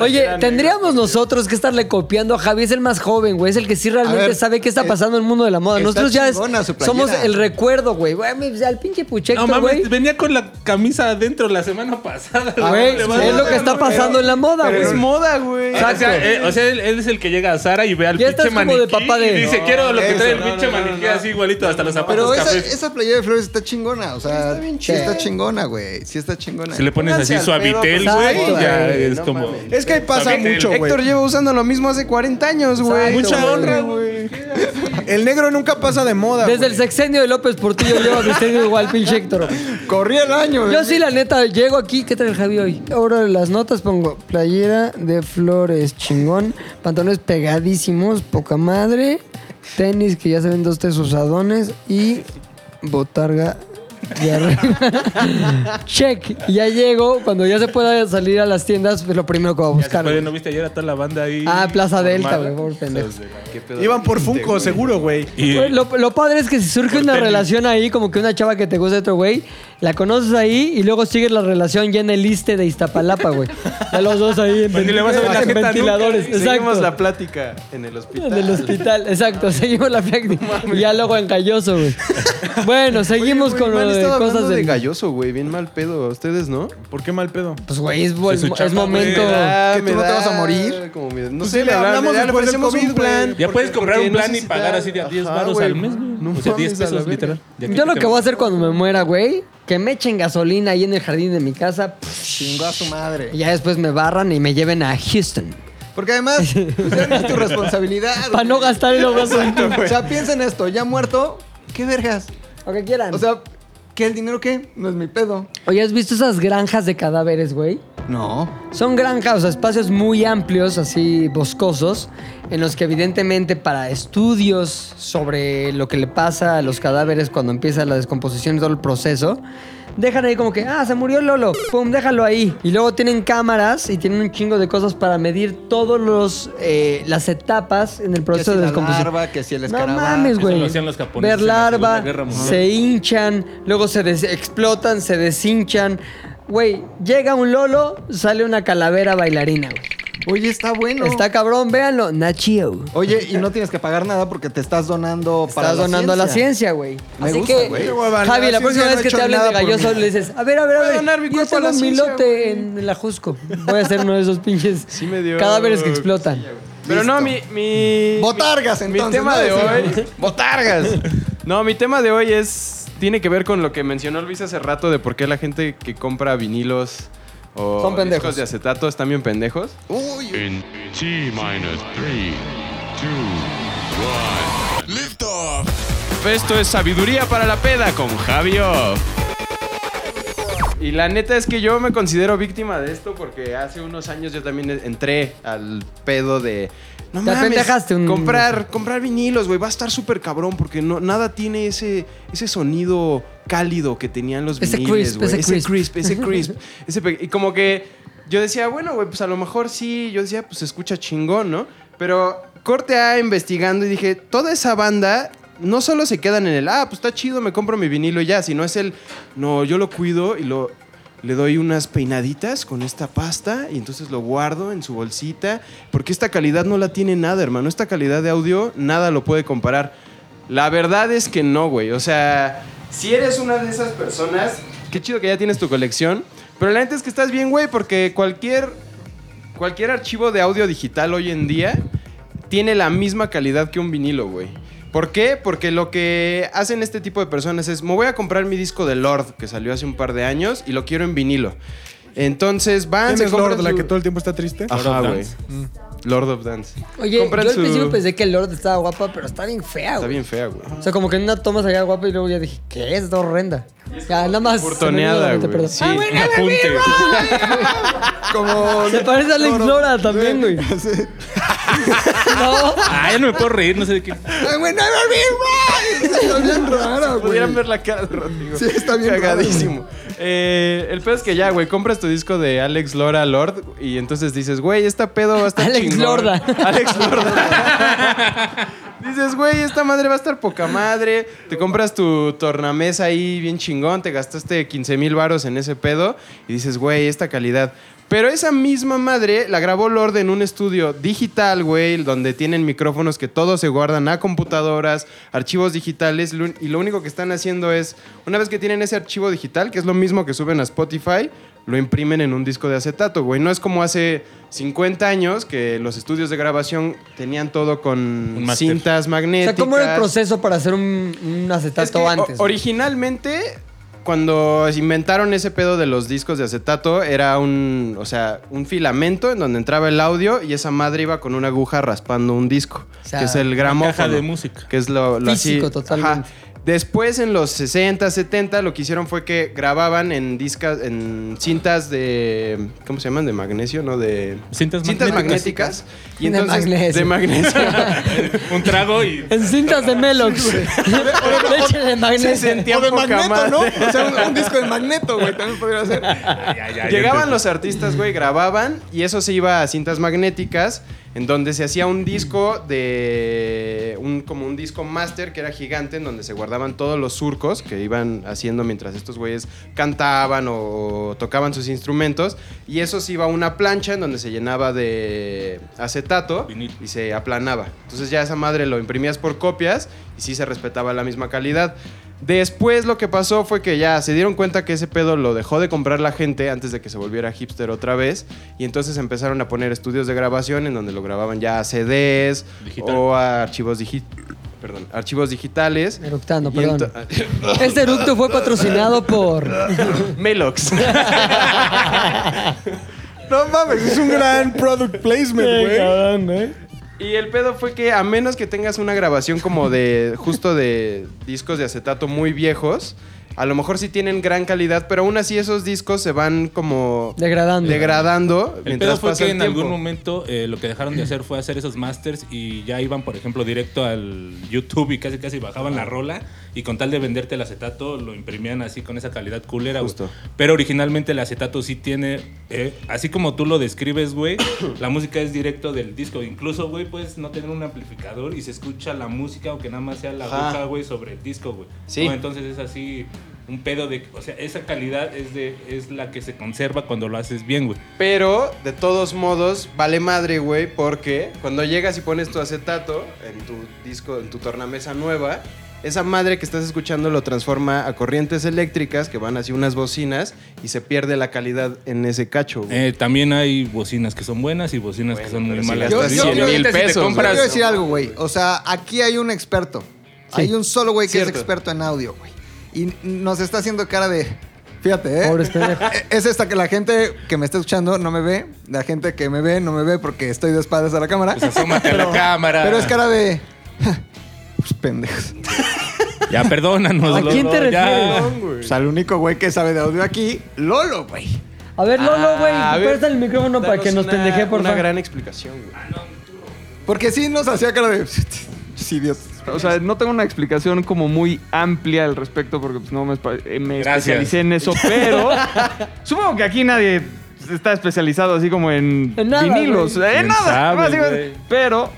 [SPEAKER 6] Oye, tendríamos nosotros que estarle copiando a Javi. Es el más joven, güey. Es el que sí realmente
[SPEAKER 3] ver,
[SPEAKER 6] sabe qué está
[SPEAKER 3] eh,
[SPEAKER 6] pasando en el mundo de la moda.
[SPEAKER 3] está
[SPEAKER 6] Nosotros ya es-
[SPEAKER 3] chingona su playera.
[SPEAKER 6] somos el recuerdo, güey. Güey, me- al pinche puchecto,
[SPEAKER 4] No mames,
[SPEAKER 6] güey.
[SPEAKER 4] venía con la camisa adentro la semana pasada.
[SPEAKER 6] Ah, güey,
[SPEAKER 4] Le va
[SPEAKER 6] es
[SPEAKER 4] a
[SPEAKER 6] lo
[SPEAKER 4] dar
[SPEAKER 6] que está
[SPEAKER 4] una-
[SPEAKER 6] pasando en la moda,
[SPEAKER 4] Pero
[SPEAKER 6] güey.
[SPEAKER 4] es
[SPEAKER 5] moda, güey.
[SPEAKER 4] <laughs> O sea, eh, o sea, él, él es el que llega a Sara y ve al
[SPEAKER 6] Ya estás
[SPEAKER 4] pinche
[SPEAKER 6] como
[SPEAKER 4] maniquí
[SPEAKER 6] de papá de-
[SPEAKER 4] y dice,
[SPEAKER 6] No,
[SPEAKER 4] quiero lo que
[SPEAKER 6] eso,
[SPEAKER 4] trae el
[SPEAKER 6] no,
[SPEAKER 4] pinche
[SPEAKER 6] no, no,
[SPEAKER 4] maniquí así igualito, hasta los zapatos
[SPEAKER 3] Pero esa,
[SPEAKER 4] cafés.
[SPEAKER 3] esa playera de flores está chingona, o sea, sí está,
[SPEAKER 5] chida.
[SPEAKER 3] chingona, güey. Sí está chingona.
[SPEAKER 4] Si le pones así suavitel, güey, ya es como-
[SPEAKER 11] Es que ahí pasa
[SPEAKER 4] También
[SPEAKER 11] mucho,
[SPEAKER 4] él.
[SPEAKER 11] güey. Héctor lleva usando lo mismo hace 40 años, güey.
[SPEAKER 5] Exacto, Mucha güey. honra,
[SPEAKER 11] güey.
[SPEAKER 5] El negro nunca pasa de moda.
[SPEAKER 6] Desde el sexenio de López Portillo lleva sexenio igual, pinche Héctor.
[SPEAKER 3] Corría el año,
[SPEAKER 6] Yo sí, la neta, llego aquí. ¿Qué trae el Javi hoy? Ahora en las notas pongo playera de flores, chingón. Pantalones pegadísimos, poca madre. Tenis que ya se ven dos, tres usadones. Y botarga de arriba. <laughs> Check. Y Ya llego. Cuando ya se pueda salir a las tiendas, es lo primero que voy a buscar.
[SPEAKER 4] Oye, ¿no viste ayer a toda la banda ahí?
[SPEAKER 6] Ah, Plaza Delta,
[SPEAKER 4] armada?
[SPEAKER 6] güey, por pendejo.
[SPEAKER 5] Iban por Funko, seguro, güey.
[SPEAKER 6] Güey, Pues, lo, lo padre es que si surge una relación ahí, como que una chava que te gusta de otro güey, la conoces ahí y luego sigues la relación ya en el liste de Iztapalapa, güey. A los dos
[SPEAKER 11] <laughs>
[SPEAKER 6] ahí en,
[SPEAKER 11] Pues ni le vas a ver la
[SPEAKER 6] en
[SPEAKER 11] jeta nunca.
[SPEAKER 6] ventiladores.
[SPEAKER 11] Seguimos
[SPEAKER 6] Exacto.
[SPEAKER 11] la plática en el hospital.
[SPEAKER 6] En el hospital, exacto. Seguimos la práctica. Y ya luego en Galloso, güey. Bueno, seguimos
[SPEAKER 11] Güey,
[SPEAKER 6] con lo
[SPEAKER 11] mal
[SPEAKER 6] de
[SPEAKER 11] estaba hablando
[SPEAKER 6] cosas
[SPEAKER 11] de...
[SPEAKER 6] del-
[SPEAKER 11] galloso, güey. Bien mal pedo. ¿A ¿Ustedes no?
[SPEAKER 5] ¿Por qué mal pedo?
[SPEAKER 6] Pues, güey, es, buen- es momento.
[SPEAKER 3] Ah,
[SPEAKER 11] Que
[SPEAKER 6] tú no te vas a
[SPEAKER 11] morir. Como mi- No
[SPEAKER 5] Pues
[SPEAKER 11] sé,
[SPEAKER 5] ya
[SPEAKER 11] le
[SPEAKER 5] le
[SPEAKER 11] hablamos
[SPEAKER 5] hablamos
[SPEAKER 11] de
[SPEAKER 5] después del
[SPEAKER 11] ofrecemos un
[SPEAKER 5] COVID,
[SPEAKER 11] plan.
[SPEAKER 4] Ya puedes comprar un
[SPEAKER 11] porque no
[SPEAKER 4] plan y
[SPEAKER 11] necesitas-
[SPEAKER 4] pagar así de a 10
[SPEAKER 11] Ajá,
[SPEAKER 4] baros
[SPEAKER 11] güey.
[SPEAKER 4] al mes, güey.
[SPEAKER 11] No
[SPEAKER 4] o sea,
[SPEAKER 11] mames,
[SPEAKER 4] 10
[SPEAKER 11] a la
[SPEAKER 4] pesos,
[SPEAKER 11] verga.
[SPEAKER 4] literal. Ya que
[SPEAKER 6] Yo lo
[SPEAKER 4] te-
[SPEAKER 6] que voy a hacer cuando me muera, güey, que me echen gasolina ahí en el jardín de mi casa.
[SPEAKER 3] Chingó a su madre.
[SPEAKER 6] Y ya después me barran y me lleven a Houston.
[SPEAKER 3] Porque
[SPEAKER 6] <laughs>
[SPEAKER 3] además, pues, ya no es tu responsabilidad.
[SPEAKER 6] Para no gastar el
[SPEAKER 3] güey.
[SPEAKER 6] ojo santo,
[SPEAKER 3] O
[SPEAKER 6] güey.
[SPEAKER 3] sea, piensa en esto, ya muerto, qué vergas.
[SPEAKER 6] Lo que quieran.
[SPEAKER 3] O sea, ¿qué el dinero qué? No es mi pedo.
[SPEAKER 6] Oye, ¿has visto esas granjas de cadáveres, güey?
[SPEAKER 3] No.
[SPEAKER 6] Son granjas, o sea, espacios muy amplios, así boscosos, en los que evidentemente para estudios sobre lo que le pasa a los cadáveres cuando empieza la descomposición y todo el proceso, dejan ahí como que, ah, se murió Lolo, pum, déjalo ahí. Y luego tienen cámaras y tienen un chingo de cosas para medir todas las etapas en el
[SPEAKER 3] Que si
[SPEAKER 6] proceso de
[SPEAKER 3] la
[SPEAKER 6] descomposición.
[SPEAKER 3] larva, que si el
[SPEAKER 6] No
[SPEAKER 3] escarabajo.
[SPEAKER 6] mames, güey.
[SPEAKER 4] lo hacían los japoneses
[SPEAKER 6] Ver
[SPEAKER 4] en la
[SPEAKER 6] larva,
[SPEAKER 4] Segunda Guerra Mundial.
[SPEAKER 6] se hinchan, luego se des- explotan, se deshinchan. Güey, llega un lolo, sale una calavera bailarina, güey.
[SPEAKER 3] Oye, está bueno.
[SPEAKER 6] Está cabrón, véanlo. Nachio.
[SPEAKER 3] Oye, y no tienes que pagar nada porque te estás donando para
[SPEAKER 6] Estás donando a la ciencia, güey.
[SPEAKER 3] Me
[SPEAKER 6] Así
[SPEAKER 3] gusta,
[SPEAKER 6] que,
[SPEAKER 3] güey.
[SPEAKER 6] Javi, la próxima vez que te hablen de galloso, le dices, a ver, a ver, a
[SPEAKER 11] Voy a
[SPEAKER 6] ver.
[SPEAKER 11] donar mi
[SPEAKER 6] yo
[SPEAKER 11] cuerpo a la
[SPEAKER 6] tengo mi
[SPEAKER 11] ciencia,
[SPEAKER 6] lote en la Jusco. Voy a hacer uno de esos pinches cadáveres que explotan.
[SPEAKER 11] Pero no, mi, mi.
[SPEAKER 3] Botargas,
[SPEAKER 11] mi- Mi
[SPEAKER 3] entonces,
[SPEAKER 11] tema
[SPEAKER 3] ¿no?
[SPEAKER 11] de
[SPEAKER 3] Sí.
[SPEAKER 6] <laughs>
[SPEAKER 11] hoy. ¡Botargas! No, mi tema de hoy es. Tiene que ver con lo que mencionó Luis hace rato de por qué la gente que compra vinilos o
[SPEAKER 6] Son pendejos.
[SPEAKER 11] discos de acetato están bien pendejos.
[SPEAKER 3] Uy.
[SPEAKER 14] In T minus 3, 2, 1. Lift off.
[SPEAKER 11] Esto es Sabiduría para la Peda con Javio. Y la neta es que yo me considero víctima de esto porque hace unos años yo también entré al pedo de. No
[SPEAKER 6] Te apendejaste un-
[SPEAKER 11] comprar, comprar vinilos, güey. Va a estar súper cabrón porque no, nada tiene ese, ese sonido cálido que tenían los
[SPEAKER 6] Ese
[SPEAKER 11] viniles,
[SPEAKER 6] crisp,
[SPEAKER 11] güey.
[SPEAKER 6] ese
[SPEAKER 11] Ese
[SPEAKER 6] crisp.
[SPEAKER 11] crisp, ese crisp. ese pe- y como que
[SPEAKER 3] yo decía, bueno, güey, pues a lo mejor sí, yo decía, pues se escucha chingón, ¿no? Pero corte A investigando y dije, toda esa banda no solo se quedan en el, ah, pues está chido, me compro mi vinilo y ya, sino es el, no, yo lo cuido y lo... Le doy unas peinaditas con esta pasta y entonces lo guardo en su bolsita, porque esta calidad no la tiene nada, hermano. Esta calidad de audio nada lo puede comparar. La verdad es que no, güey. O sea, si eres una de esas personas, qué chido que ya tienes tu colección. Pero la neta es que estás bien, güey, porque cualquier, cualquier archivo de audio digital hoy en día tiene la misma calidad que un vinilo, güey. ¿Por qué? Porque lo que hacen este tipo de personas es, me voy a comprar mi disco de Lord, que salió hace un par de años, y lo quiero en vinilo. Entonces
[SPEAKER 6] Ah,
[SPEAKER 3] van,
[SPEAKER 15] ¿Quién
[SPEAKER 3] se
[SPEAKER 15] es
[SPEAKER 3] compran
[SPEAKER 15] Lord, la
[SPEAKER 3] su-
[SPEAKER 15] que todo el tiempo está triste?
[SPEAKER 3] Ajá, güey.
[SPEAKER 15] Mm.
[SPEAKER 3] Lord of Dance.
[SPEAKER 6] Oye,
[SPEAKER 3] Compran
[SPEAKER 6] yo al
[SPEAKER 3] su-
[SPEAKER 6] principio pensé que Lord estaba guapa, pero está bien fea,
[SPEAKER 3] Está
[SPEAKER 6] güey.
[SPEAKER 3] bien fea, güey.
[SPEAKER 6] O sea, como que en una toma salía guapa y luego ya dije, ¿qué es? Está horrenda. Ya, nada más.
[SPEAKER 3] Furtoneada,
[SPEAKER 6] se me vino a la mente,
[SPEAKER 3] güey.
[SPEAKER 6] perdón.
[SPEAKER 3] Sí,
[SPEAKER 6] Ah, güey, nada,
[SPEAKER 3] apunte,
[SPEAKER 6] mira, <laughs>
[SPEAKER 15] Como.
[SPEAKER 6] Se parece a Alex Lora también, güey. <laughs> No.
[SPEAKER 4] Ah, ya no me puedo reír, no sé de qué.
[SPEAKER 15] güey, no Está bien rara, güey.
[SPEAKER 3] Pudieran ver la cara de Rodrigo.
[SPEAKER 15] Sí, está bien raro,
[SPEAKER 3] Cagadísimo. Eh, el pedo es que ya, güey, compras tu disco de Alex Lora Lord y entonces dices, güey, esta pedo va a estar
[SPEAKER 6] Alex
[SPEAKER 3] chingón.
[SPEAKER 6] Lorda.
[SPEAKER 3] Alex Lorda. dices, güey, esta madre va a estar poca madre. Te compras tu tornamesa ahí bien chingón, te gastaste 15 mil varos en ese pedo y dices, güey, esta calidad. Pero esa misma madre la grabó Lord en un estudio digital, güey, donde tienen micrófonos que todos se guardan a computadoras, archivos digitales, lo- y lo único que están haciendo es, una vez que tienen ese archivo digital, que es lo mismo que suben a Spotify, lo imprimen en un disco de acetato, güey. No es como hace 50 años que los estudios de grabación tenían todo con
[SPEAKER 4] máster.
[SPEAKER 3] cintas
[SPEAKER 6] O
[SPEAKER 3] magnéticas.
[SPEAKER 6] sea, ¿cómo era el proceso para hacer un, un acetato
[SPEAKER 3] Es que o-
[SPEAKER 6] antes? güey?
[SPEAKER 3] Originalmente, cuando inventaron ese pedo de los discos de acetato, era un, o sea, un filamento en donde entraba el audio y esa madre iba con una aguja raspando un disco,
[SPEAKER 4] sea,
[SPEAKER 3] que es el
[SPEAKER 4] una
[SPEAKER 3] gramófono.
[SPEAKER 4] caja de música.
[SPEAKER 3] Que es lo, lo así-
[SPEAKER 6] Físico,
[SPEAKER 3] ajá.
[SPEAKER 6] totalmente.
[SPEAKER 3] Después, en los 60, 70, lo que hicieron fue que grababan en discas, en cintas de. ¿Cómo se llaman? De magnesio, ¿no? De.
[SPEAKER 4] Cintas
[SPEAKER 3] magnéticas.
[SPEAKER 4] magnéticas.
[SPEAKER 3] Y
[SPEAKER 6] De
[SPEAKER 3] entonces,
[SPEAKER 6] magnesio.
[SPEAKER 3] De magnesio.
[SPEAKER 6] <laughs>
[SPEAKER 4] Un trago y.
[SPEAKER 6] En cintas de Melox. <laughs> Leche de magnesio.
[SPEAKER 3] Se sentía
[SPEAKER 5] O de
[SPEAKER 3] poca
[SPEAKER 5] magneto,
[SPEAKER 3] madre.
[SPEAKER 5] ¿no? O sea, un, un disco de magneto, güey, también podría ser.
[SPEAKER 3] Llegaban los artistas, güey, grababan y eso se iba a cintas magnéticas en donde se hacía un disco de un como un disco master que era gigante en donde se guardaban todos los surcos que iban haciendo mientras estos güeyes cantaban o tocaban sus instrumentos y eso se iba a una plancha en donde se llenaba de acetato y se aplanaba. Entonces ya esa madre lo imprimías por copias y sí se respetaba la misma calidad. Después lo que pasó fue que ya se dieron cuenta que ese pedo lo dejó de comprar la gente antes de que se volviera hipster otra vez y entonces empezaron a poner estudios de grabación en donde lo grababan ya a CDs
[SPEAKER 4] Digital.
[SPEAKER 3] o a archivos digi- perdón, archivos digitales.
[SPEAKER 6] Eructando,
[SPEAKER 3] Y
[SPEAKER 6] perdón.
[SPEAKER 3] ento- <laughs>
[SPEAKER 6] Este eructo fue patrocinado por.
[SPEAKER 3] Melox.
[SPEAKER 15] No mames, es un gran product placement,
[SPEAKER 6] Qué
[SPEAKER 15] güey.
[SPEAKER 6] cabrón, ¿eh?
[SPEAKER 3] Y el pedo fue que a menos que tengas una grabación como de justo de discos de acetato muy viejos, a lo mejor sí tienen gran calidad, pero aún así esos discos se van como
[SPEAKER 6] Degradando.
[SPEAKER 3] degradando
[SPEAKER 4] El
[SPEAKER 3] mientras
[SPEAKER 4] pedo fue
[SPEAKER 3] pasa
[SPEAKER 4] que
[SPEAKER 3] el
[SPEAKER 4] en
[SPEAKER 3] tiempo.
[SPEAKER 4] algún momento eh, lo que dejaron de hacer fue hacer esos masters y ya iban, por ejemplo, directo al YouTube y casi casi bajaban la rola y con tal de venderte el acetato lo imprimían así con esa calidad culera, güey.
[SPEAKER 3] Justo.
[SPEAKER 4] Pero originalmente el acetato sí tiene, eh, así como tú lo describes, güey,
[SPEAKER 3] <coughs>
[SPEAKER 4] la música es directo del disco. Incluso, güey, puedes no tener un amplificador y se escucha la música aunque nada más sea la
[SPEAKER 3] Ajá.
[SPEAKER 4] aguja, güey, sobre el disco, güey.
[SPEAKER 3] Sí.
[SPEAKER 4] No, entonces es así un pedo de, o sea, esa calidad es de es la que se conserva cuando lo haces bien, güey.
[SPEAKER 3] Pero, de todos modos, vale madre, güey, porque cuando llegas y pones tu acetato en tu disco, en tu tornamesa nueva, esa madre que estás escuchando lo transforma a corrientes eléctricas que van hacia unas bocinas y se pierde la calidad en ese cacho, güey.
[SPEAKER 4] Eh, también hay bocinas que son buenas y bocinas que son muy
[SPEAKER 3] pero si
[SPEAKER 4] malas.
[SPEAKER 3] gastas
[SPEAKER 4] Yo- yo
[SPEAKER 3] 100
[SPEAKER 4] creo que
[SPEAKER 3] mil
[SPEAKER 4] ahorita si te
[SPEAKER 3] pesos,
[SPEAKER 4] compras-
[SPEAKER 5] Yo quiero decir algo, güey. O sea, aquí hay un experto. Hay un solo güey que es
[SPEAKER 3] Cierto.
[SPEAKER 5] experto en audio, güey. Y nos está haciendo cara de. Fíjate, ¿eh?
[SPEAKER 6] Pobres pendejos.
[SPEAKER 5] Es esta que la gente que me está escuchando no me ve. La gente que me ve no me ve porque estoy de espaldas a la cámara.
[SPEAKER 4] Pues asómate a la cámara.
[SPEAKER 5] Pero es cara de. <laughs> "Ja, Pues pendejos.
[SPEAKER 4] Ya, perdónanos.
[SPEAKER 6] ¿A quién te
[SPEAKER 4] Lolo, ya.
[SPEAKER 6] refieres?
[SPEAKER 5] Pues al único güey que sabe de audio aquí, Lolo, güey.
[SPEAKER 6] A ver, Lolo, güey,
[SPEAKER 3] Ah, a ver,
[SPEAKER 6] presta el micrófono para
[SPEAKER 3] danos
[SPEAKER 6] que nos
[SPEAKER 3] una-
[SPEAKER 6] pendeje, por
[SPEAKER 3] Una
[SPEAKER 6] favor.
[SPEAKER 3] gran explicación, güey.
[SPEAKER 5] Porque sí nos hacía cara de. <laughs> Sí, Dios.
[SPEAKER 16] O sea, no tengo una explicación como muy amplia al respecto porque pues, no me, espa- eh, me
[SPEAKER 6] <laughs>
[SPEAKER 4] Gracias.
[SPEAKER 16] especialicé en eso, pero supongo que aquí nadie
[SPEAKER 17] está especializado así como en,
[SPEAKER 6] En nada,
[SPEAKER 17] vinilos.
[SPEAKER 6] güey.
[SPEAKER 17] En
[SPEAKER 4] Eh,
[SPEAKER 6] ¿Quién
[SPEAKER 17] nada.
[SPEAKER 6] sabe,
[SPEAKER 17] básicamente.
[SPEAKER 6] güey?
[SPEAKER 4] Ah,
[SPEAKER 17] Pero,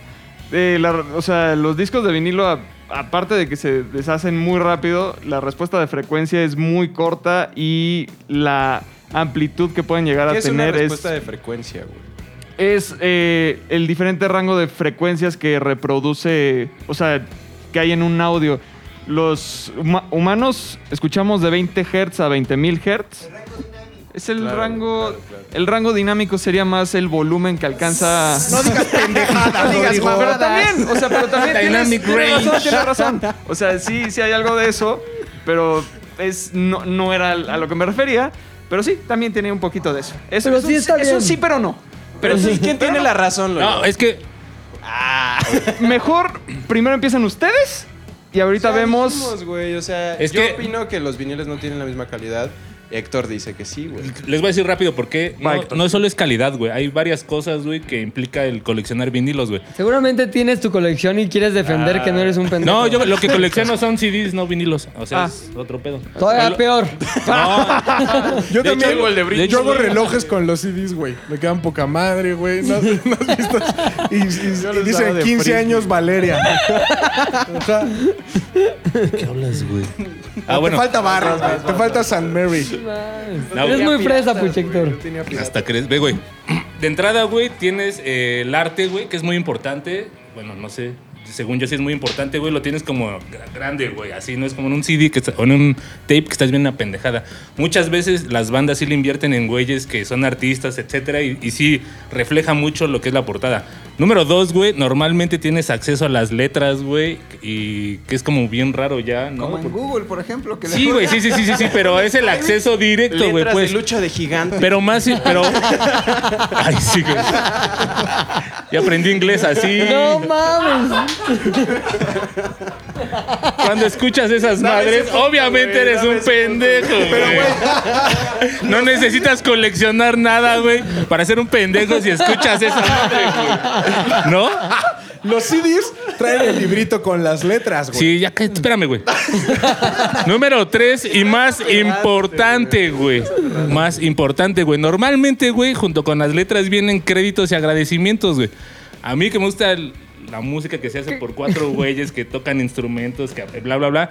[SPEAKER 17] eh, la- o sea, los discos de vinilo, a- aparte de que se deshacen muy rápido, la respuesta de frecuencia es muy corta y la amplitud que pueden llegar a
[SPEAKER 11] ¿Qué es una
[SPEAKER 17] tener es
[SPEAKER 11] respuesta de frecuencia, güey?
[SPEAKER 17] es eh, el diferente rango de frecuencias que reproduce, o sea, que hay en un audio. Los huma- humanos escuchamos de 20 Hz a 20.000 Hz. Es el
[SPEAKER 11] Claro,
[SPEAKER 17] rango, el rango dinámico sería más el volumen que alcanza. No <laughs> digas pendejada,
[SPEAKER 11] digas
[SPEAKER 17] pero
[SPEAKER 11] mamadas.
[SPEAKER 17] también, o sea, pero también
[SPEAKER 11] Dynamic
[SPEAKER 17] tienes, tienes
[SPEAKER 11] range.
[SPEAKER 17] razón, tienes razón. O sea, sí, sí hay algo de eso, pero es no, no era a lo que me refería, pero sí también tiene un poquito de eso. Es,
[SPEAKER 6] Pero
[SPEAKER 17] es
[SPEAKER 6] sí
[SPEAKER 17] un-
[SPEAKER 6] está
[SPEAKER 17] es un
[SPEAKER 6] bien.
[SPEAKER 17] sí, pero no.
[SPEAKER 11] Pero entonces, ¿quién tiene la razón, Lolo?
[SPEAKER 17] No, es que. Mejor primero empiezan ustedes y ahorita
[SPEAKER 11] Ya
[SPEAKER 17] vemos.
[SPEAKER 11] dijimos, güey, o sea,
[SPEAKER 17] Es
[SPEAKER 11] yo
[SPEAKER 17] que-
[SPEAKER 11] opino que los viniles no tienen la misma calidad. Héctor dice que sí, güey.
[SPEAKER 4] Les voy a decir rápido por qué.
[SPEAKER 11] Va,
[SPEAKER 4] No,
[SPEAKER 11] Héctor.
[SPEAKER 4] no solo es calidad, güey. Hay varias cosas, güey, que implica el coleccionar vinilos, güey.
[SPEAKER 6] Seguramente tienes tu colección y quieres defender que no eres un pendejo.
[SPEAKER 4] No, yo lo que colecciono son CDs, no vinilos. O sea,
[SPEAKER 6] Ah.
[SPEAKER 4] es otro pedo.
[SPEAKER 6] Todavía
[SPEAKER 4] Lo- Ah,
[SPEAKER 6] peor.
[SPEAKER 4] <laughs>
[SPEAKER 5] Yo
[SPEAKER 4] De
[SPEAKER 5] también.
[SPEAKER 4] hecho, algo el de Britney,
[SPEAKER 5] yo hago
[SPEAKER 4] güey.
[SPEAKER 5] relojes con los CDs, güey. Me quedan poca madre, güey. ¿No, has- no has visto? Y, y-
[SPEAKER 4] Yo
[SPEAKER 5] y
[SPEAKER 4] los daba
[SPEAKER 5] dicen
[SPEAKER 4] de
[SPEAKER 5] 15
[SPEAKER 4] frisbee.
[SPEAKER 5] años Valeria. Ajá.
[SPEAKER 4] ¿Qué hablas, güey? Ah,
[SPEAKER 5] Te
[SPEAKER 4] bueno.
[SPEAKER 5] falta barras, güey. Te falta San Mary.
[SPEAKER 4] No,
[SPEAKER 6] eres
[SPEAKER 4] güey.
[SPEAKER 6] muy fresa, Puchector.
[SPEAKER 4] Hasta crees. Ve, güey. De entrada, güey, tienes eh, el arte, güey, que es muy importante. Bueno, no sé. Según yo sí es muy importante, güey. Lo tienes como gra- grande, güey. Así no es como en un CD que está- o en un tape que estás viendo una pendejada. Muchas veces las bandas sí le invierten en güeyes que son artistas, etcétera. Y, y sí refleja mucho lo que es la portada. Número dos, güey. Normalmente tienes acceso a las letras, güey. Y que es como bien raro ya, ¿no?
[SPEAKER 3] Como en
[SPEAKER 4] Porque-
[SPEAKER 3] Google, por ejemplo. Que
[SPEAKER 4] Sí, güey, sí, sí, sí, sí, sí, pero es el acceso directo, güey.
[SPEAKER 11] Letras
[SPEAKER 4] Pues.
[SPEAKER 11] de lucha de gigante.
[SPEAKER 4] Pero más, sí,
[SPEAKER 11] <laughs>
[SPEAKER 4] pero. Ay, sí, güey. Ya aprendí inglés así.
[SPEAKER 6] No mames.
[SPEAKER 4] Cuando escuchas esas madres, obviamente eres un pendejo, güey. No necesitas coleccionar nada, güey, para ser un pendejo si escuchas esa madre, güey. ¿No?
[SPEAKER 5] Los CDs traen el librito con las letras, güey.
[SPEAKER 4] Sí, ya que. Espérame, güey. <laughs> Número tres y más importante, güey. Más importante, güey. Normalmente, güey, junto con las letras vienen créditos y agradecimientos, güey. A mí que me gusta el- la música que se hace por cuatro güeyes que tocan instrumentos, que bla, bla, bla.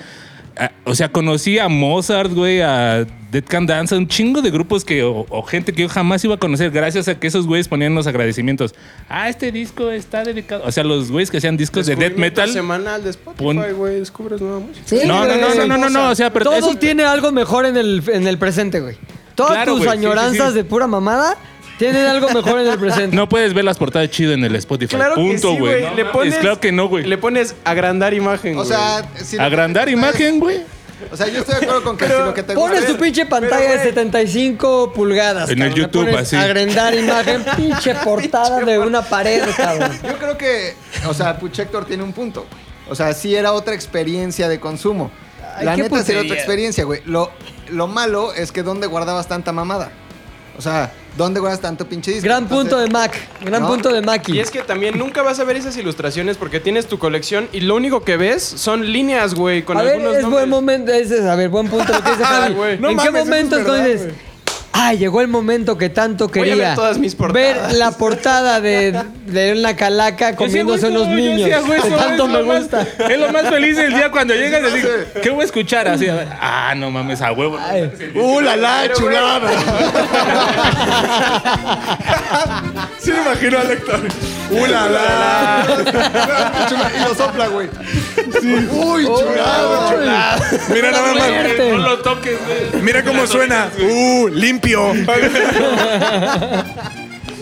[SPEAKER 4] Ah, O sea, conocí a Mozart, güey, a Dead Can Dance, a un chingo de grupos que, o, o gente que yo jamás iba a conocer, gracias a que esos güeyes ponían los agradecimientos. Ah, este disco está dedicado. O sea, los güeyes que hacían discos de death
[SPEAKER 11] Descubrimiento
[SPEAKER 4] metal.
[SPEAKER 11] semanal de Spotify,
[SPEAKER 4] Pon-
[SPEAKER 11] güey. Descubres nueva música.
[SPEAKER 6] Sí,
[SPEAKER 4] No, no,
[SPEAKER 6] güey.
[SPEAKER 4] no, no, no, no, no, o sea, Ah, pero
[SPEAKER 6] Todo
[SPEAKER 4] eso-
[SPEAKER 6] tiene algo mejor en el, en el presente, güey. Todas
[SPEAKER 4] Claro,
[SPEAKER 6] tus
[SPEAKER 4] güey, sí, sí,
[SPEAKER 6] añoranzas
[SPEAKER 4] sí.
[SPEAKER 6] de pura mamada tienen algo mejor en el presente.
[SPEAKER 4] No puedes ver las portadas chido en el Spotify.
[SPEAKER 11] Claro que
[SPEAKER 4] Punto,
[SPEAKER 11] sí,
[SPEAKER 4] güey.
[SPEAKER 11] güey.
[SPEAKER 4] No
[SPEAKER 11] Le
[SPEAKER 4] mames,
[SPEAKER 11] pones-
[SPEAKER 4] claro que no, güey.
[SPEAKER 11] Le pones agrandar imagen,
[SPEAKER 3] O
[SPEAKER 11] güey.
[SPEAKER 3] sea, si lo que
[SPEAKER 4] Agrandar
[SPEAKER 3] te gusta
[SPEAKER 4] imagen, güey.
[SPEAKER 3] es- O sea, yo estoy de acuerdo con que si lo que te gusta
[SPEAKER 6] <laughs> Pones
[SPEAKER 3] es-
[SPEAKER 6] tu pinche pantalla de 75 pulgadas.
[SPEAKER 4] En el
[SPEAKER 6] cabrón. Le
[SPEAKER 4] YouTube,
[SPEAKER 6] pones
[SPEAKER 4] así.
[SPEAKER 6] Agrandar
[SPEAKER 4] <laughs>
[SPEAKER 6] imagen, pinche portada de una pared, cabrón.
[SPEAKER 3] Yo creo que, o sea, Puchector tiene un punto. güey. O sea, sí era otra experiencia de consumo.
[SPEAKER 6] Ay,
[SPEAKER 3] la
[SPEAKER 6] qué
[SPEAKER 3] neta sería
[SPEAKER 6] putería.
[SPEAKER 3] otra experiencia, güey. Lo, lo malo es que ¿dónde guardabas tanta mamada? O sea, ¿dónde guardas tanto pinche disco?
[SPEAKER 6] Gran punto de
[SPEAKER 3] Entonces,
[SPEAKER 6] Mac. Gran
[SPEAKER 3] ¿no?
[SPEAKER 6] punto de Maki.
[SPEAKER 11] Y es que también nunca vas a ver esas ilustraciones porque tienes tu colección y lo único que ves son líneas, güey, con
[SPEAKER 6] a ver, es
[SPEAKER 11] algunos nombres. Ah,
[SPEAKER 6] buen momento. es- es- a ver, buen punto lo
[SPEAKER 11] <laughs>
[SPEAKER 6] que dice Javi.
[SPEAKER 11] Güey.
[SPEAKER 6] ¿En
[SPEAKER 11] No
[SPEAKER 6] qué
[SPEAKER 11] mames, eso
[SPEAKER 6] momento
[SPEAKER 11] es verdad,
[SPEAKER 6] entonces? Ah, llegó el momento que tanto
[SPEAKER 11] a ver
[SPEAKER 6] quería.
[SPEAKER 11] todas mis portadas.
[SPEAKER 6] Ver la portada de, de una calaca comiéndose
[SPEAKER 4] Ese güey,
[SPEAKER 6] unos
[SPEAKER 4] no, yo
[SPEAKER 6] niños.
[SPEAKER 4] decía, güey,
[SPEAKER 6] que
[SPEAKER 4] eso
[SPEAKER 6] tanto
[SPEAKER 4] es
[SPEAKER 6] me
[SPEAKER 4] lo más-
[SPEAKER 6] gusta.
[SPEAKER 4] es lo más feliz el día
[SPEAKER 6] <laughs>
[SPEAKER 4] cuando llegas y dices, ¿qué voy a escuchar? Así, a ver, ah, no mames, a huevo.
[SPEAKER 10] ¡Uh, la la, chulada!
[SPEAKER 5] Sí, me imagino al Héctor. ¡Uh, la, la!
[SPEAKER 3] Y lo sopla, güey.
[SPEAKER 10] ¡Uy, chulada!
[SPEAKER 4] Ah,
[SPEAKER 5] Mira nada más.
[SPEAKER 4] No lo toques, güey.
[SPEAKER 5] Mira cómo suena. ¡Uh, limpio!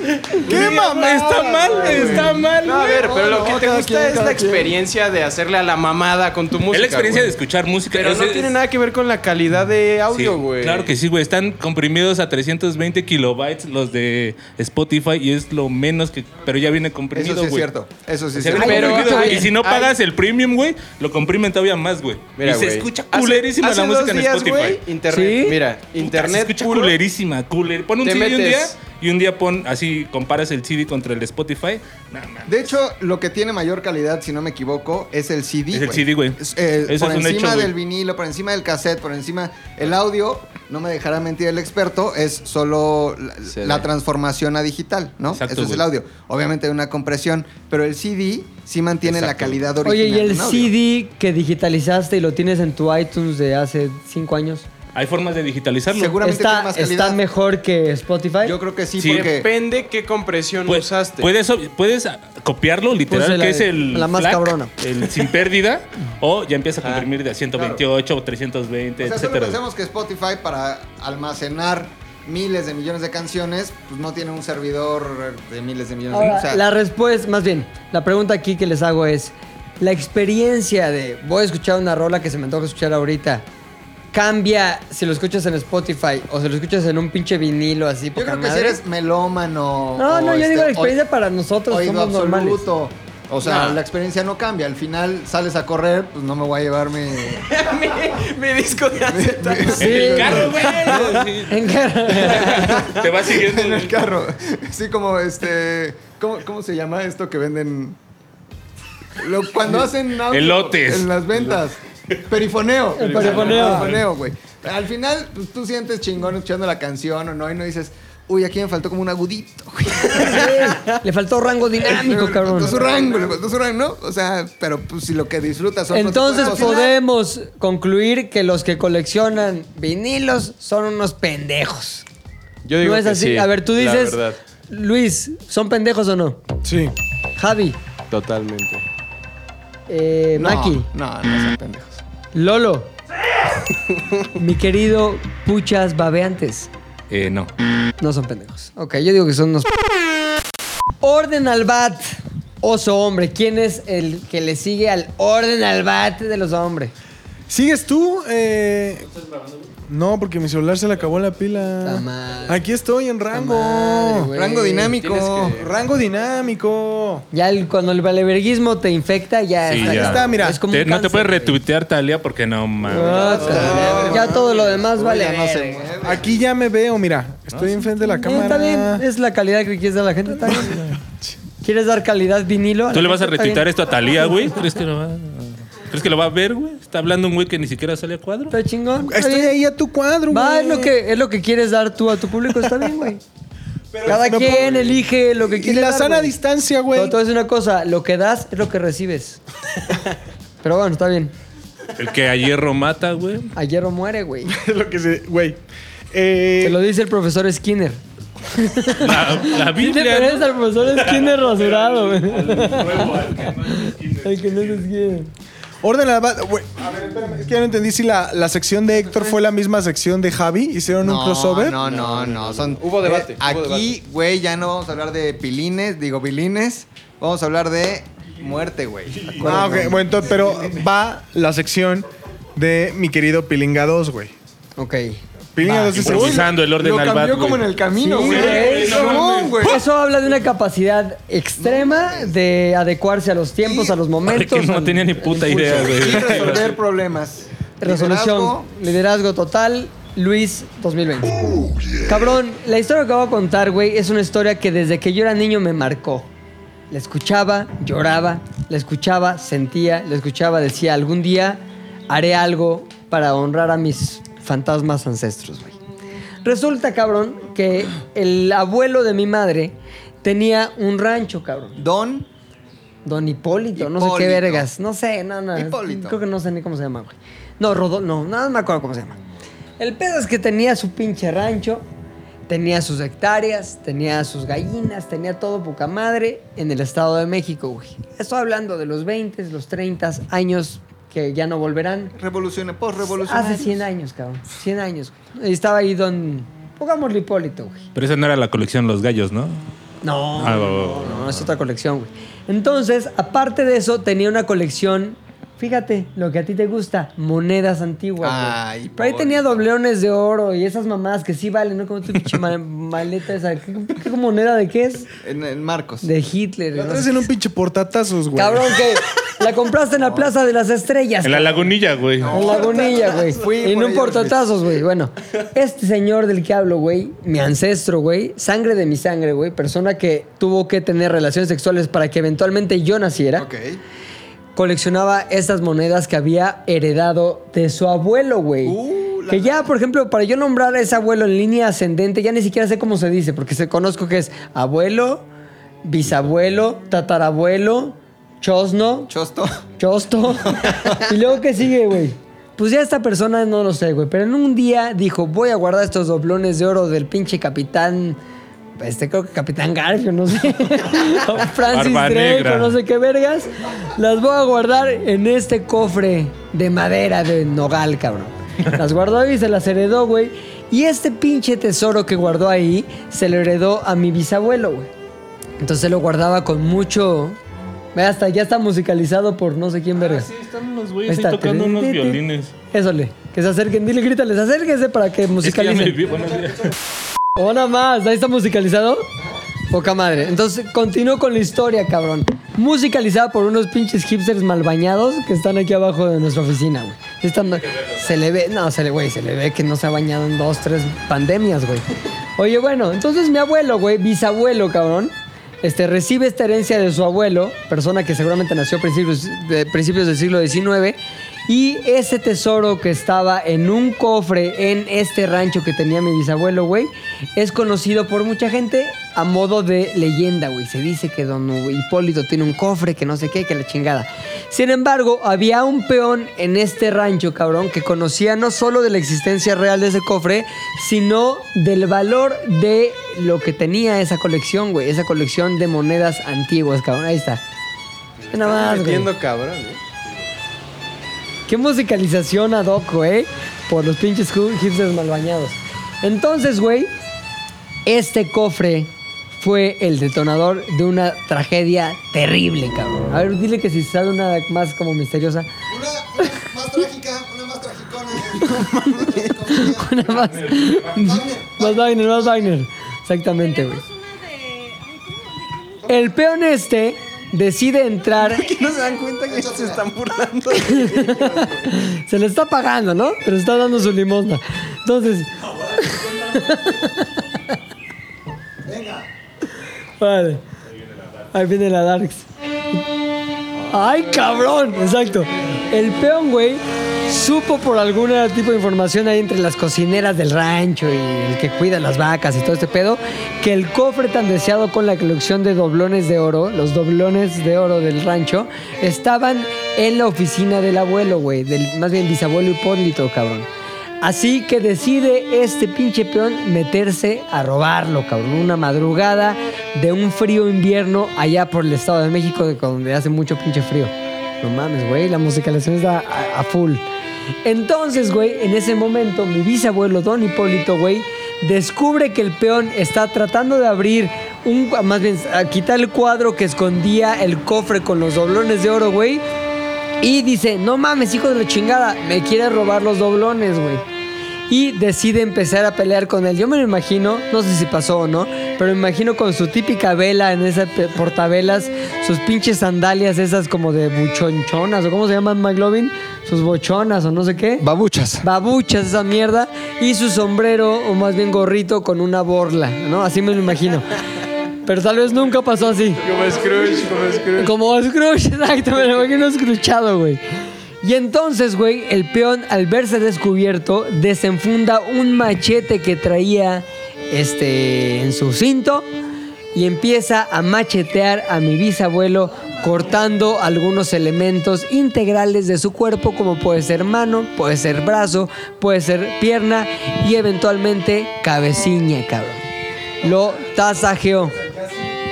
[SPEAKER 4] ¡Qué mamá! Está mal, está mal,
[SPEAKER 11] No, a
[SPEAKER 4] güey.
[SPEAKER 11] ver, pero lo que
[SPEAKER 3] No,
[SPEAKER 11] te
[SPEAKER 3] cada quien,
[SPEAKER 11] gusta es la
[SPEAKER 3] cada quien.
[SPEAKER 11] experiencia de hacerle a la mamada con tu música.
[SPEAKER 4] Es la experiencia de
[SPEAKER 11] güey.
[SPEAKER 4] escuchar música.
[SPEAKER 11] Pero
[SPEAKER 4] es-
[SPEAKER 11] no
[SPEAKER 4] es-
[SPEAKER 11] tiene nada que ver con la calidad de
[SPEAKER 4] Sí,
[SPEAKER 11] audio, güey.
[SPEAKER 4] claro que sí, güey. Están comprimidos a 320 kilobytes los de Spotify y es lo menos que. Pero ya viene comprimido,
[SPEAKER 3] Eso sí
[SPEAKER 4] güey.
[SPEAKER 3] es cierto. Eso sí es
[SPEAKER 4] Se
[SPEAKER 3] cierto.
[SPEAKER 4] ve
[SPEAKER 11] Pero-
[SPEAKER 4] comprimido, güey.
[SPEAKER 11] hay-
[SPEAKER 4] y si no
[SPEAKER 11] hay-
[SPEAKER 4] pagas el premium, güey, lo comprimen todavía más, güey.
[SPEAKER 11] Mira,
[SPEAKER 4] y se
[SPEAKER 11] güey.
[SPEAKER 4] escucha
[SPEAKER 11] Hace-
[SPEAKER 4] culerísima
[SPEAKER 11] hace
[SPEAKER 4] la música
[SPEAKER 11] dos
[SPEAKER 4] en
[SPEAKER 11] días,
[SPEAKER 4] Spotify.
[SPEAKER 11] güey, internet,
[SPEAKER 6] ¿Sí?
[SPEAKER 11] mira,
[SPEAKER 4] Internet se
[SPEAKER 11] internet
[SPEAKER 4] escucha
[SPEAKER 11] puro.
[SPEAKER 4] culerísima, culer. Pon un
[SPEAKER 11] Te
[SPEAKER 4] CD un día
[SPEAKER 11] metes.
[SPEAKER 4] y un día pon así comparas el CD contra el Spotify. Nah, nah.
[SPEAKER 3] De hecho, lo que tiene mayor calidad, si no me equivoco, es el CD.
[SPEAKER 4] Es el CD, güey.
[SPEAKER 3] Es, eh,
[SPEAKER 4] Eso
[SPEAKER 3] por
[SPEAKER 4] es un
[SPEAKER 3] encima
[SPEAKER 4] hecho, güey.
[SPEAKER 3] del vinilo, por encima del cassette, por encima el audio. no me dejará mentir el experto, es solo la, la transformación a digital, ¿no?
[SPEAKER 4] Exacto,
[SPEAKER 3] Eso es el
[SPEAKER 4] güey.
[SPEAKER 3] audio. Obviamente hay una compresión, pero el CD sí mantiene la
[SPEAKER 4] Exacto.
[SPEAKER 3] calidad
[SPEAKER 6] Oye,
[SPEAKER 3] original.
[SPEAKER 6] ¿y el
[SPEAKER 3] de un audio.
[SPEAKER 6] CD que digitalizaste y lo tienes en tu iTunes de hace cinco años?
[SPEAKER 4] Hay formas de digitalizarlo.
[SPEAKER 6] está, ¿Está mejor que Spotify?
[SPEAKER 3] Yo creo que
[SPEAKER 4] Sí. porque-
[SPEAKER 11] Depende qué compresión usaste.
[SPEAKER 4] Pues, Puedes, puedes copiarlo literal,
[SPEAKER 11] Puse la-
[SPEAKER 4] que es el.
[SPEAKER 11] la más cabrona.
[SPEAKER 4] El sin pérdida. o ya empieza a comprimir de a 128 o 320,
[SPEAKER 3] O sea, solo
[SPEAKER 4] etcétera.
[SPEAKER 3] pensemos que Spotify para almacenar miles de millones de canciones, pues no tiene un servidor de miles de millones de
[SPEAKER 6] Ahora,
[SPEAKER 3] o sea,
[SPEAKER 6] la respuesta, más bien, la pregunta aquí que les hago es, la experiencia de voy a escuchar una rola que se me antoja escuchar ahorita, ¿cambia si lo escuchas en Spotify o si lo escuchas en un pinche vinilo así?
[SPEAKER 3] Yo creo que si eres melómano.
[SPEAKER 6] No,
[SPEAKER 3] o
[SPEAKER 6] no, yo
[SPEAKER 3] este,
[SPEAKER 6] digo la
[SPEAKER 3] oído-
[SPEAKER 6] experiencia para nosotros
[SPEAKER 3] oído
[SPEAKER 6] somos normales.
[SPEAKER 3] absoluto. O sea,
[SPEAKER 6] No.
[SPEAKER 3] la experiencia no cambia. Al final sales a correr, pues no me voy a llevar mi.
[SPEAKER 11] <laughs> mi
[SPEAKER 3] <laughs>
[SPEAKER 11] disco de acetato.
[SPEAKER 3] Sí. En el <laughs>
[SPEAKER 4] carro, güey.
[SPEAKER 6] En carro.
[SPEAKER 4] Te va siguiendo
[SPEAKER 3] en el carro. <laughs> Sí, como este. ¿Cómo, cómo se llama esto que venden? Lo- cuando hacen audio
[SPEAKER 4] Elotes.
[SPEAKER 3] en las ventas. Perifoneo.
[SPEAKER 6] El perifoneo.
[SPEAKER 3] Perifoneo, güey. Al final, pues, tú sientes chingón escuchando la canción o no, y no dices, uy, aquí me faltó como un agudito.
[SPEAKER 6] Le faltó rango dinámico,
[SPEAKER 3] Le
[SPEAKER 6] cabrón.
[SPEAKER 3] faltó su rango, le faltó su rango, ¿no? O sea, pero pues si lo que disfrutas son
[SPEAKER 6] Entonces
[SPEAKER 3] otras cosas.
[SPEAKER 6] podemos concluir que los que coleccionan vinilos son unos pendejos.
[SPEAKER 11] Yo digo
[SPEAKER 6] no es
[SPEAKER 11] que
[SPEAKER 6] así.
[SPEAKER 11] sí,
[SPEAKER 6] A ver, tú
[SPEAKER 11] la
[SPEAKER 6] dices,
[SPEAKER 11] verdad.
[SPEAKER 6] Luis, ¿son pendejos o no?
[SPEAKER 5] Sí.
[SPEAKER 6] Javi,
[SPEAKER 11] Totalmente.
[SPEAKER 6] eh,
[SPEAKER 3] No,
[SPEAKER 6] Maki,
[SPEAKER 3] No, no son pendejos.
[SPEAKER 6] Lolo, mi querido Puchas Babeantes,
[SPEAKER 4] Eh, no.
[SPEAKER 6] no son pendejos. Ok, yo digo que son unos... Orden al bat, oso hombre. ¿Quién es el que le sigue al orden al bat de los hombres?
[SPEAKER 5] ¿Sigues tú? Eh, no, porque mi celular se le acabó la pila. Aquí estoy en rango.
[SPEAKER 6] güey.
[SPEAKER 3] Rango dinámico.
[SPEAKER 5] Tienes que- Rango dinámico.
[SPEAKER 6] Ya el- cuando el valeverguismo te infecta, ya,
[SPEAKER 4] Sí,
[SPEAKER 6] está,
[SPEAKER 4] ya.
[SPEAKER 6] está, mira. Es como
[SPEAKER 4] Te-
[SPEAKER 6] un
[SPEAKER 4] no te
[SPEAKER 6] cáncer,
[SPEAKER 4] puedes
[SPEAKER 6] güey.
[SPEAKER 4] retuitear, Talia, porque no mames.
[SPEAKER 6] Ah, cabrón. Ya todo lo demás vale.
[SPEAKER 3] ya no se
[SPEAKER 6] verga.
[SPEAKER 5] Aquí ya me veo, mira. Estoy enfrente de la
[SPEAKER 6] Sí,
[SPEAKER 5] cámara.
[SPEAKER 6] Está bien, es la calidad que quieres dar a la gente.
[SPEAKER 5] <laughs>
[SPEAKER 6] Está bien. ¿Quieres dar calidad vinilo? la
[SPEAKER 4] ¿Tú le vas a
[SPEAKER 6] gente? Ah, Está
[SPEAKER 4] retuitear
[SPEAKER 6] bien.
[SPEAKER 4] esto a Talia, güey? ¿Crees que lo va a- ¿Crees que lo va a ver, güey? Está hablando un güey que ni siquiera sale a cuadro.
[SPEAKER 6] Está chingón. está
[SPEAKER 5] Estoy
[SPEAKER 6] bien.
[SPEAKER 5] ahí a tu cuadro,
[SPEAKER 6] Va,
[SPEAKER 5] güey.
[SPEAKER 6] es lo, que, es lo que quieres dar tú a tu público. Está
[SPEAKER 5] <laughs>
[SPEAKER 6] bien, güey. Cada
[SPEAKER 5] no
[SPEAKER 6] quien
[SPEAKER 5] puedo-
[SPEAKER 6] elige lo que
[SPEAKER 5] Y
[SPEAKER 6] quiere
[SPEAKER 5] la
[SPEAKER 6] dar,
[SPEAKER 5] sana
[SPEAKER 6] güey.
[SPEAKER 5] distancia,
[SPEAKER 6] Pero
[SPEAKER 5] güey.
[SPEAKER 6] te voy a decir una cosa. Lo que das es lo que recibes. Pero bueno, está bien.
[SPEAKER 4] El que a hierro mata, güey.
[SPEAKER 6] Ayer o muere, güey.
[SPEAKER 5] <laughs> Es lo que se... Güey. Eh,
[SPEAKER 6] Te lo dice el profesor Skinner.
[SPEAKER 4] La, la
[SPEAKER 6] ¿Qué te
[SPEAKER 4] Biblia.
[SPEAKER 6] parece
[SPEAKER 4] ¿no?
[SPEAKER 6] al profesor Skinner rasurado, güey? El que no se Skinner.
[SPEAKER 5] Orden al bat. güey. A ver, espérame, Es que ya no entendí si la, la sección de Héctor fue la misma sección de Javi. ¿Hicieron un crossover?
[SPEAKER 3] No, no, no. Son,
[SPEAKER 11] Hubo debate,
[SPEAKER 3] Eh,
[SPEAKER 11] hubo
[SPEAKER 3] aquí, güey, ya no vamos a hablar de pilines, digo bilines. Vamos a hablar de muerte, güey.
[SPEAKER 5] Ah, ok.
[SPEAKER 3] Acuérdate.
[SPEAKER 5] Bueno, entonces, pero va la sección de mi querido Pilinga 2, güey.
[SPEAKER 6] Ok.
[SPEAKER 5] Pilinga
[SPEAKER 6] Va.
[SPEAKER 5] 2 es el...
[SPEAKER 4] Improvisando el orden
[SPEAKER 3] Lo
[SPEAKER 4] al bat,
[SPEAKER 3] cambió como
[SPEAKER 4] güey.
[SPEAKER 3] en el camino,
[SPEAKER 6] Sí,
[SPEAKER 3] güey.
[SPEAKER 6] güey,
[SPEAKER 3] Cabrón, güey.
[SPEAKER 6] Eso habla de una capacidad extrema de adecuarse a los tiempos,
[SPEAKER 3] Sí.
[SPEAKER 6] a los momentos.
[SPEAKER 4] Porque no
[SPEAKER 6] al-
[SPEAKER 4] tenía ni puta idea,
[SPEAKER 3] Y
[SPEAKER 4] güey.
[SPEAKER 3] resolver problemas.
[SPEAKER 6] Resolución,
[SPEAKER 3] Liderazgo.
[SPEAKER 6] liderazgo, total, Luis 2020. Cabrón, la historia que acabo de contar, güey, es una historia que desde que yo era niño me marcó. La escuchaba, lloraba, la escuchaba, sentía, la escuchaba, decía, algún día haré algo para honrar a mis fantasmas ancestros, güey. Resulta, cabrón, que el abuelo de mi madre tenía un rancho, cabrón.
[SPEAKER 3] Don.
[SPEAKER 6] Don Hipólito, no sé qué
[SPEAKER 3] Hipólito.
[SPEAKER 6] vergas. No sé, no, no.
[SPEAKER 3] Hipólito.
[SPEAKER 6] Creo que no sé ni cómo se llama, güey. No, Rodolfo, no, no me acuerdo cómo se llama. El pedo es que tenía su pinche rancho, tenía sus hectáreas, tenía sus gallinas, tenía todo poca madre en el Estado de México, güey. Estoy hablando de los 20, los 30 años que ya no volverán.
[SPEAKER 3] Revoluciona, post
[SPEAKER 6] Hace 100 años, cabrón. 100 años. güey. Y estaba ahí don... Pongámosle Hipólito, güey.
[SPEAKER 4] Pero esa no era la colección Los Gallos, ¿no?
[SPEAKER 6] No,
[SPEAKER 4] Ah, va, va,
[SPEAKER 6] no, no, no, es otra colección, güey. Entonces, aparte de eso, tenía una colección, fíjate, lo que a ti te gusta, monedas antiguas. güey.
[SPEAKER 3] Ay,
[SPEAKER 6] Pero ahí
[SPEAKER 3] pobre.
[SPEAKER 6] tenía dobleones de oro y esas mamás que sí valen, ¿no? Como tu pinche <laughs> ma- maleta esa. ¿Qué, qué moneda de qué es?
[SPEAKER 3] En, en Marcos.
[SPEAKER 6] De Hitler.
[SPEAKER 5] La
[SPEAKER 6] ¿no?
[SPEAKER 5] traes en un pinche portatazos, güey.
[SPEAKER 6] Cabrón, que la compraste en la Plaza de las Estrellas.
[SPEAKER 4] En la
[SPEAKER 6] cabrón.
[SPEAKER 4] lagunilla, güey.
[SPEAKER 3] <laughs>
[SPEAKER 6] En Lagunilla, güey.
[SPEAKER 3] Fui
[SPEAKER 6] En
[SPEAKER 3] por
[SPEAKER 6] un
[SPEAKER 3] ellos, güey.
[SPEAKER 6] portatazos, güey. Bueno, este señor del que hablo, güey, mi ancestro, güey, sangre de mi sangre, güey, persona que tuvo que tener relaciones sexuales para que eventualmente yo naciera,
[SPEAKER 3] Ok.
[SPEAKER 6] coleccionaba estas monedas que había heredado de su abuelo, güey.
[SPEAKER 3] Uh,
[SPEAKER 11] la-
[SPEAKER 6] Que ya, por ejemplo, para yo nombrar a ese abuelo en línea ascendente, ya ni siquiera sé cómo se dice, porque se conozco que es abuelo, bisabuelo, tatarabuelo, chosno.
[SPEAKER 3] Chosto.
[SPEAKER 4] <laughs>
[SPEAKER 6] Chosto. y luego, ¿qué sigue, güey? Pues ya esta persona no lo sé, güey. Pero en un día dijo, voy a guardar estos doblones de oro del pinche capitán. Este creo que Capitán Garfio,
[SPEAKER 4] <laughs>
[SPEAKER 6] no sé. o Francis
[SPEAKER 4] Barba
[SPEAKER 6] Drake,
[SPEAKER 4] Negra.
[SPEAKER 6] o no sé qué vergas. Las voy a guardar en este cofre de madera de nogal, cabrón. Las guardó y se las heredó, güey. Y este pinche tesoro que guardó ahí se lo heredó a mi bisabuelo, güey. Entonces lo guardaba con mucho. Ve, Hasta ya está musicalizado por no sé quién verga.
[SPEAKER 4] Están unos
[SPEAKER 6] Ahí
[SPEAKER 4] güeyes ahí
[SPEAKER 6] está. Pues
[SPEAKER 4] tocando
[SPEAKER 6] Ti, ti,
[SPEAKER 4] unos
[SPEAKER 6] ti.
[SPEAKER 4] violines.
[SPEAKER 6] Ésole, que se acerquen, dile, grítales, acérquense para
[SPEAKER 4] Es
[SPEAKER 6] que
[SPEAKER 4] que ya
[SPEAKER 6] musicalicen.
[SPEAKER 4] me vi, buenos días. <laughs>
[SPEAKER 6] Una más, ahí está musicalizado. Poca madre. Entonces, continúo con la historia, cabrón. Musicalizada por unos pinches hipsters mal bañados que están aquí abajo de nuestra oficina, güey. Están- se le ve, no, se le, güey, se le ve que no se ha bañado en dos, tres pandemias, güey. Oye, bueno, entonces mi abuelo, güey, bisabuelo, cabrón, este, recibe esta herencia de su abuelo, persona que seguramente nació a principios, de principios del siglo XIX, y ese tesoro que estaba en un cofre en este rancho que tenía mi bisabuelo, güey, es conocido por mucha gente a modo de leyenda, güey. Se dice que don Hipólito tiene un cofre, que no sé qué, que la chingada. Sin embargo, había un peón en este rancho, cabrón, que conocía no solo de la existencia real de ese cofre, sino del valor de lo que tenía esa colección, güey. Esa colección de monedas antiguas, cabrón. Ahí está. Ve Nada más, Ah, güey.
[SPEAKER 11] Entiendo, cabrón. ¿eh?
[SPEAKER 6] Qué musicalización ad hoc, güey. Por los pinches hu- hipsters malbañados. Entonces, güey, este cofre fue el detonador de una tragedia terrible, cabrón. A ver, dile que si sale una más como misteriosa.
[SPEAKER 3] Más trágica, una más tragicona.
[SPEAKER 6] <laughs> Una más. más Wagner, más Wagner. Exactamente, güey. El peón este decide entrar.
[SPEAKER 3] ¿Por qué no se dan cuenta que se están burlando?
[SPEAKER 6] Se le está pagando, ¿no? Pero está dando su limosna. Entonces. <laughs> Vale. Ahí viene la Darks. ¡Ay, cabrón! Exacto. El peón, güey, supo por algún tipo de información ahí entre las cocineras del rancho y el que cuida las vacas y todo este pedo, que el cofre tan deseado con la colección de doblones de oro, los doblones de oro del rancho, estaban en la oficina del abuelo, güey, del más bien bisabuelo Hipólito, cabrón. Así que decide este pinche peón meterse a robarlo, cabrón. Una madrugada de un frío invierno allá por el Estado de México, de- donde hace mucho pinche frío. No mames, güey, la musicalización está a, a full. Entonces, güey, en ese momento, mi bisabuelo Don Hipólito, güey, descubre que el peón está tratando de abrir un. Más bien, a quitar el cuadro que escondía el cofre con los doblones de oro, güey. Y dice, no mames, hijo de la chingada, me quiere robar los doblones, güey. Y decide empezar a pelear con él. Yo me lo imagino, no sé si pasó o no, pero me imagino con su típica vela en esa pe- portavelas, sus pinches sandalias esas como de buchonchonas, o cómo se llaman McLovin, sus bochonas o no sé qué.
[SPEAKER 3] Babuchas.
[SPEAKER 6] Babuchas, esa mierda. Y su sombrero, o más bien gorrito, con una borla, ¿no? Así me lo imagino. Pero tal vez nunca pasó así.
[SPEAKER 11] Como Scrooge, como Scrooge.
[SPEAKER 6] Como Scrooge, <laughs> exacto, me lo imagino escruchado, güey. Y entonces, güey, el peón, al verse descubierto, desenfunda un machete que traía este, en su cinto y empieza a machetear a mi bisabuelo, cortando algunos elementos integrales de su cuerpo, como puede ser mano, puede ser brazo, puede ser pierna y eventualmente cabecilla, cabrón. Lo tasajeó.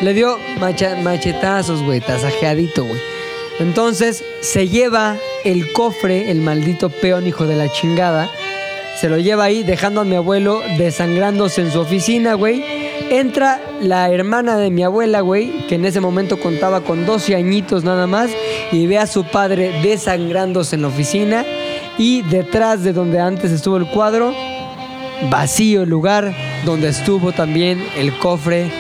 [SPEAKER 6] Le dio macha- machetazos, güey, tasajeadito, güey. Entonces se lleva el cofre, el maldito peón hijo de la chingada. Se lo lleva ahí, dejando a mi abuelo desangrándose en su oficina, güey. Entra la hermana de mi abuela, güey, que en ese momento contaba con 12 añitos nada más, y ve a su padre desangrándose en la oficina. Y detrás de donde antes estuvo el cuadro, vacío el lugar donde estuvo también el cofre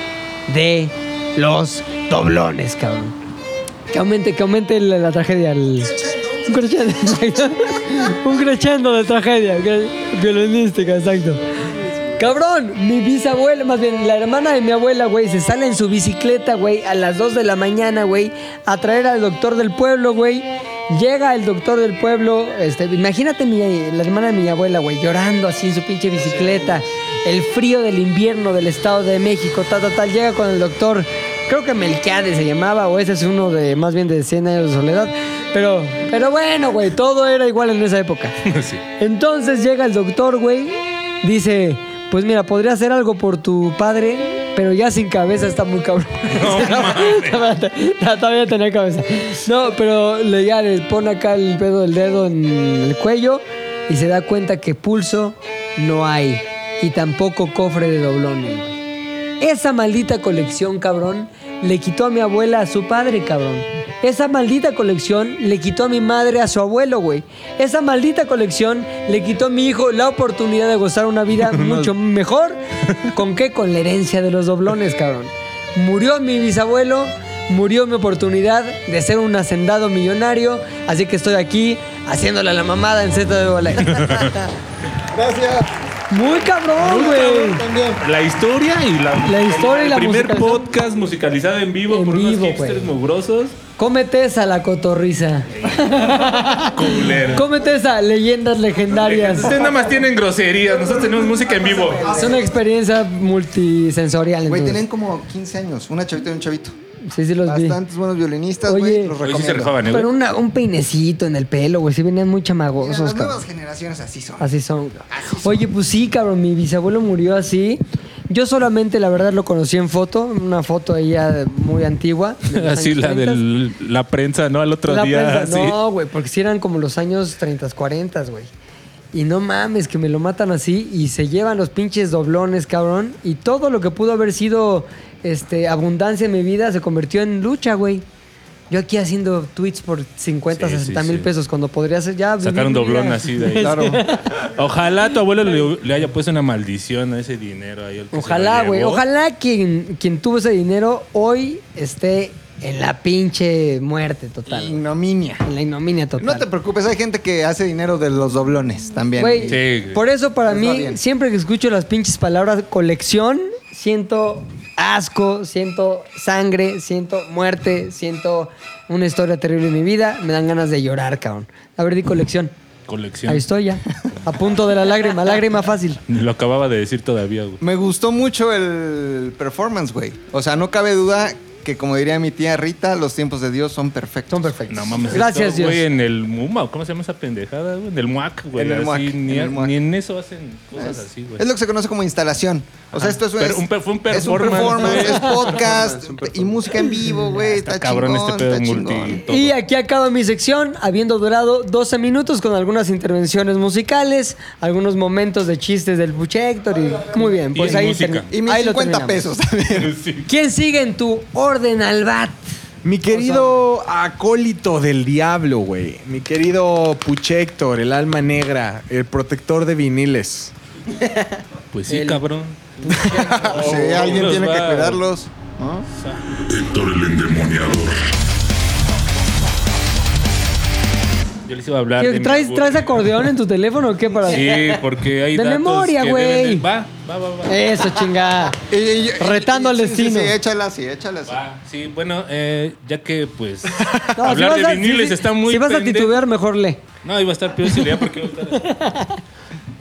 [SPEAKER 6] de los doblones, cabrón. Que aumente, que aumente la, la tragedia. el- <laughs> un crescendo. exacto. un crescendo de tragedia. ok, Violinística, exacto. Cabrón, mi bisabuela, más bien la hermana de mi abuela, güey, se sale en su bicicleta, güey, a las 2 de la mañana, güey, a traer al doctor del pueblo, güey. Llega el doctor del pueblo, este, imagínate mi- la hermana de mi abuela, güey, llorando así en su pinche bicicleta, el frío del invierno del Estado de México, tal, tal, tal, llega con el doctor, creo que Melquiades se llamaba, o ese es uno de más bien de 100 años de soledad, pero, pero bueno, güey, todo era igual en esa época. Entonces llega el doctor, güey, dice, pues mira, podría hacer algo por tu padre, pero ya sin cabeza está muy cabrón. <laughs> Espérate, no, todavía tenía cabeza. No, pero le, ya le pone acá el pedo del dedo en el cuello y se da cuenta que pulso no hay y tampoco cofre de doblones. güey. Esa maldita colección, cabrón, le quitó a mi abuela a su padre, cabrón. Esa maldita colección le quitó a mi madre a su abuelo, güey. Esa maldita colección le quitó a mi hijo la oportunidad de gozar una <laughs> vida mucho mejor. ¿Con qué? Con la herencia de los doblones, cabrón. Murió mi bisabuelo, murió mi oportunidad de ser un hacendado millonario, así que estoy aquí haciéndole a la mamada en Z de bola.
[SPEAKER 3] Gracias.
[SPEAKER 6] Muy cabrón, güey.
[SPEAKER 4] La historia y la,
[SPEAKER 6] La historia y la
[SPEAKER 4] El primer
[SPEAKER 6] musicalización.
[SPEAKER 4] podcast musicalizado en vivo por unos hipsters mugrosos.
[SPEAKER 6] Cómete esa la cotorriza.
[SPEAKER 4] Culera.
[SPEAKER 6] Cómete esa, leyendas legendarias.
[SPEAKER 4] Ustedes nada más tienen groserías, nosotros tenemos música en vivo.
[SPEAKER 6] Es una experiencia multisensorial.
[SPEAKER 3] Güey,
[SPEAKER 6] entonces. Pues
[SPEAKER 3] tenían como 15 años, una chavita y un chavito.
[SPEAKER 6] Sí, sí, los vi.
[SPEAKER 3] Bastantes buenos violinistas, güey, los recomiendo.
[SPEAKER 4] ¿eh,
[SPEAKER 6] Pero una- un peinecito en el pelo, güey. Sí venían muy
[SPEAKER 3] Mira,
[SPEAKER 6] chamagosos,
[SPEAKER 3] las
[SPEAKER 6] cabrón.
[SPEAKER 3] nuevas generaciones así son.
[SPEAKER 6] Así son. Oye, pues sí, cabrón, mi bisabuelo murió así. Yo solamente, la verdad, lo conocí en foto, una foto ahí ya muy antigua. de
[SPEAKER 4] <laughs>
[SPEAKER 6] los
[SPEAKER 4] Así
[SPEAKER 6] años
[SPEAKER 4] la
[SPEAKER 6] 30.
[SPEAKER 4] de la prensa, ¿no? Al otro
[SPEAKER 6] La
[SPEAKER 4] día. <laughs>
[SPEAKER 6] prensa,
[SPEAKER 4] así.
[SPEAKER 6] No, güey, porque si eran como los años 30, 40, güey. Y no mames, que me lo matan así y se llevan los pinches doblones, cabrón. Y todo lo que pudo haber sido este, abundancia en mi vida se convirtió en lucha, güey. Yo aquí haciendo tweets por 50,
[SPEAKER 4] Sí,
[SPEAKER 6] 60
[SPEAKER 4] sí,
[SPEAKER 6] mil
[SPEAKER 4] sí.
[SPEAKER 6] pesos cuando podría ser ya.
[SPEAKER 4] Sacar un
[SPEAKER 6] vivir mi
[SPEAKER 4] doblón
[SPEAKER 6] vida.
[SPEAKER 4] así de ahí.
[SPEAKER 6] Claro.
[SPEAKER 4] Ojalá tu abuelo le, le haya puesto una maldición a ese dinero ahí. al que se lo
[SPEAKER 6] Ojalá, güey.
[SPEAKER 4] llevó.
[SPEAKER 6] Ojalá quien, quien tuvo ese dinero hoy esté en la pinche muerte total.
[SPEAKER 3] Ignominia.
[SPEAKER 6] En la ignominia total.
[SPEAKER 3] No te preocupes, hay gente que hace dinero de los doblones también.
[SPEAKER 6] Güey, por eso para
[SPEAKER 3] Les va
[SPEAKER 6] mí,
[SPEAKER 3] bien.
[SPEAKER 6] siempre que escucho las pinches palabras colección, siento asco, siento sangre, siento muerte, siento una historia terrible en mi vida. Me dan ganas de llorar, cabrón. A ver, di colección.
[SPEAKER 4] Colección.
[SPEAKER 6] Ahí estoy ya. A punto de la lágrima, lágrima fácil.
[SPEAKER 4] Ni Lo acababa de decir todavía, güey.
[SPEAKER 3] Me gustó mucho el performance, güey. O sea, no cabe duda que, como diría mi tía Rita, los tiempos de Dios son perfectos. Son perfectos.
[SPEAKER 4] No mames. esto, güey, en el MUMA, ¿o ¿cómo se llama esa pendejada, güey? En el MUAC, güey.
[SPEAKER 3] En el
[SPEAKER 4] así,
[SPEAKER 3] MUAC,
[SPEAKER 4] Ni,
[SPEAKER 3] en el MUAC.
[SPEAKER 4] ni en eso hacen cosas así, güey.
[SPEAKER 3] Es lo que se conoce como instalación. O sea,
[SPEAKER 4] Ajá.
[SPEAKER 3] esto es
[SPEAKER 4] Pero un per- fue un
[SPEAKER 3] es un
[SPEAKER 4] performance,
[SPEAKER 3] performance,
[SPEAKER 4] güey.
[SPEAKER 3] es podcast y música en vivo, güey. Está,
[SPEAKER 4] cabrón
[SPEAKER 3] chingón,
[SPEAKER 4] este pedo
[SPEAKER 3] está
[SPEAKER 4] multi-
[SPEAKER 3] chingón.
[SPEAKER 4] todo.
[SPEAKER 6] Y aquí acaba mi sección, habiendo durado 12 minutos con algunas intervenciones musicales, algunos momentos de chistes del Buche Héctor y muy bien, pues
[SPEAKER 3] Y
[SPEAKER 6] ahí,
[SPEAKER 3] música.
[SPEAKER 6] termi-
[SPEAKER 3] Y mis
[SPEAKER 6] ahí lo
[SPEAKER 3] 50 pesos
[SPEAKER 6] terminamos.
[SPEAKER 3] también.
[SPEAKER 6] ¿Quién sigue en tu orden al bat?
[SPEAKER 5] Mi querido acólito del diablo, güey. Mi querido Puchector, el alma negra, el protector de viniles.
[SPEAKER 4] Pues sí,
[SPEAKER 5] El-
[SPEAKER 3] <laughs>
[SPEAKER 4] cabrón.
[SPEAKER 3] Sí, alguien
[SPEAKER 4] Nos
[SPEAKER 3] tiene que
[SPEAKER 4] va.
[SPEAKER 3] cuidarlos. ¿no?
[SPEAKER 14] Héctor el endemoniador.
[SPEAKER 4] Yo les iba a hablar. de mi
[SPEAKER 6] ¿Traes,
[SPEAKER 4] abuelo.
[SPEAKER 6] ¿Traes acordeón en tu teléfono o qué para
[SPEAKER 4] Sí, porque hay
[SPEAKER 6] De
[SPEAKER 4] datos
[SPEAKER 6] memoria,
[SPEAKER 4] que
[SPEAKER 6] güey.
[SPEAKER 4] deben de- Va, va, va, va.
[SPEAKER 6] Eso, chingada. Retando al
[SPEAKER 3] Sí,
[SPEAKER 6] destino.
[SPEAKER 3] sí, échala así, échala así.
[SPEAKER 4] Sí, bueno, eh, ya que pues
[SPEAKER 6] <laughs> No, si
[SPEAKER 4] hablar
[SPEAKER 6] vas a-
[SPEAKER 4] de viniles
[SPEAKER 6] si-
[SPEAKER 4] está muy
[SPEAKER 6] Si vas a
[SPEAKER 4] pende-
[SPEAKER 6] titubear, mejor lee.
[SPEAKER 4] No, iba a estar peor si leía porque iba a estar así.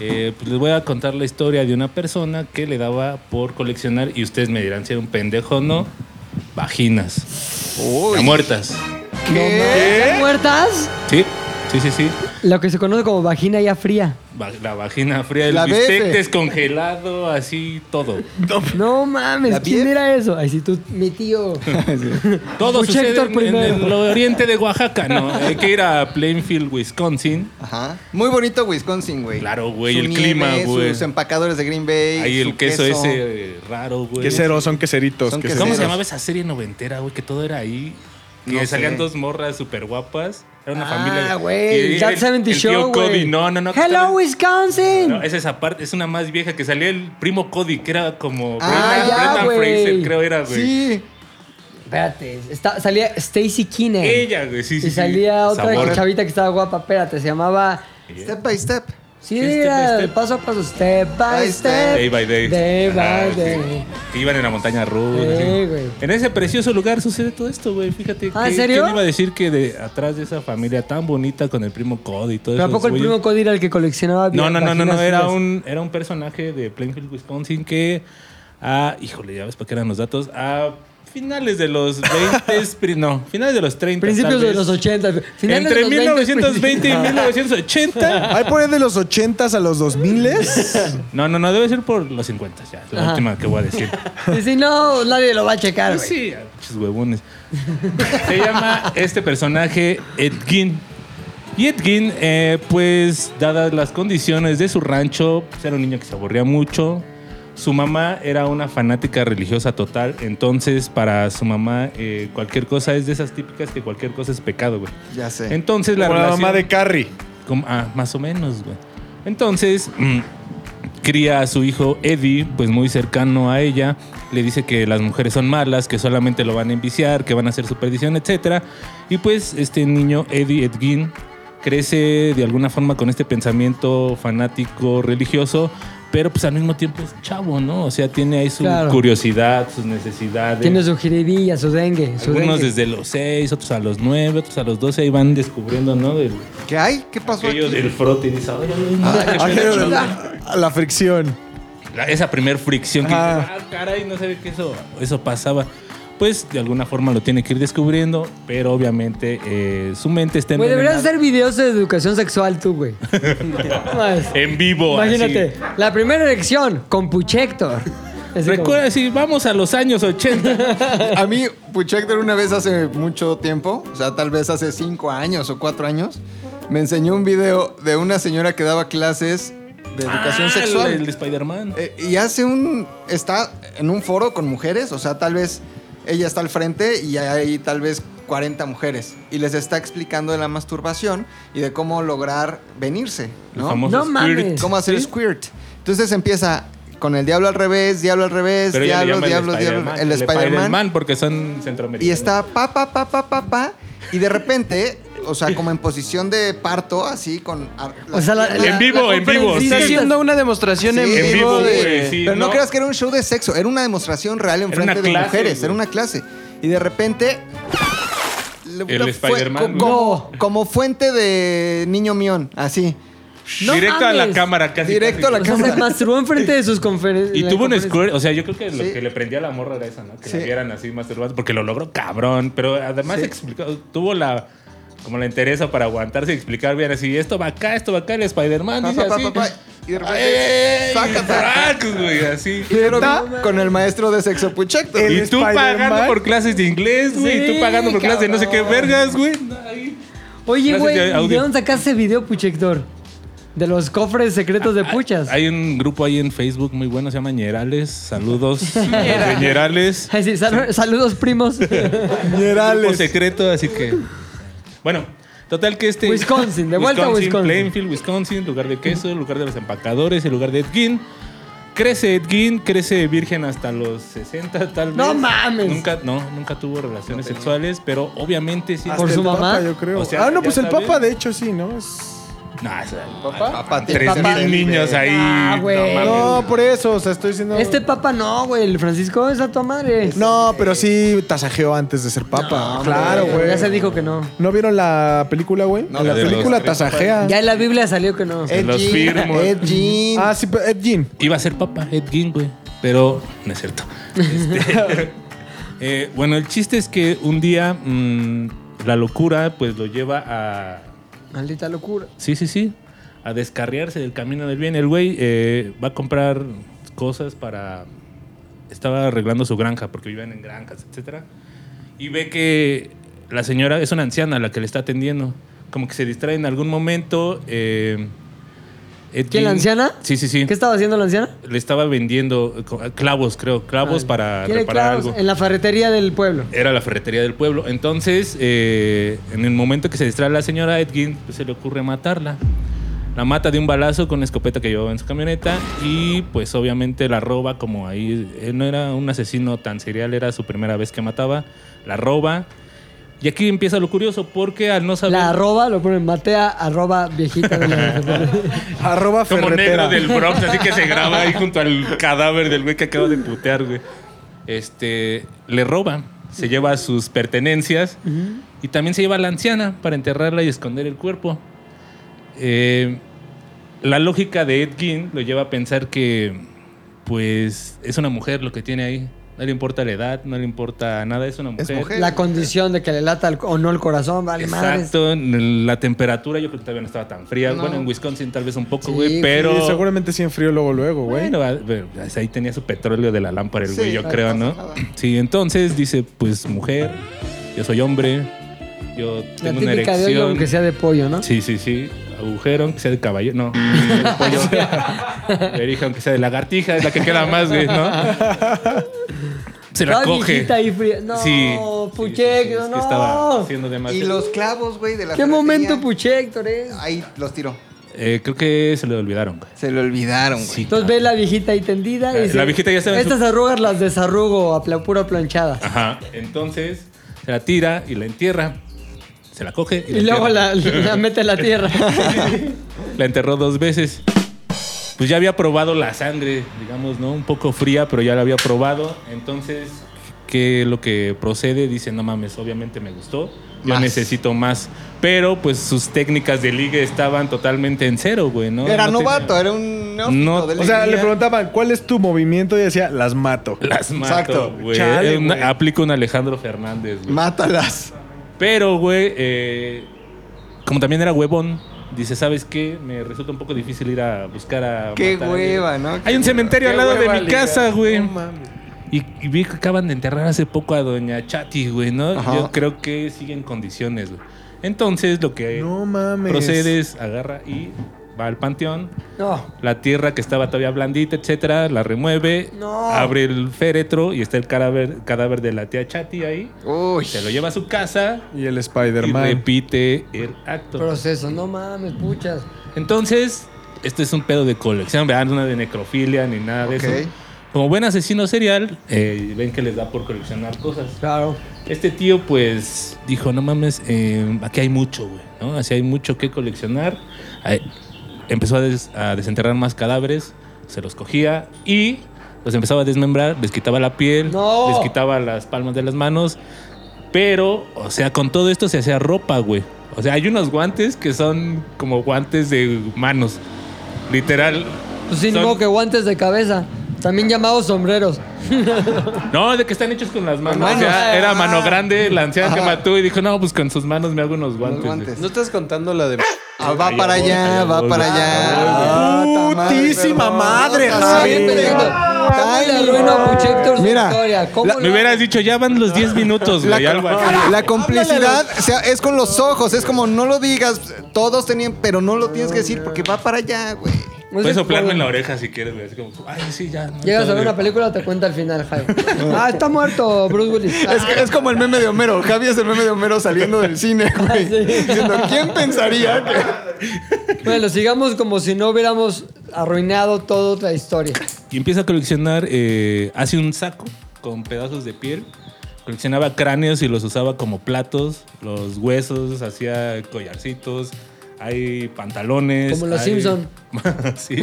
[SPEAKER 4] Eh, pues les voy a contar la historia de una persona que le daba por coleccionar, y ustedes me dirán si era un pendejo o no, vaginas. Ya muertas.
[SPEAKER 6] ¿Qué? ¿Están muertas?
[SPEAKER 4] Sí, sí, sí, sí.
[SPEAKER 6] Lo que se conoce como vagina ya fría.
[SPEAKER 4] Va- La vagina fría, el
[SPEAKER 6] La
[SPEAKER 4] bistec
[SPEAKER 6] BF.
[SPEAKER 4] descongelado, así todo.
[SPEAKER 6] No mames,
[SPEAKER 4] ¿La
[SPEAKER 6] ¿quién
[SPEAKER 4] piel?
[SPEAKER 6] era eso? Ay, si tú, mi tío.
[SPEAKER 4] Todo
[SPEAKER 6] Puche
[SPEAKER 4] sucede
[SPEAKER 6] Héctor
[SPEAKER 4] en- en,
[SPEAKER 6] primero.
[SPEAKER 4] el oriente de Oaxaca, ¿no? Hay que ir a Plainfield, Wisconsin.
[SPEAKER 3] Ajá. Muy bonito Wisconsin, güey.
[SPEAKER 4] Claro, güey,
[SPEAKER 3] Su
[SPEAKER 4] el
[SPEAKER 3] nieve,
[SPEAKER 4] clima, güey.
[SPEAKER 3] Sus empacadores de Green Bay.
[SPEAKER 4] Ahí el
[SPEAKER 3] su
[SPEAKER 4] queso, ese eh, raro, güey.
[SPEAKER 5] Queseros, son queseritos.
[SPEAKER 3] Son
[SPEAKER 5] queseros.
[SPEAKER 4] ¿Cómo se llamaba esa serie noventera, güey? Que todo era ahí. Que
[SPEAKER 5] No
[SPEAKER 4] salían
[SPEAKER 5] sé.
[SPEAKER 4] dos morras súper guapas. Era <laughs> una
[SPEAKER 6] Ah,
[SPEAKER 4] familia.
[SPEAKER 6] güey,
[SPEAKER 4] y
[SPEAKER 6] That
[SPEAKER 4] el-
[SPEAKER 6] 70
[SPEAKER 4] el tío
[SPEAKER 6] Show, güey.
[SPEAKER 4] Cody. No, no, no. que
[SPEAKER 6] Hello,
[SPEAKER 4] estaba-
[SPEAKER 6] Wisconsin.
[SPEAKER 4] No, esa es esa parte, es una más vieja que salía el primo Cody, que era como
[SPEAKER 6] Ah,
[SPEAKER 4] Brendan-
[SPEAKER 6] ya,
[SPEAKER 4] Brendan
[SPEAKER 6] güey.
[SPEAKER 4] Fraser, creo era, güey.
[SPEAKER 3] Sí.
[SPEAKER 6] Espérate, está- salía Stacy Keenan.
[SPEAKER 4] Ella, güey, sí, sí,
[SPEAKER 6] Y
[SPEAKER 4] sí.
[SPEAKER 6] salía otra
[SPEAKER 4] Sabor.
[SPEAKER 6] chavita que estaba guapa, espérate, se llamaba...
[SPEAKER 3] Step by step.
[SPEAKER 6] Sí, era paso a paso, step by step.
[SPEAKER 4] Day by day.
[SPEAKER 6] Day by
[SPEAKER 4] Ajá, sí.
[SPEAKER 6] day.
[SPEAKER 4] Que iban en la montaña rusa.
[SPEAKER 6] Sí,
[SPEAKER 4] sí.
[SPEAKER 6] güey.
[SPEAKER 4] En ese precioso lugar sucede todo esto, güey. Fíjate.
[SPEAKER 6] Ah, ¿en
[SPEAKER 4] ¿qué-
[SPEAKER 6] serio?
[SPEAKER 4] ¿Quién iba a decir que de atrás de esa familia tan bonita con el primo Cody y todo
[SPEAKER 6] ¿Pero a
[SPEAKER 4] eso?
[SPEAKER 6] poco el primo Cody era el que coleccionaba
[SPEAKER 4] No, no, no, no,
[SPEAKER 6] vaginas
[SPEAKER 4] no, era
[SPEAKER 6] frías?
[SPEAKER 4] un, era un personaje de Plainfield, Wisconsin que, ah, híjole, ya ves para qué eran los datos, a finales de
[SPEAKER 6] <laughs>
[SPEAKER 4] los 20, pri- no, finales de los 30.
[SPEAKER 6] Principios
[SPEAKER 4] tal
[SPEAKER 6] de
[SPEAKER 4] vez.
[SPEAKER 6] los 80. finales
[SPEAKER 4] Entre
[SPEAKER 6] de los
[SPEAKER 4] 1920 y
[SPEAKER 6] <laughs>
[SPEAKER 4] 1980.
[SPEAKER 5] Ahí por ahí de los 80s a los 2000s.
[SPEAKER 4] No, no, no, debe ser por los 50, ya, es la
[SPEAKER 6] Ajá.
[SPEAKER 4] última que voy a decir.
[SPEAKER 6] pues. <laughs> Y si no, nadie lo va a checar, güey.
[SPEAKER 4] Sí, Ah, Pinches huevones. Se llama este personaje Ed Gein. Y Ed Gein, eh, pues, dadas las condiciones de su rancho, pues, era un niño que se aburría mucho. Su mamá era una fanática religiosa total, entonces para su mamá eh, cualquier cosa es de esas típicas que cualquier cosa es pecado, güey.
[SPEAKER 3] Ya sé.
[SPEAKER 4] Entonces <laughs> la
[SPEAKER 5] Como la
[SPEAKER 4] relación-
[SPEAKER 5] mamá de Carrie.
[SPEAKER 4] Como- ah, más o menos, güey. Entonces, mm, cría a su hijo Eddie, pues muy cercano a ella. Le dice que las mujeres son malas, que solamente lo van a enviciar, que van a hacer su perdición, etc. Y pues este niño, Eddie Edgin, crece de alguna forma con este pensamiento fanático religioso, pero pues al mismo tiempo es chavo, ¿no? O sea, tiene ahí su
[SPEAKER 6] Claro.
[SPEAKER 4] curiosidad, sus necesidades.
[SPEAKER 6] Tiene su jiribilla, su dengue. Su
[SPEAKER 4] Algunos
[SPEAKER 6] dengue.
[SPEAKER 4] desde los 6, otros a los 9, otros a los 12, ahí van descubriendo, ¿no? El-
[SPEAKER 3] ¿Qué hay? ¿Qué pasó
[SPEAKER 4] aquello
[SPEAKER 3] aquí?
[SPEAKER 4] del frote y dices, "Ay, <laughs> ay, ay, qué
[SPEAKER 5] Ah, Aquello de
[SPEAKER 4] chula".
[SPEAKER 5] la, la fricción.
[SPEAKER 4] La- Esa primer fricción que
[SPEAKER 5] Ajá.
[SPEAKER 4] dices, "Ah, caray, no sabía que eso, eso pasaba. Pues de alguna forma lo tiene que ir descubriendo, pero obviamente eh, su mente está en
[SPEAKER 6] Güey, Pues, deberías hacer videos de educación sexual tú,
[SPEAKER 4] <laughs>
[SPEAKER 6] güey. Más.
[SPEAKER 4] en vivo. así.
[SPEAKER 6] Imagínate, la primera elección con Puchector. Así
[SPEAKER 4] Recuerda, si vamos a los años 80.
[SPEAKER 3] A mí, Puchector una vez hace mucho tiempo, o sea, tal vez hace cinco años o cuatro años, me enseñó un video de una señora que daba clases de educación
[SPEAKER 4] Ah,
[SPEAKER 3] sexual.
[SPEAKER 4] El, el de Spider-Man.
[SPEAKER 3] Eh, y hace un. Está en un foro con mujeres, o sea, tal vez ella está al frente y hay tal vez 40 mujeres. Y les está explicando de la masturbación y de cómo lograr venirse,
[SPEAKER 4] El
[SPEAKER 3] ¿no?
[SPEAKER 4] famoso No mames. squirt.
[SPEAKER 3] ¿Cómo hacer squirt? Entonces empieza con el diablo al revés, diablo al revés,
[SPEAKER 4] pero ella le
[SPEAKER 3] diablo,
[SPEAKER 4] llama
[SPEAKER 3] diablo,
[SPEAKER 4] el
[SPEAKER 3] diablo,
[SPEAKER 4] Spider-Man.
[SPEAKER 3] el Spider-Man.
[SPEAKER 4] porque son centroamericanos.
[SPEAKER 3] Y está pa, pa, pa, pa, pa, pa. Y de repente, o sea, como en posición de parto, así con. ar-
[SPEAKER 6] O sea, la-
[SPEAKER 4] En vivo, en vivo.
[SPEAKER 11] Está
[SPEAKER 4] sí.
[SPEAKER 11] haciendo una demostración
[SPEAKER 3] Sí,
[SPEAKER 11] en vivo. de-
[SPEAKER 4] güey, sí,
[SPEAKER 3] Pero no,
[SPEAKER 4] no.
[SPEAKER 3] creas que era un show de sexo, era una demostración real en
[SPEAKER 4] Era
[SPEAKER 3] frente
[SPEAKER 4] una
[SPEAKER 3] de
[SPEAKER 4] clase,
[SPEAKER 3] mujeres,
[SPEAKER 4] güey.
[SPEAKER 3] era una clase. Y de repente. le-
[SPEAKER 4] El
[SPEAKER 3] fue
[SPEAKER 4] Spider-Man,
[SPEAKER 3] Como, como fuente de niño mión, así.
[SPEAKER 4] Directo a la
[SPEAKER 6] mames.
[SPEAKER 4] cámara, casi.
[SPEAKER 3] Directo a la
[SPEAKER 4] casi.
[SPEAKER 6] como- o sea, se
[SPEAKER 3] cámara.
[SPEAKER 6] masturbó enfrente de sus conferencias.
[SPEAKER 4] Y tuvo un squirt, o sea, yo creo que lo
[SPEAKER 3] Sí.
[SPEAKER 4] que le prendía a la morra era esa, ¿no? Que
[SPEAKER 3] Sí.
[SPEAKER 4] la vieran así masturbando, porque lo logró cabrón, pero además
[SPEAKER 3] Sí.
[SPEAKER 4] explicó, tuvo la como la interesa para aguantarse y explicar bien así, esto va acá, esto va acá, el Spider-Man
[SPEAKER 3] Pa,
[SPEAKER 4] dice
[SPEAKER 3] pa, pa,
[SPEAKER 4] así.
[SPEAKER 3] pa, pa, y de repente,
[SPEAKER 4] ¡Ey!
[SPEAKER 3] sácate.
[SPEAKER 4] ¡Fracos, güey! Así.
[SPEAKER 3] Y era con el maestro de sexo Puchector.
[SPEAKER 5] El
[SPEAKER 4] Y tú
[SPEAKER 5] Spider-Man.
[SPEAKER 4] pagando por clases de inglés, güey. y
[SPEAKER 6] Sí,
[SPEAKER 4] tú pagando por clases de no sé qué
[SPEAKER 6] cabrón.
[SPEAKER 4] vergas, güey. No, ahí.
[SPEAKER 6] Oye,
[SPEAKER 4] Gracias,
[SPEAKER 6] güey,
[SPEAKER 4] ya,
[SPEAKER 6] ¿y
[SPEAKER 4] audio.
[SPEAKER 6] ¿de dónde sacaste video, Puchector? De los cofres secretos de puchas.
[SPEAKER 4] Hay un grupo Ah, ahí en Facebook muy bueno, se llama Ñerales. Saludos. de Ñerales.
[SPEAKER 6] <laughs> Ay, sí, sal- saludos, primos.
[SPEAKER 4] Grupo secreto, así que. Bueno, total que este.
[SPEAKER 6] Wisconsin, de vuelta a Wisconsin.
[SPEAKER 4] Plainfield, Wisconsin, lugar de queso, lugar de los empacadores, el lugar de Edgin. Crece Edgin, crece virgen hasta los 60, tal vez.
[SPEAKER 6] No mames.
[SPEAKER 4] Nunca, no, nunca tuvo relaciones sexuales, pero obviamente sí.
[SPEAKER 6] Por
[SPEAKER 5] Hasta
[SPEAKER 6] su
[SPEAKER 5] el
[SPEAKER 6] mamá.
[SPEAKER 5] Papa, yo creo.
[SPEAKER 4] O sea,
[SPEAKER 5] ah, no,
[SPEAKER 4] ya
[SPEAKER 5] pues el
[SPEAKER 4] está
[SPEAKER 5] Papa, de
[SPEAKER 4] bien.
[SPEAKER 5] hecho, sí, ¿no? Es-
[SPEAKER 4] Nah, o sea,
[SPEAKER 3] Papá, papá,
[SPEAKER 4] tres
[SPEAKER 3] papá.
[SPEAKER 4] mil niños ahí.
[SPEAKER 6] <laughs> Ah, güey.
[SPEAKER 4] mames.
[SPEAKER 5] No, por eso, o sea, estoy diciendo.
[SPEAKER 6] Este papa no, güey. El Francisco es a tu madre.
[SPEAKER 5] No, pero sí tasajeó antes de ser papa. claro, güey.
[SPEAKER 6] Ya se dijo que no.
[SPEAKER 5] ¿No vieron la película, güey?
[SPEAKER 3] No,
[SPEAKER 5] la
[SPEAKER 4] la de los
[SPEAKER 5] película
[SPEAKER 4] tres
[SPEAKER 5] tasajea.
[SPEAKER 6] Ya en la Biblia salió que no.
[SPEAKER 4] Se los
[SPEAKER 3] Jean,
[SPEAKER 4] firmo.
[SPEAKER 3] Ed Jean.
[SPEAKER 5] Ah, sí, pero Ed Gein.
[SPEAKER 4] Iba a ser papa, Ed Gein, güey. Pero no es cierto.
[SPEAKER 6] <laughs>
[SPEAKER 4] Este, eh, bueno, el chiste es que un día mm, la locura pues lo lleva a...
[SPEAKER 6] Maldita locura.
[SPEAKER 4] Sí, sí, sí. A descarriarse del camino del bien. El güey eh, va a comprar cosas para... Estaba arreglando su granja porque vivían en granjas, etcétera. Y ve que la señora es una anciana la que le está atendiendo. Como que se distrae en algún momento. eh, Ed
[SPEAKER 6] ¿Quién, la
[SPEAKER 4] Gein-
[SPEAKER 6] anciana?
[SPEAKER 4] Sí, sí, sí
[SPEAKER 6] ¿Qué estaba haciendo la anciana?
[SPEAKER 4] le estaba vendiendo eh, co- clavos, creo, clavos
[SPEAKER 6] Ah,
[SPEAKER 4] para
[SPEAKER 6] ¿quiere
[SPEAKER 4] reparar
[SPEAKER 6] clavos?
[SPEAKER 4] algo.
[SPEAKER 6] En la ferretería del pueblo.
[SPEAKER 4] Era la ferretería del pueblo. Entonces, eh, en el momento que se distrae la señora Edgin, pues, se le ocurre matarla. La mata de un balazo con una escopeta que llevaba en su camioneta y pues obviamente la roba como eh, ahí. Él no era un asesino tan serial, era su primera vez que mataba. La roba Y aquí empieza lo curioso, porque al no saber...
[SPEAKER 6] La arroba lo ponen matea, arroba viejita. de la-
[SPEAKER 5] Arroba
[SPEAKER 4] Como
[SPEAKER 5] ferretera.
[SPEAKER 4] negro del Bronx, así que se graba ahí junto al cadáver del güey que acaba de putear, güey. Este, le roban, se lleva sus pertenencias y también se lleva a la anciana para enterrarla y esconder el cuerpo. Eh, la lógica de Ed Gein lo lleva a pensar que, pues, es una mujer lo que tiene ahí. No le importa la edad, no le importa nada, es una mujer.
[SPEAKER 6] La condición de que le lata el- o no el corazón, vale madres.
[SPEAKER 4] Exacto, en la temperatura yo creo que todavía no estaba tan fría.
[SPEAKER 6] No.
[SPEAKER 4] Bueno, en Wisconsin tal vez un poco,
[SPEAKER 6] Sí,
[SPEAKER 4] güey,
[SPEAKER 6] güey.
[SPEAKER 4] pero...
[SPEAKER 5] Sí, seguramente sí enfrió luego, luego, güey.
[SPEAKER 4] Bueno, va- pero, o sea, ahí tenía su petróleo de la lámpara el
[SPEAKER 5] Sí,
[SPEAKER 4] güey, yo
[SPEAKER 5] no
[SPEAKER 4] creo,
[SPEAKER 5] pasa
[SPEAKER 4] ¿no?
[SPEAKER 5] nada.
[SPEAKER 4] Sí, entonces dice, pues mujer, yo soy hombre, yo
[SPEAKER 6] La
[SPEAKER 4] tengo una
[SPEAKER 6] típica de hoy,
[SPEAKER 4] erección.
[SPEAKER 6] aunque sea de pollo, ¿no?
[SPEAKER 4] Sí, sí, sí. Agujero, aunque sea de caballo. No,
[SPEAKER 5] <laughs>
[SPEAKER 4] de pollo. Verija, aunque sea de lagartija, es la que queda más, güey, ¿no? Se la
[SPEAKER 6] Toda
[SPEAKER 4] coge.
[SPEAKER 6] viejita ahí fría. No,
[SPEAKER 4] Sí,
[SPEAKER 6] Puchec, no.
[SPEAKER 4] que estaba haciendo de más.
[SPEAKER 3] Y los clavos, güey, de la
[SPEAKER 6] ¿Qué
[SPEAKER 3] ferretería,
[SPEAKER 6] momento, Puchec, Torres?
[SPEAKER 3] Ahí los tiró.
[SPEAKER 4] Eh, creo que se le olvidaron, güey.
[SPEAKER 3] Se le olvidaron, güey.
[SPEAKER 6] Entonces ve la viejita ahí tendida. y
[SPEAKER 4] La-
[SPEAKER 6] dice,
[SPEAKER 4] la viejita ya estaba en su- Ah,
[SPEAKER 6] Estas arrugas las desarrugo a pla- pura planchada.
[SPEAKER 4] Ajá. Entonces, se la tira y la entierra. Se la coge.
[SPEAKER 6] Y luego la,
[SPEAKER 4] entierra.
[SPEAKER 6] la mete en
[SPEAKER 4] <laughs>
[SPEAKER 6] la tierra.
[SPEAKER 4] La enterró dos veces. Pues ya había probado la sangre, digamos, ¿no? Un poco fría, pero ya la había probado. Entonces, ¿qué es lo que procede? Dice, no mames, obviamente me gustó. Yo
[SPEAKER 3] Más.
[SPEAKER 4] necesito más. Pero, pues, sus técnicas de ligue estaban totalmente en cero, güey, ¿no?
[SPEAKER 3] era
[SPEAKER 4] No tenía-
[SPEAKER 3] novato, era un neófito
[SPEAKER 4] No,
[SPEAKER 3] de la
[SPEAKER 5] O sea, le
[SPEAKER 3] liga.
[SPEAKER 5] preguntaban, ¿cuál es tu movimiento? Y decía, las mato.
[SPEAKER 4] Las mato,
[SPEAKER 5] eh. Exacto.
[SPEAKER 4] güey.
[SPEAKER 5] Chale,
[SPEAKER 4] Era una-
[SPEAKER 5] güey.
[SPEAKER 4] Aplica un Alejandro Fernández, güey.
[SPEAKER 3] Mátalas.
[SPEAKER 4] Pero, güey, eh, como también era huevón, dice, ¿sabes qué? Me resulta un poco difícil ir a buscar a...
[SPEAKER 3] Qué
[SPEAKER 4] matar a alguien".
[SPEAKER 3] hueva, ¿no?
[SPEAKER 4] Hay un cementerio
[SPEAKER 3] Qué
[SPEAKER 4] al lado de
[SPEAKER 3] hueva
[SPEAKER 4] mi
[SPEAKER 3] ligar.
[SPEAKER 4] casa, güey.
[SPEAKER 3] No mames.
[SPEAKER 4] Y, y vi que acaban de enterrar hace poco a doña Chati, güey, ¿no?
[SPEAKER 5] Ajá.
[SPEAKER 4] Yo creo que sigue en condiciones, güey. Entonces, lo que
[SPEAKER 5] No mames.
[SPEAKER 4] procedes, agarra y va al panteón.
[SPEAKER 6] No.
[SPEAKER 4] La tierra que estaba todavía blandita, etcétera, la remueve,
[SPEAKER 6] No.
[SPEAKER 4] abre el féretro y está el cadáver, cadáver de la tía Chati ahí. Se lo lleva a su casa
[SPEAKER 5] Y el
[SPEAKER 4] y
[SPEAKER 5] Spider-Man.
[SPEAKER 4] repite el acto.
[SPEAKER 6] Proceso, no mames, puchas.
[SPEAKER 4] Entonces, esto es un pedo de colección, vean, no de necrofilia ni nada de
[SPEAKER 3] Ok.
[SPEAKER 4] eso. Como buen asesino serial, eh, ven que les da por coleccionar cosas.
[SPEAKER 6] Claro.
[SPEAKER 4] Este tío, pues, dijo, no mames, eh, aquí hay mucho, güey, ¿no? Así hay mucho que coleccionar. Ay, empezó a, des- a desenterrar más cadáveres, se los cogía y los empezaba a desmembrar, les quitaba la piel,
[SPEAKER 6] No.
[SPEAKER 4] les quitaba las palmas de las manos. Pero, o sea, con todo esto se hacía ropa, güey. O sea, hay unos guantes que son como guantes de manos. Literal.
[SPEAKER 6] Pues sí, ni
[SPEAKER 4] Son-
[SPEAKER 6] modo que guantes de cabeza. También llamados sombreros.
[SPEAKER 4] No, de que están hechos con las manos.
[SPEAKER 6] manos.
[SPEAKER 4] O sea, era
[SPEAKER 6] Ah.
[SPEAKER 4] mano grande, la anciana que mató y dijo, no, pues con sus manos me hago unos guantes. güey".
[SPEAKER 11] ¿No estás contando la de...
[SPEAKER 3] Ah, va
[SPEAKER 4] Allá
[SPEAKER 3] para
[SPEAKER 4] voy,
[SPEAKER 3] allá,
[SPEAKER 4] allá
[SPEAKER 3] va
[SPEAKER 4] voy,
[SPEAKER 3] para
[SPEAKER 4] güey. Ah,
[SPEAKER 3] allá.
[SPEAKER 5] Putísima madre, Javi.
[SPEAKER 6] ¿Cómo le arruino a Puchector su
[SPEAKER 3] Mira,
[SPEAKER 6] historia? ¿Cómo
[SPEAKER 4] La-
[SPEAKER 6] lo-
[SPEAKER 4] me hubieras dicho, ya van los 10 minutos,
[SPEAKER 3] La,
[SPEAKER 4] güey. algo así.
[SPEAKER 3] la complicidad o sea, es con los ojos, es como no lo digas, todos tenían, pero no lo tienes que decir porque va para allá, güey.
[SPEAKER 4] Puedes soplarme en la oreja si quieres, güey. Así como, ay, sí, ya. no,
[SPEAKER 6] Pues Llegas a
[SPEAKER 4] todo
[SPEAKER 6] ver una
[SPEAKER 4] bien.
[SPEAKER 6] película, te cuenta al final,
[SPEAKER 3] <laughs>
[SPEAKER 6] Javi. ah, está muerto Bruce Willis.
[SPEAKER 3] Es, es como el meme de Homero. Javi es el meme de Homero saliendo del cine, güey. Diciendo, ¿quién pensaría que.?
[SPEAKER 6] Bueno, sigamos como si no hubiéramos arruinado toda la historia.
[SPEAKER 4] Y empieza a coleccionar, eh, hace un saco con pedazos de piel. Coleccionaba cráneos y los usaba como platos, los huesos, hacía collarcitos, hay pantalones.
[SPEAKER 6] Como los
[SPEAKER 4] hay-
[SPEAKER 6] Simpson.
[SPEAKER 4] <laughs> sí.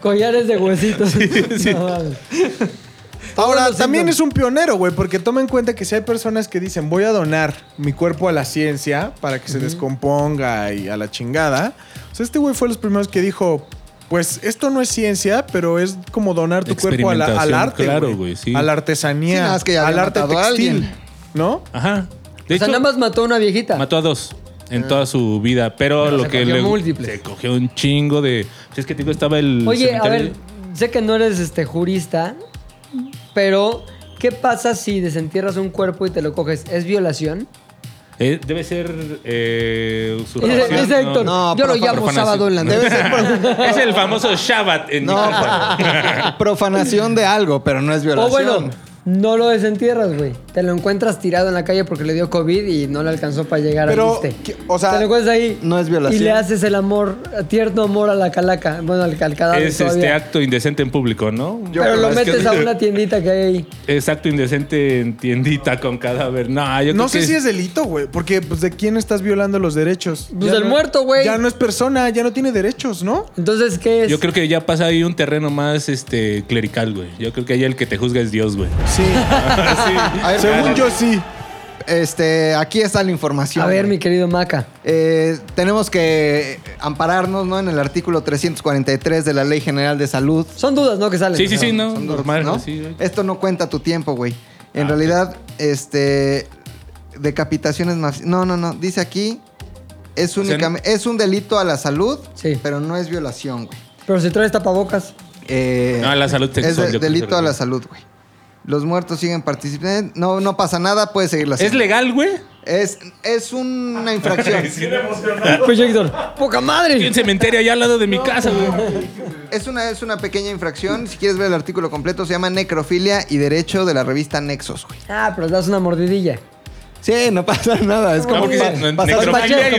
[SPEAKER 6] Collares de huesitos.
[SPEAKER 4] sí.
[SPEAKER 6] No mames.
[SPEAKER 5] Ahora,
[SPEAKER 6] Todos los
[SPEAKER 5] Pues también
[SPEAKER 6] síntomas.
[SPEAKER 5] es un pionero, güey, porque toma en cuenta que si hay personas que dicen, voy a donar mi cuerpo a la ciencia para que se descomponga y a la chingada. O sea, este güey fue los primeros que dijo, pues esto no es ciencia, pero es como donar tu cuerpo a la- al
[SPEAKER 4] Experimentación,
[SPEAKER 5] arte.
[SPEAKER 4] claro,
[SPEAKER 5] güey,
[SPEAKER 4] güey, sí.
[SPEAKER 5] A la
[SPEAKER 3] Sí, nada
[SPEAKER 5] artesanía,
[SPEAKER 3] más que ya
[SPEAKER 5] al
[SPEAKER 3] había
[SPEAKER 5] arte
[SPEAKER 3] matado a
[SPEAKER 5] textil.
[SPEAKER 3] alguien.
[SPEAKER 5] ¿no?
[SPEAKER 4] Ajá. De
[SPEAKER 6] o sea,
[SPEAKER 4] hecho,
[SPEAKER 6] nada más mató a una viejita.
[SPEAKER 4] mató a dos en toda su vida, pero,
[SPEAKER 6] Pero
[SPEAKER 4] lo
[SPEAKER 6] se
[SPEAKER 4] que
[SPEAKER 6] cogió
[SPEAKER 4] le
[SPEAKER 6] múltiples.
[SPEAKER 4] se cogió un chingo de. Si es que te digo, estaba el.
[SPEAKER 6] Oye, a
[SPEAKER 4] cementerio-
[SPEAKER 6] ver, sé que no eres este jurista, pero ¿qué pasa si desentierras un cuerpo y te lo coges? ¿Es violación?
[SPEAKER 4] Eh, debe ser eh,
[SPEAKER 6] Dice,
[SPEAKER 4] usurpación.
[SPEAKER 6] dice Héctor,
[SPEAKER 3] No,
[SPEAKER 6] yo lo
[SPEAKER 3] profanación.
[SPEAKER 6] llamo sábado en la noche.
[SPEAKER 3] Debe ser
[SPEAKER 6] <laughs>
[SPEAKER 3] por-
[SPEAKER 4] Es el famoso Shabbat en
[SPEAKER 3] No,
[SPEAKER 4] Nicaragua.
[SPEAKER 3] <laughs>
[SPEAKER 4] <laughs>
[SPEAKER 3] profanación de algo, pero no es
[SPEAKER 6] O
[SPEAKER 3] violación.
[SPEAKER 6] bueno, no lo desentierras, güey. Te lo encuentras tirado en la calle porque le dio COVID y no le alcanzó para llegar
[SPEAKER 3] Pero,
[SPEAKER 6] al
[SPEAKER 3] ¿qué-
[SPEAKER 6] este.
[SPEAKER 3] o sea,
[SPEAKER 6] te lo encuentras ahí.
[SPEAKER 3] no es violación.
[SPEAKER 6] Y le haces el amor, tierno amor a la calaca. Bueno, al, al cadáver
[SPEAKER 4] Es este
[SPEAKER 6] todavía.
[SPEAKER 4] acto indecente en público, ¿no?
[SPEAKER 6] Pero lo metes a una tiendita que hay ahí.
[SPEAKER 4] Es acto indecente en tiendita con cadáver. No, yo creo
[SPEAKER 5] No sé
[SPEAKER 4] que-
[SPEAKER 5] si es delito, güey, porque pues, ¿de quién estás violando los derechos?
[SPEAKER 6] Pues
[SPEAKER 5] Ya
[SPEAKER 6] del
[SPEAKER 5] no-
[SPEAKER 6] muerto, güey.
[SPEAKER 5] Ya no es persona, ya no tiene derechos, ¿no?
[SPEAKER 6] Entonces, ¿qué es?
[SPEAKER 4] Yo creo que ya pasa ahí un terreno más este clerical, güey. Yo creo que ahí el que te juzga es Dios, güey. <laughs>
[SPEAKER 5] Sí.
[SPEAKER 3] A
[SPEAKER 5] <laughs>
[SPEAKER 3] ver,
[SPEAKER 5] Según yo sí.
[SPEAKER 3] Este, aquí está la información.
[SPEAKER 6] A ver, mi querido Maca.
[SPEAKER 3] Eh, tenemos que ampararnos ¿no? en el artículo 343 de la Ley General de Salud.
[SPEAKER 6] Son dudas, ¿no? Que salen.
[SPEAKER 4] Sí, sí, sí, no,
[SPEAKER 3] Son dudas,
[SPEAKER 4] normal,
[SPEAKER 3] ¿no?
[SPEAKER 4] sí, güey. Ah,
[SPEAKER 3] Esto no cuenta tu tiempo, güey. En realidad, este. Decapitaciones más. No, no, no. Dice aquí. Es,
[SPEAKER 4] sea,
[SPEAKER 3] únicamente, es un delito a la salud,
[SPEAKER 6] Sí.
[SPEAKER 3] pero no es violación, güey.
[SPEAKER 6] Pero si traes tapabocas. <laughs>
[SPEAKER 3] Eh,
[SPEAKER 4] No, a Ah, la salud
[SPEAKER 3] Es
[SPEAKER 4] sexual,
[SPEAKER 3] de-
[SPEAKER 4] yo creo que
[SPEAKER 3] delito
[SPEAKER 4] se
[SPEAKER 3] a la
[SPEAKER 4] refiere.
[SPEAKER 3] salud, güey. Los muertos siguen participando. eh, No, no pasa nada, puedes seguir la
[SPEAKER 4] ¿Es legal, güey?
[SPEAKER 3] Es, es una infracción.
[SPEAKER 4] <laughs>
[SPEAKER 6] Proyector. Pues, ¡Poca
[SPEAKER 4] Hay
[SPEAKER 6] madre!
[SPEAKER 4] un cementerio allá al lado de mi casa, güey.
[SPEAKER 3] Es una, es una pequeña infracción. Si quieres ver el artículo completo, se llama Necrofilia y Derecho de la revista Nexos, güey.
[SPEAKER 6] Ah, pero das una mordidilla.
[SPEAKER 4] Eh,
[SPEAKER 3] Sí, no pasa nada. Es como
[SPEAKER 4] No, Ah, porque
[SPEAKER 3] pa-
[SPEAKER 4] si-
[SPEAKER 3] pasar-
[SPEAKER 4] necrofilia y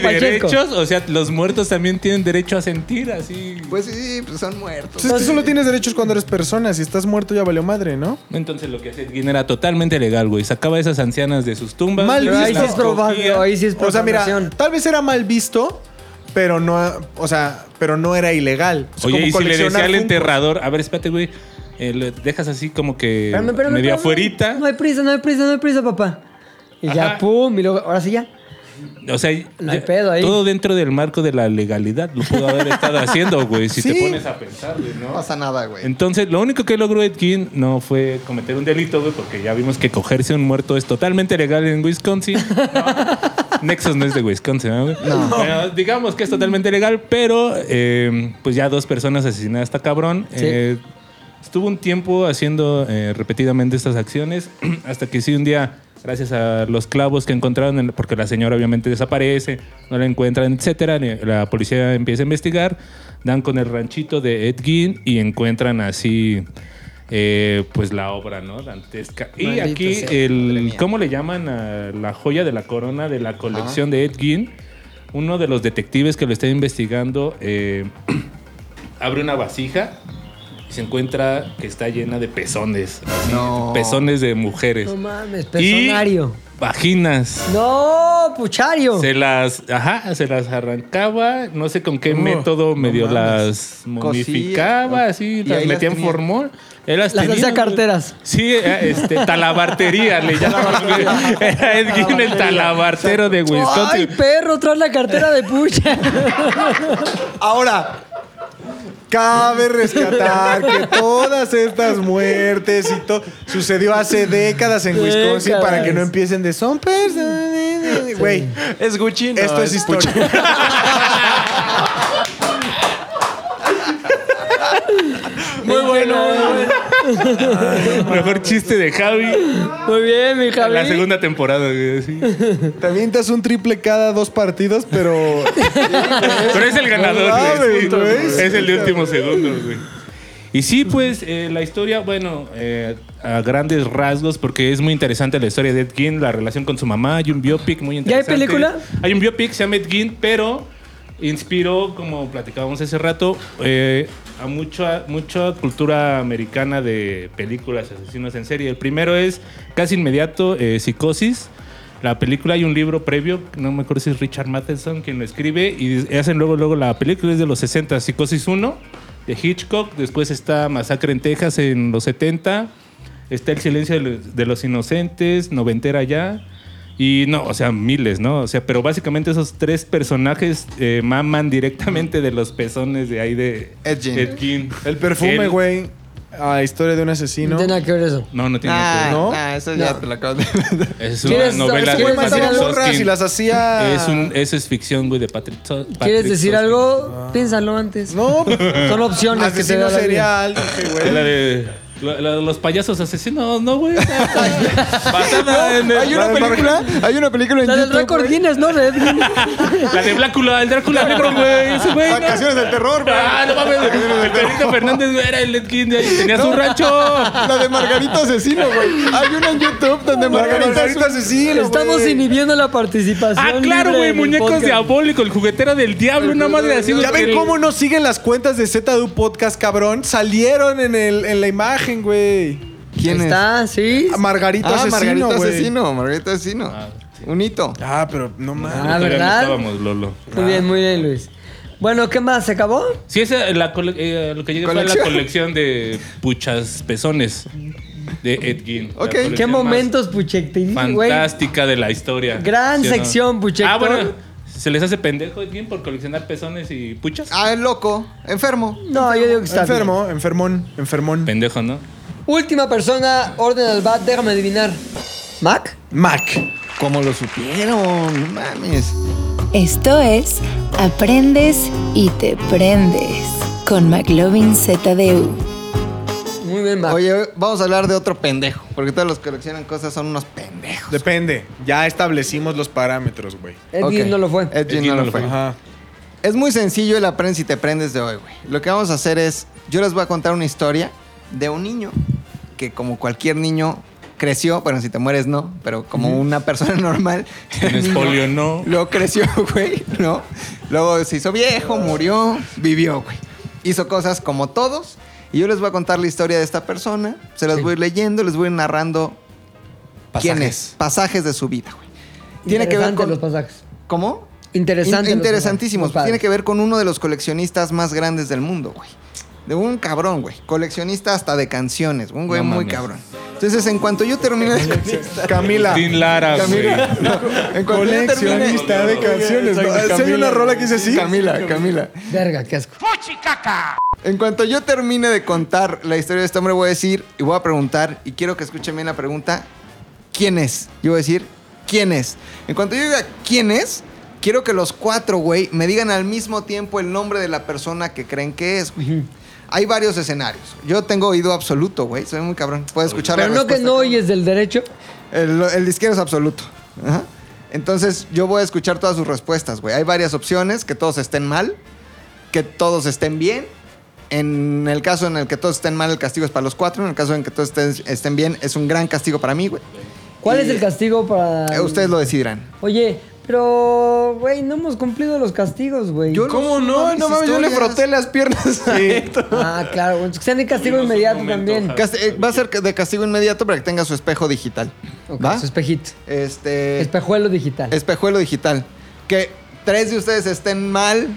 [SPEAKER 6] Pacheco, Pacheco.
[SPEAKER 4] derechos, o sea, los muertos también tienen derecho a sentir, así.
[SPEAKER 3] Pues sí, pues son muertos.
[SPEAKER 5] Entonces tú solo tienes derechos cuando eres persona. Si estás muerto ya valió madre, ¿no?
[SPEAKER 4] Entonces lo que hacía Edwin era totalmente legal, güey. Sacaba a esas ancianas de sus tumbas.
[SPEAKER 5] Mal
[SPEAKER 4] güey,
[SPEAKER 6] Pero ahí
[SPEAKER 5] visto.
[SPEAKER 6] sí
[SPEAKER 4] las
[SPEAKER 6] es probable.
[SPEAKER 4] cogía.
[SPEAKER 6] Ahí sí es
[SPEAKER 5] O sea, mira,
[SPEAKER 6] profanación.
[SPEAKER 5] tal vez era mal visto, pero no, o sea, pero no era ilegal. Es
[SPEAKER 4] Oye,
[SPEAKER 5] como
[SPEAKER 4] y si le decía
[SPEAKER 5] coleccionar
[SPEAKER 4] al
[SPEAKER 5] Funkos.
[SPEAKER 4] enterrador, a ver, espérate, güey. eh, lo dejas así como que
[SPEAKER 6] Espérame, espérame,
[SPEAKER 4] medio
[SPEAKER 6] espérame.
[SPEAKER 4] afuerita.
[SPEAKER 6] No hay prisa, no hay prisa, no hay prisa, papá. Y ya,
[SPEAKER 4] Ajá.
[SPEAKER 6] pum, y luego, ahora sí ya.
[SPEAKER 4] O sea,
[SPEAKER 6] No hay
[SPEAKER 4] ya-
[SPEAKER 6] pedo ahí.
[SPEAKER 4] todo dentro del marco de la legalidad lo pudo haber estado haciendo, güey, si te
[SPEAKER 5] Sí.
[SPEAKER 4] pones a pensar, güey,
[SPEAKER 3] No
[SPEAKER 4] ¿no?
[SPEAKER 3] pasa nada, güey.
[SPEAKER 4] Entonces, lo único que logró Edkin no fue cometer un delito, güey, porque ya vimos que cogerse un muerto es totalmente legal en Wisconsin. No. Nexus no es de Wisconsin, ¿no? güey? Bueno, digamos que es totalmente legal, pero eh, pues ya dos personas asesinadas está cabrón.
[SPEAKER 6] Sí.
[SPEAKER 4] Eh, estuvo un tiempo haciendo eh, repetidamente estas acciones <clears throat> hasta que sí un día gracias a los clavos que encontraron en- porque la señora obviamente desaparece no la encuentran etcétera le- la policía empieza a investigar dan con el ranchito de Ed Gein y encuentran así eh, pues la obra no dantesca y
[SPEAKER 6] Maldita
[SPEAKER 4] aquí
[SPEAKER 6] sea,
[SPEAKER 3] madre
[SPEAKER 4] el
[SPEAKER 3] mía.
[SPEAKER 4] cómo le llaman a la joya de la corona de la colección de Ed Gein uno de los detectives que lo está investigando eh, abre una vasija y se encuentra que está llena de pezones. así,
[SPEAKER 3] No.
[SPEAKER 4] Pezones de mujeres.
[SPEAKER 6] No mames,
[SPEAKER 4] Y
[SPEAKER 6] personario.
[SPEAKER 4] vaginas.
[SPEAKER 6] No, puchario.
[SPEAKER 4] Se las, ajá, se las arrancaba, no sé con qué método medio las momificaba,
[SPEAKER 3] Cosía.
[SPEAKER 4] así,
[SPEAKER 3] Y
[SPEAKER 4] las
[SPEAKER 3] ahí las
[SPEAKER 4] metía en
[SPEAKER 3] tenía.
[SPEAKER 4] formol. Él las
[SPEAKER 6] Las
[SPEAKER 4] tenía,
[SPEAKER 6] hacía
[SPEAKER 4] güey.
[SPEAKER 6] carteras.
[SPEAKER 4] Sí, eh,
[SPEAKER 6] <laughs>
[SPEAKER 4] este, talabartería le llamaban. güey. <laughs> Era Ed Gein, el talabartero de
[SPEAKER 6] Ay,
[SPEAKER 4] Wisconsin.
[SPEAKER 6] perro, traes la cartera
[SPEAKER 4] <laughs>
[SPEAKER 6] de pucha.
[SPEAKER 5] Ahora, cabe rescatar
[SPEAKER 6] <laughs>
[SPEAKER 5] que todas estas muertes y todo sucedió hace décadas en Wisconsin
[SPEAKER 6] Décadas.
[SPEAKER 5] para que no empiecen de son personas. Güey,
[SPEAKER 11] Es Gucci. no,
[SPEAKER 5] esto es historia.
[SPEAKER 6] Muy bueno.
[SPEAKER 4] Mejor chiste de Javi.
[SPEAKER 6] Muy bien, mi Javi.
[SPEAKER 4] La segunda temporada, güey, sí.
[SPEAKER 5] Te avientas un triple cada dos partidos, pero
[SPEAKER 4] <laughs> Pero es el
[SPEAKER 5] No
[SPEAKER 4] ganador,
[SPEAKER 5] mames,
[SPEAKER 4] güey. Sí,
[SPEAKER 5] güey.
[SPEAKER 4] Es el de último segundo, güey. Y sí, pues eh, la historia, bueno, eh, a grandes rasgos, porque es muy interesante la historia de Ed Gein, la relación con su mamá. Hay un biopic muy
[SPEAKER 6] hay
[SPEAKER 4] interesante.
[SPEAKER 6] película?
[SPEAKER 4] Hay un biopic, se llama Ed Gein, pero inspiró, como platicábamos hace rato, eh, a mucha, mucha cultura americana de películas asesinos en serie. El primero es casi inmediato, eh, Psicosis. La película hay un libro previo, no me acuerdo si es Richard Matheson quien lo escribe, y hacen luego, luego la película, es de los 60, Psicosis 1, de Hitchcock, después está Masacre en Texas en los 70, está El Silencio de los- de los Inocentes, noventera ya, y no, o sea, miles, ¿no? O sea, pero básicamente esos tres personajes eh, maman directamente de los pezones de ahí de
[SPEAKER 3] Ed Gein.
[SPEAKER 4] Gein.
[SPEAKER 5] el perfume,
[SPEAKER 4] Él-
[SPEAKER 5] güey, a historia de un asesino.
[SPEAKER 6] No tiene nada que ver eso.
[SPEAKER 4] No, no tiene
[SPEAKER 3] Ah,
[SPEAKER 4] nada
[SPEAKER 5] ¿no?
[SPEAKER 3] ah, eso ya te lo acabo de
[SPEAKER 4] que ver. Es
[SPEAKER 6] ¿Quieres-
[SPEAKER 4] una novela de
[SPEAKER 6] ¿quieres matar
[SPEAKER 4] Patrick
[SPEAKER 6] a morras
[SPEAKER 4] Susskind.
[SPEAKER 5] y las hacía-
[SPEAKER 4] Es un, eso es ficción, güey, de Patrick, So-
[SPEAKER 6] ¿Quieres
[SPEAKER 4] Patrick
[SPEAKER 6] decir
[SPEAKER 4] Susskind.
[SPEAKER 6] algo? Piénsalo antes.
[SPEAKER 5] No, pues,
[SPEAKER 6] Son opciones que te
[SPEAKER 5] asesino
[SPEAKER 6] da la vida.
[SPEAKER 5] serial, güey.
[SPEAKER 4] Es la de Lo- lo- los payasos asesinos, no, güey. Basada en el-
[SPEAKER 3] Hay una película, hay una película en
[SPEAKER 6] La del
[SPEAKER 3] YouTube,
[SPEAKER 6] récord
[SPEAKER 3] güey.
[SPEAKER 6] Guinness, ¿no? Red
[SPEAKER 4] La de Blácula, el Drácula negro, güey. Ese güey. ¿no?
[SPEAKER 3] Vacaciones del terror, güey.
[SPEAKER 4] Ah, no mames. El Perito Fernández güey, era el Ed King de ahí. Tenía su
[SPEAKER 3] No.
[SPEAKER 4] rancho. Ah,
[SPEAKER 3] La de Margarito Asesino, güey. Hay una en YouTube donde Margarito,
[SPEAKER 5] Margarito
[SPEAKER 3] es un-
[SPEAKER 5] Asesino,
[SPEAKER 6] Estamos inhibiendo la participación.
[SPEAKER 4] Ah, claro,
[SPEAKER 6] libre
[SPEAKER 4] güey.
[SPEAKER 6] en el
[SPEAKER 4] Muñecos
[SPEAKER 6] podcast.
[SPEAKER 4] diabólicos. El juguetero del diablo. Una madre así.
[SPEAKER 5] Ya
[SPEAKER 4] güey,
[SPEAKER 5] ven
[SPEAKER 4] que-
[SPEAKER 5] cómo nos siguen las cuentas de ZDU Podcast, cabrón. Salieron en, el, en la imagen, güey.
[SPEAKER 3] ¿Quién
[SPEAKER 6] Ahí
[SPEAKER 3] es?
[SPEAKER 6] Está, sí.
[SPEAKER 5] A Margarito
[SPEAKER 3] Ah,
[SPEAKER 5] Asesino,
[SPEAKER 3] Margarito
[SPEAKER 5] güey.
[SPEAKER 3] Asesino, Margarito Asesino. Un hito.
[SPEAKER 5] Ah, pero no mames.
[SPEAKER 6] Ah,
[SPEAKER 4] Todavía no
[SPEAKER 6] ¿verdad?
[SPEAKER 4] estábamos, Lolo.
[SPEAKER 6] Muy bien, muy bien, Luis. Bueno, ¿qué más? ¿Se acabó?
[SPEAKER 4] Sí, esa, la cole- eh, lo que llegué fue la
[SPEAKER 3] ¿Colección?
[SPEAKER 4] colección de puchas pezones de Ed Gein. La
[SPEAKER 3] Ok. ¿Qué
[SPEAKER 6] ¿Qué
[SPEAKER 4] colección más
[SPEAKER 6] momentos, Puchectín, güey?
[SPEAKER 4] Fantástica de la historia.
[SPEAKER 6] Gran
[SPEAKER 4] ¿Sí o no?
[SPEAKER 6] sección, Puchectón.
[SPEAKER 4] Ah, bueno. Se les hace pendejo Ed Gein por coleccionar pezones y puchas.
[SPEAKER 3] Ah, el loco. Enfermo.
[SPEAKER 6] No, yo digo que está bien.
[SPEAKER 5] Enfermo, enfermón, enfermón.
[SPEAKER 4] Pendejo, ¿no?
[SPEAKER 6] Última persona, orden al bat, déjame adivinar. ¿Mac?
[SPEAKER 5] Mac.
[SPEAKER 3] Como lo supieron, no mames.
[SPEAKER 18] Esto es Aprendes y te prendes con McLovin ZDU.
[SPEAKER 6] Muy bien, Mac.
[SPEAKER 3] Oye, vamos a hablar de otro pendejo. Porque todos los que coleccionan cosas son unos pendejos.
[SPEAKER 5] Depende. Ya establecimos los parámetros, güey.
[SPEAKER 6] Edwin
[SPEAKER 3] Ok. Eh,
[SPEAKER 6] no lo fue.
[SPEAKER 3] Edwin
[SPEAKER 4] Edwin
[SPEAKER 3] no, lo fue.
[SPEAKER 5] Ajá.
[SPEAKER 3] Es muy sencillo el aprende si te prendes de hoy, güey. Lo que vamos a hacer es, yo les voy a contar una historia de un niño que como cualquier niño creció, bueno, si te mueres no, pero como una persona <laughs> normal.
[SPEAKER 4] Tienes
[SPEAKER 3] niño,
[SPEAKER 4] polio, no.
[SPEAKER 3] Luego creció, <laughs> güey, ¿no? Luego se hizo viejo, murió, vivió, güey. Hizo cosas como todos. Y yo les voy a contar la historia de esta persona. Se las voy a ir leyendo, les voy a ir narrando quién es, pasajes de su vida, güey. Tiene que ver
[SPEAKER 6] Interesante
[SPEAKER 3] con...
[SPEAKER 6] los pasajes.
[SPEAKER 3] ¿Cómo?
[SPEAKER 6] Interesante.
[SPEAKER 3] In-
[SPEAKER 6] los
[SPEAKER 3] interesantísimos.
[SPEAKER 6] pasajes. Muy
[SPEAKER 3] Tiene que
[SPEAKER 6] padre.
[SPEAKER 3] ver con uno de los coleccionistas más grandes del mundo, güey. De un cabrón, güey. Coleccionista hasta de canciones. Un güey
[SPEAKER 4] No
[SPEAKER 3] muy
[SPEAKER 4] mames.
[SPEAKER 3] cabrón. Entonces, en cuanto yo termine de...
[SPEAKER 5] Camila.
[SPEAKER 4] Sin Lara, güey.
[SPEAKER 3] Camila. no, en cuanto yo termine...
[SPEAKER 5] Coleccionista de canciones. ¿no?
[SPEAKER 3] Exacto,
[SPEAKER 5] ¿Sí hay
[SPEAKER 3] Camila.
[SPEAKER 5] una rola que dice así?
[SPEAKER 3] Camila, Camila.
[SPEAKER 6] Verga, qué asco.
[SPEAKER 3] En cuanto yo termine de contar la historia de este hombre, voy a decir y voy a preguntar, y quiero que escuchen bien la pregunta, ¿quién es? Yo voy a decir, ¿quién es? En cuanto yo diga, ¿quién es? Quiero que los cuatro, güey, me digan al mismo tiempo el nombre de la persona que creen que es, güey. Hay varios escenarios. Yo tengo oído absoluto, güey. Soy muy cabrón. Puedo escuchar la
[SPEAKER 6] Pero no que
[SPEAKER 3] respuesta
[SPEAKER 6] no
[SPEAKER 3] cada uno.
[SPEAKER 6] oyes del derecho.
[SPEAKER 3] El, el disquero es absoluto. Ajá. Entonces, yo voy a escuchar todas sus respuestas, güey. Hay varias opciones, que todos estén mal, que todos estén bien. En el caso en el que todos estén mal, el castigo es para los cuatro. En el caso en que todos estén, estén bien, es un gran castigo para mí, güey.
[SPEAKER 6] ¿Cuál es el castigo para...?
[SPEAKER 3] Eh, Ustedes lo decidirán.
[SPEAKER 6] Oye, pero, güey, no hemos cumplido los castigos, güey.
[SPEAKER 3] ¿Cómo no?
[SPEAKER 5] No mames, yo le froté
[SPEAKER 3] las piernas.
[SPEAKER 6] Ah, claro. güey. Es que sea de castigo inmediato también.
[SPEAKER 3] eh, va a ser de castigo inmediato para que tenga su espejo digital.
[SPEAKER 6] Ok,
[SPEAKER 3] ¿Va?
[SPEAKER 6] Su espejito.
[SPEAKER 3] Este...
[SPEAKER 6] Espejuelo digital.
[SPEAKER 3] Espejuelo digital. Que tres de ustedes estén mal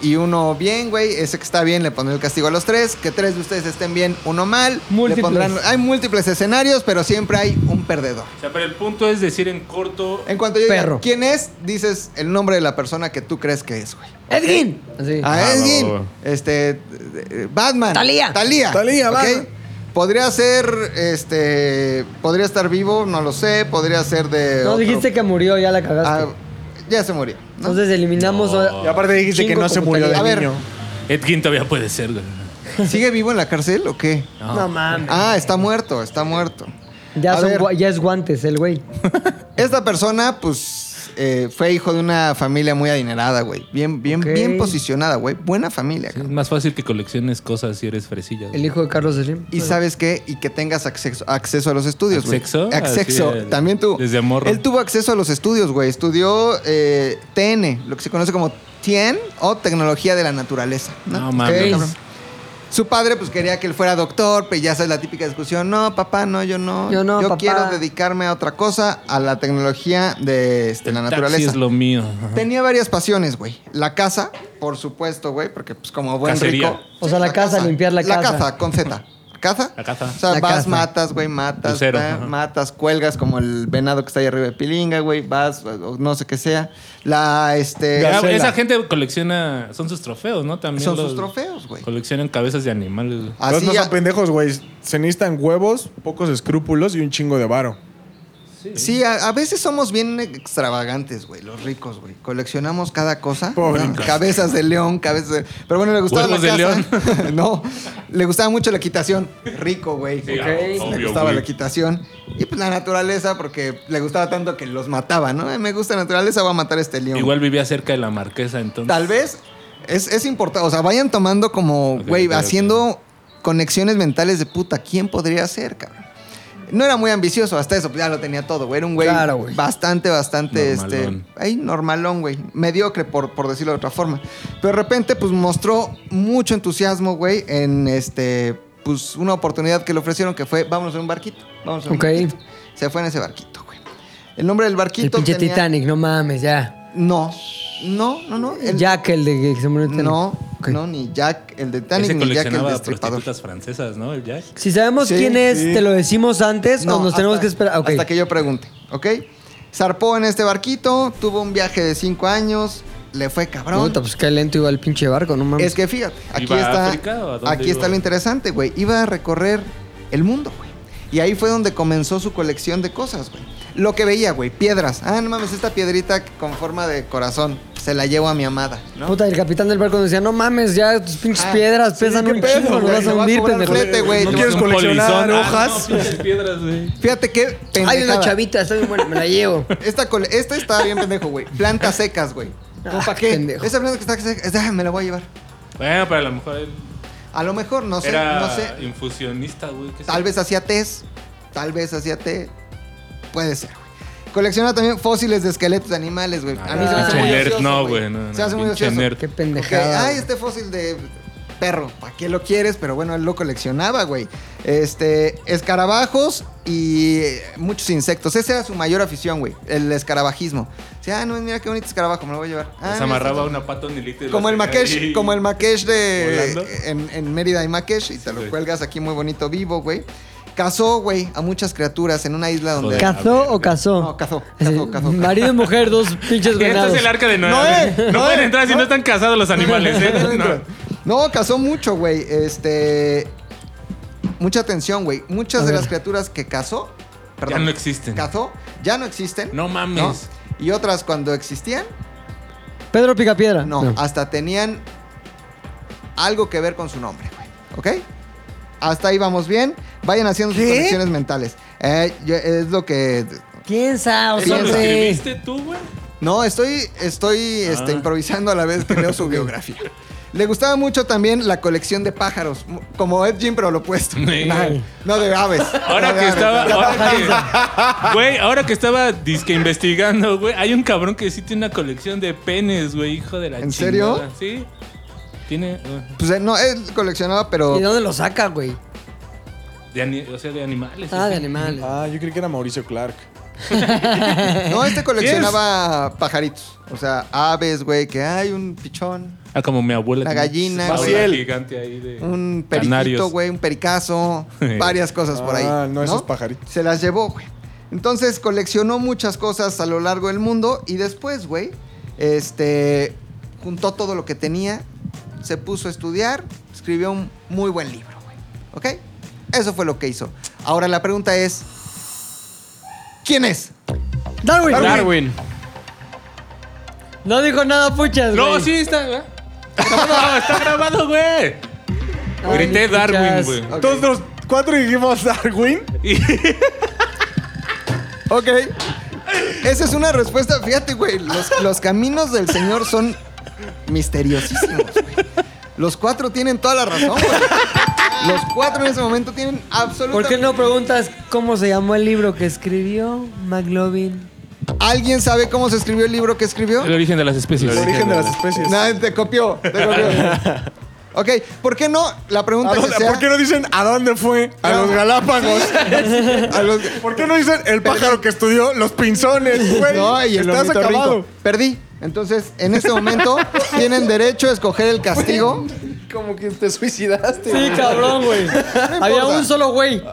[SPEAKER 3] y uno bien, güey. Ese que está bien le pondré el castigo a los tres. Que tres de ustedes estén bien, uno mal. le
[SPEAKER 6] Múltiples.
[SPEAKER 3] pondrán- hay múltiples escenarios, pero siempre hay un perdedor.
[SPEAKER 4] O sea, pero el punto es decir en corto.
[SPEAKER 3] En cuanto yo diga
[SPEAKER 6] Perro.
[SPEAKER 3] quién es, dices el nombre de la persona que tú crees que es, güey.
[SPEAKER 6] Edwin.
[SPEAKER 3] eh,
[SPEAKER 6] Así.
[SPEAKER 3] A
[SPEAKER 4] Ah,
[SPEAKER 3] Edwin,
[SPEAKER 4] va, va, va.
[SPEAKER 3] este, eh, eh, Batman.
[SPEAKER 6] Thalía.
[SPEAKER 3] Talía.
[SPEAKER 5] Thalía, Batman.
[SPEAKER 3] Podría ser, este, podría estar vivo, no lo sé. Podría ser de.
[SPEAKER 6] No
[SPEAKER 3] eh, otro-
[SPEAKER 6] dijiste que murió, ya la
[SPEAKER 3] Ah,
[SPEAKER 6] cagaste.
[SPEAKER 3] ya se murió. ¿no?
[SPEAKER 6] Entonces eliminamos.
[SPEAKER 5] Y aparte dijiste que
[SPEAKER 6] Chingo
[SPEAKER 5] no se
[SPEAKER 6] como
[SPEAKER 5] murió de
[SPEAKER 6] Talía.
[SPEAKER 3] A ver.
[SPEAKER 5] niño.
[SPEAKER 4] Ed Gein todavía puede ser, güey.
[SPEAKER 3] ¿Sigue vivo en la cárcel o qué?
[SPEAKER 6] No, mames.
[SPEAKER 3] Ah, está muerto, está muerto.
[SPEAKER 6] ya,
[SPEAKER 3] a
[SPEAKER 6] son
[SPEAKER 3] ver.
[SPEAKER 6] gua- ya es guantes el güey.
[SPEAKER 3] Esta persona, pues, eh, fue hijo de una familia muy adinerada, güey. Bien, bien,
[SPEAKER 6] Ok.
[SPEAKER 3] bien posicionada, güey. Buena familia,
[SPEAKER 4] Es
[SPEAKER 3] cabrón.
[SPEAKER 4] más fácil que colecciones cosas si eres fresilla. güey.
[SPEAKER 6] El hijo de Carlos Slim.
[SPEAKER 3] Y sabes qué, y que tengas acceso, acceso a los estudios, güey.
[SPEAKER 4] ¿Acceso?
[SPEAKER 3] Acceso.
[SPEAKER 4] Así es.
[SPEAKER 3] También tú.
[SPEAKER 4] Desde morro.
[SPEAKER 3] Él tuvo acceso a los estudios, güey. Estudió eh, TN, lo que se conoce como TN o Tecnología de la Naturaleza. No,
[SPEAKER 4] No mames.
[SPEAKER 3] Ok, cabrón. Su padre, pues, quería que él fuera doctor, pero ya sabes la típica discusión. No, papá, no, yo no.
[SPEAKER 6] Yo no, papá.
[SPEAKER 3] quiero dedicarme a otra cosa, a la tecnología de este, la
[SPEAKER 4] El taxi
[SPEAKER 3] naturaleza.
[SPEAKER 4] es lo mío. Ajá.
[SPEAKER 3] Tenía varias pasiones, güey. La casa, por supuesto, güey, porque pues como buen
[SPEAKER 4] Cacería.
[SPEAKER 3] rico.
[SPEAKER 6] O sea, la casa, limpiar la
[SPEAKER 3] La
[SPEAKER 6] casa.
[SPEAKER 3] caza, con Z. ¿Caza?
[SPEAKER 4] La caza.
[SPEAKER 3] O sea,
[SPEAKER 6] La
[SPEAKER 3] vas,
[SPEAKER 6] caza.
[SPEAKER 3] matas, güey, matas,
[SPEAKER 4] Lucero,
[SPEAKER 3] eh,
[SPEAKER 4] ajá.
[SPEAKER 3] matas, cuelgas como el venado que está ahí arriba de Pilinga, güey, vas, o no sé qué sea. La, este...
[SPEAKER 4] Ya,
[SPEAKER 5] Gacela.
[SPEAKER 4] Ah, esa gente colecciona. Son sus trofeos, ¿no? También.
[SPEAKER 3] Son
[SPEAKER 4] los-
[SPEAKER 3] sus trofeos, güey. Ah,
[SPEAKER 4] Coleccionan cabezas de animales. güey.
[SPEAKER 5] Entonces
[SPEAKER 3] Así
[SPEAKER 5] no
[SPEAKER 3] ya-
[SPEAKER 5] son pendejos, güey. Se necesitan huevos, pocos escrúpulos y un chingo de varo.
[SPEAKER 3] Sí, a, a veces somos bien extravagantes, güey, los ricos, güey. Coleccionamos cada cosa. <laughs>
[SPEAKER 5] Pobre.
[SPEAKER 3] Cabezas de león, cabezas de... Pero bueno, le gustaba
[SPEAKER 4] Huevos
[SPEAKER 3] la
[SPEAKER 4] de
[SPEAKER 3] casa. <laughs> no, le gustaba mucho la equitación. Rico, güey.
[SPEAKER 11] Sí,
[SPEAKER 3] Ok.
[SPEAKER 11] obvio,
[SPEAKER 3] le gustaba
[SPEAKER 11] güey.
[SPEAKER 3] la equitación. Y pues la naturaleza, porque le gustaba tanto que los mataba, ¿no? "Eh, Me gusta la naturaleza, voy a matar a este león.
[SPEAKER 4] Igual vivía cerca de la marquesa, entonces.
[SPEAKER 3] Tal vez es, es importante. O sea, vayan tomando como, güey,
[SPEAKER 4] ok, ok.
[SPEAKER 3] haciendo conexiones mentales de puta. ¿Quién podría ser, cabrón? No era muy ambicioso hasta eso, pues ya lo tenía todo, güey. Era un güey
[SPEAKER 6] Claro, güey.
[SPEAKER 3] bastante, bastante,
[SPEAKER 6] Normalón.
[SPEAKER 3] este. Ahí, normalón, güey. Mediocre, por, por decirlo de otra forma. Pero de repente, pues mostró mucho entusiasmo, güey, en este. Pues una oportunidad que le ofrecieron que fue: vámonos en un barquito. Vámonos en
[SPEAKER 6] Ok.
[SPEAKER 3] un barquito. Se fue en ese barquito, güey. El nombre del barquito.
[SPEAKER 6] El pinche
[SPEAKER 3] tenía-
[SPEAKER 6] Titanic, no mames, ya.
[SPEAKER 3] No. No, no, no. El-
[SPEAKER 6] Jack, el de que se murió en Titanic.
[SPEAKER 3] No, no, ni Jack el de Titanic,
[SPEAKER 4] Ese
[SPEAKER 3] ni Jack el
[SPEAKER 4] coleccionaba
[SPEAKER 3] destripador.
[SPEAKER 4] prostitutas francesas, ¿no? El Jack.
[SPEAKER 6] Si sabemos
[SPEAKER 3] Sí,
[SPEAKER 6] quién es,
[SPEAKER 3] sí.
[SPEAKER 6] te lo decimos antes o
[SPEAKER 3] No,
[SPEAKER 6] nos tenemos
[SPEAKER 3] hasta-
[SPEAKER 6] que esperar. Ok.
[SPEAKER 3] Hasta que yo pregunte, ¿ok? Zarpó en este barquito, tuvo un viaje de cinco años, le fue cabrón.
[SPEAKER 6] Puta, pues qué lento iba el pinche barco, no mames.
[SPEAKER 3] Es que fíjate, aquí
[SPEAKER 6] ¿Iba a
[SPEAKER 3] está,
[SPEAKER 6] África o a dónde
[SPEAKER 3] aquí está
[SPEAKER 6] iba?
[SPEAKER 3] lo interesante, güey. Iba a recorrer el mundo, güey. Y ahí fue donde comenzó su colección de cosas, güey. Lo que veía, güey, piedras. Ah, no mames, esta piedrita con forma de corazón. Se la llevo a mi amada, ¿no?
[SPEAKER 6] Puta, el capitán del barco nos decía, no mames, ya tus pinches
[SPEAKER 3] Ah,
[SPEAKER 6] piedras
[SPEAKER 3] sí,
[SPEAKER 6] pesan
[SPEAKER 3] ¿qué
[SPEAKER 6] un
[SPEAKER 3] pedo,
[SPEAKER 6] chingo, nos
[SPEAKER 3] güey?
[SPEAKER 6] vas
[SPEAKER 3] Te
[SPEAKER 6] a
[SPEAKER 3] va a
[SPEAKER 6] hundir,
[SPEAKER 3] cobrar
[SPEAKER 6] pendejo.
[SPEAKER 3] flete, güey. No quieres coleccionar hojas.
[SPEAKER 4] Ah, piedras, güey.
[SPEAKER 3] Fíjate qué pendejada.
[SPEAKER 6] Hay una chavita, está bien buena, me
[SPEAKER 3] <laughs>
[SPEAKER 6] la llevo.
[SPEAKER 3] Esta, cole- esta está bien pendejo, güey. Plantas secas, güey. ¿Cómo para qué?
[SPEAKER 6] pendejo.
[SPEAKER 3] Esa planta que está seca, es- ah, me la voy a llevar.
[SPEAKER 4] Bueno, pero a lo mejor él
[SPEAKER 3] A lo mejor, no sé,
[SPEAKER 4] era
[SPEAKER 3] no sé.
[SPEAKER 4] infusionista, güey. ¿qué
[SPEAKER 3] Tal
[SPEAKER 4] sé?
[SPEAKER 3] vez hacía tés. Tal vez hacía té. Puede ser, güey. Colecciona también fósiles de esqueletos de animales, güey. A mí se me hace
[SPEAKER 4] Pinche
[SPEAKER 3] muy
[SPEAKER 4] nerd,
[SPEAKER 3] ocioso,
[SPEAKER 4] Ah, No,
[SPEAKER 3] güey.
[SPEAKER 4] güey. No,
[SPEAKER 3] Se hace muy
[SPEAKER 4] pinche
[SPEAKER 3] ocioso.
[SPEAKER 4] nerd.
[SPEAKER 6] Qué
[SPEAKER 3] Ok,
[SPEAKER 6] pendejada.
[SPEAKER 3] ay, este fósil de perro, ¿para qué lo quieres? Pero bueno, él lo coleccionaba, güey. Este, escarabajos y eh, muchos insectos. Esa era su mayor afición, güey, el escarabajismo. O sea, ah, no, mira qué bonito escarabajo, me lo voy a llevar. Ah,
[SPEAKER 4] Se
[SPEAKER 3] mira,
[SPEAKER 4] amarraba
[SPEAKER 3] está-
[SPEAKER 4] una pata nilita.
[SPEAKER 3] Como el
[SPEAKER 4] <laughs>
[SPEAKER 3] Makesh, como el Makesh
[SPEAKER 4] ¿Volando?
[SPEAKER 3] de en, en Mérida y Makesh, y te lo cuelgas aquí muy bonito vivo, güey. Cazó, güey, a muchas criaturas en una isla donde.
[SPEAKER 6] ¿Cazó o cazó? Eh,
[SPEAKER 3] No, cazó, cazó,
[SPEAKER 6] <laughs>
[SPEAKER 3] cazó. Este
[SPEAKER 6] Marido y
[SPEAKER 3] <laughs>
[SPEAKER 6] mujer, dos pinches
[SPEAKER 4] Esto
[SPEAKER 6] venados.
[SPEAKER 4] Este es el arca de Noé.
[SPEAKER 3] Noé, Noé,
[SPEAKER 4] No, pueden entrar si no están casados los
[SPEAKER 3] <laughs>
[SPEAKER 4] animales, ¿eh? No.
[SPEAKER 3] No, cazó mucho, güey. Este. Mucha atención, güey. Muchas
[SPEAKER 4] A
[SPEAKER 3] de
[SPEAKER 4] ver.
[SPEAKER 3] las criaturas que cazó. Perdón.
[SPEAKER 4] no existen.
[SPEAKER 3] Cazó, ya no existen.
[SPEAKER 4] No mames.
[SPEAKER 3] Y otras cuando existían,
[SPEAKER 6] Pedro Picapiedra.
[SPEAKER 3] no, hasta tenían algo que ver con su nombre, güey. ¿Ok? Hasta ahí vamos bien. Vayan haciendo sus
[SPEAKER 6] ¿Qué?
[SPEAKER 3] conexiones mentales. Eh, yo- es lo que.
[SPEAKER 6] Piensa, o
[SPEAKER 3] ¿Eso
[SPEAKER 6] sea,
[SPEAKER 3] lo
[SPEAKER 6] güey.
[SPEAKER 4] ¿Viste tú, güey?
[SPEAKER 3] No, estoy, estoy
[SPEAKER 4] Ah.
[SPEAKER 3] este, improvisando a la vez que
[SPEAKER 4] <laughs>
[SPEAKER 3] leo su biografía. Le gustaba mucho también la colección de pájaros, mu- como Ed Jim, pero lo opuesto. <laughs>
[SPEAKER 4] Sí.
[SPEAKER 3] No, no de aves.
[SPEAKER 4] Ahora
[SPEAKER 3] no de
[SPEAKER 4] que
[SPEAKER 3] aves.
[SPEAKER 4] estaba. Ahora que, güey, ahora que estaba disque investigando, güey. Hay un cabrón que sí tiene una colección de penes, güey, hijo de la
[SPEAKER 3] ¿En serio?
[SPEAKER 4] chingada. Sí. Tiene. uh,
[SPEAKER 3] Pues eh, no, él coleccionaba, pero.
[SPEAKER 6] ¿Y dónde lo saca, güey?
[SPEAKER 4] de ani- o sea, de animales.
[SPEAKER 6] Ah, de animales.
[SPEAKER 5] Ah, yo creí que era Mauricio Clark.
[SPEAKER 3] No, este coleccionaba pajaritos. O sea, aves, güey, que hay un pichón,
[SPEAKER 4] Ah, como mi abuela.
[SPEAKER 3] Una
[SPEAKER 4] tenía
[SPEAKER 3] gallina,
[SPEAKER 4] una
[SPEAKER 3] güey.
[SPEAKER 4] bola gigante ahí de.
[SPEAKER 3] un periquito,
[SPEAKER 4] canarios.
[SPEAKER 3] güey, un pericazo,
[SPEAKER 4] Sí.
[SPEAKER 3] varias cosas por ahí.
[SPEAKER 5] Ah, no, esos pajaritos.
[SPEAKER 3] Se las llevó, güey. Entonces coleccionó muchas cosas a lo largo del mundo y después, güey, este, juntó todo lo que tenía, se puso a estudiar, escribió un muy buen libro, güey. ¿Ok? Eso fue lo que hizo. Ahora la pregunta es, ¿quién es?
[SPEAKER 6] Darwin.
[SPEAKER 11] Darwin.
[SPEAKER 6] No dijo nada, puchas,
[SPEAKER 4] No,
[SPEAKER 6] güey.
[SPEAKER 4] sí, está. güey. No, está grabado, güey.
[SPEAKER 6] Ay,
[SPEAKER 4] Grité
[SPEAKER 6] Ah, puchas.
[SPEAKER 4] Darwin, güey.
[SPEAKER 5] Todos los cuatro dijimos Darwin.
[SPEAKER 3] Ok. Esa es una respuesta. Fíjate, güey. Los, los caminos del Señor son misteriosísimos, güey. Los cuatro tienen toda la razón, güey. Los cuatro en ese momento tienen
[SPEAKER 6] ¿Por qué
[SPEAKER 3] absolutamente.
[SPEAKER 6] no preguntas cómo se llamó el libro que escribió McLovin?
[SPEAKER 3] ¿Alguien sabe cómo se escribió el libro que escribió?
[SPEAKER 4] <laughs> El origen de las especies.
[SPEAKER 5] El origen de las especies.
[SPEAKER 3] Nadie te copió. Te copió. Ok, ¿por qué no? La pregunta
[SPEAKER 5] ¿A
[SPEAKER 3] que
[SPEAKER 5] dónde-
[SPEAKER 3] sea.
[SPEAKER 5] ¿Por qué Ah, no dicen a dónde fue? A
[SPEAKER 3] No.
[SPEAKER 5] los Galápagos.
[SPEAKER 3] a los-
[SPEAKER 5] ¿Por qué no dicen el pájaro que estudió los pinzones? Güey,
[SPEAKER 3] No, y el
[SPEAKER 5] estás
[SPEAKER 3] ornitorrinco.
[SPEAKER 5] acabado.
[SPEAKER 3] Perdí. Entonces, en este momento tienen derecho a escoger el castigo.
[SPEAKER 8] Como que te suicidaste.
[SPEAKER 6] Sí, cabrón, güey. Había
[SPEAKER 3] importa.
[SPEAKER 6] un solo güey.
[SPEAKER 4] No,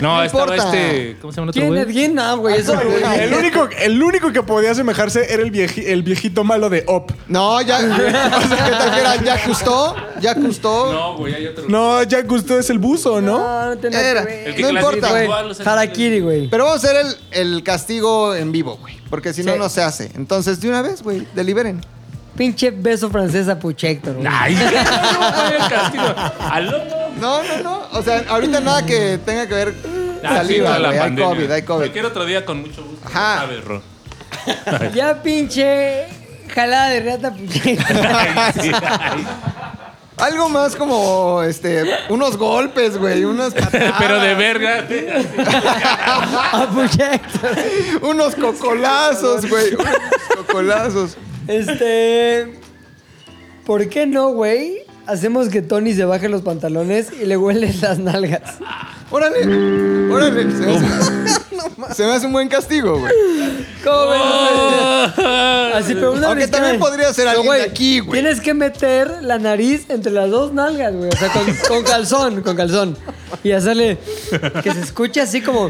[SPEAKER 3] No importa.
[SPEAKER 4] estaba este. ¿Cómo se llama el otro
[SPEAKER 6] ¿Quién es
[SPEAKER 4] güey?
[SPEAKER 6] quién? Ah, güey, eso
[SPEAKER 5] El único, el único que podía asemejarse era el, vieji- el viejito malo de Op.
[SPEAKER 3] No, ya. O sea, ¿qué tal que era? ¿Ya ajustó? ¿Ya ajustó?
[SPEAKER 4] No, güey, hay otro.
[SPEAKER 5] No, Jack Gusto es el buzo, ¿no?
[SPEAKER 6] Ah, No, no tenía que
[SPEAKER 3] Era.
[SPEAKER 6] ver.
[SPEAKER 4] El que
[SPEAKER 3] no importa.
[SPEAKER 4] clasificó a
[SPEAKER 6] Güey,
[SPEAKER 4] los animales.
[SPEAKER 6] Harakiri, güey.
[SPEAKER 3] Pero vamos a hacer el, el castigo en vivo, güey. Porque si no,
[SPEAKER 6] Sí.
[SPEAKER 3] no se hace. Entonces, de una vez, güey, deliberen.
[SPEAKER 6] Pinche beso francés a Puchector. güey.
[SPEAKER 4] <laughs>
[SPEAKER 3] No, no, no. O sea, ahorita nada que tenga que ver
[SPEAKER 4] Ah, sí,
[SPEAKER 3] saliva,
[SPEAKER 4] toda la
[SPEAKER 3] güey. Hay
[SPEAKER 4] pandemia.
[SPEAKER 3] COVID, hay COVID.
[SPEAKER 4] Cualquier otro día con mucho gusto.
[SPEAKER 3] Ajá.
[SPEAKER 4] A ver, Ro.
[SPEAKER 6] ya pinche jalada de rata <laughs> Puchector.
[SPEAKER 3] Algo más como este, unos golpes, güey, unas patadas.
[SPEAKER 4] <laughs> <laughs> Pero de verga.
[SPEAKER 3] <laughs> unos cocolazos, güey. Unos cocolazos.
[SPEAKER 6] Este. ¿Por qué no, güey? Hacemos que Tony se baje los pantalones y le hueles las nalgas.
[SPEAKER 3] Órale, órale. Se me <laughs> hace, se me hace un buen castigo, güey.
[SPEAKER 6] ¿Cómo ves? Así, pero una
[SPEAKER 3] Aunque Oh.
[SPEAKER 6] nariz que
[SPEAKER 3] también
[SPEAKER 6] me-
[SPEAKER 3] podría ser
[SPEAKER 6] Pero,
[SPEAKER 3] alguien de aquí, güey.
[SPEAKER 6] Tienes que meter la nariz entre las dos nalgas, güey. O sea,
[SPEAKER 3] <laughs>
[SPEAKER 6] con, con calzón, con calzón. Y hacerle que se escuche así como,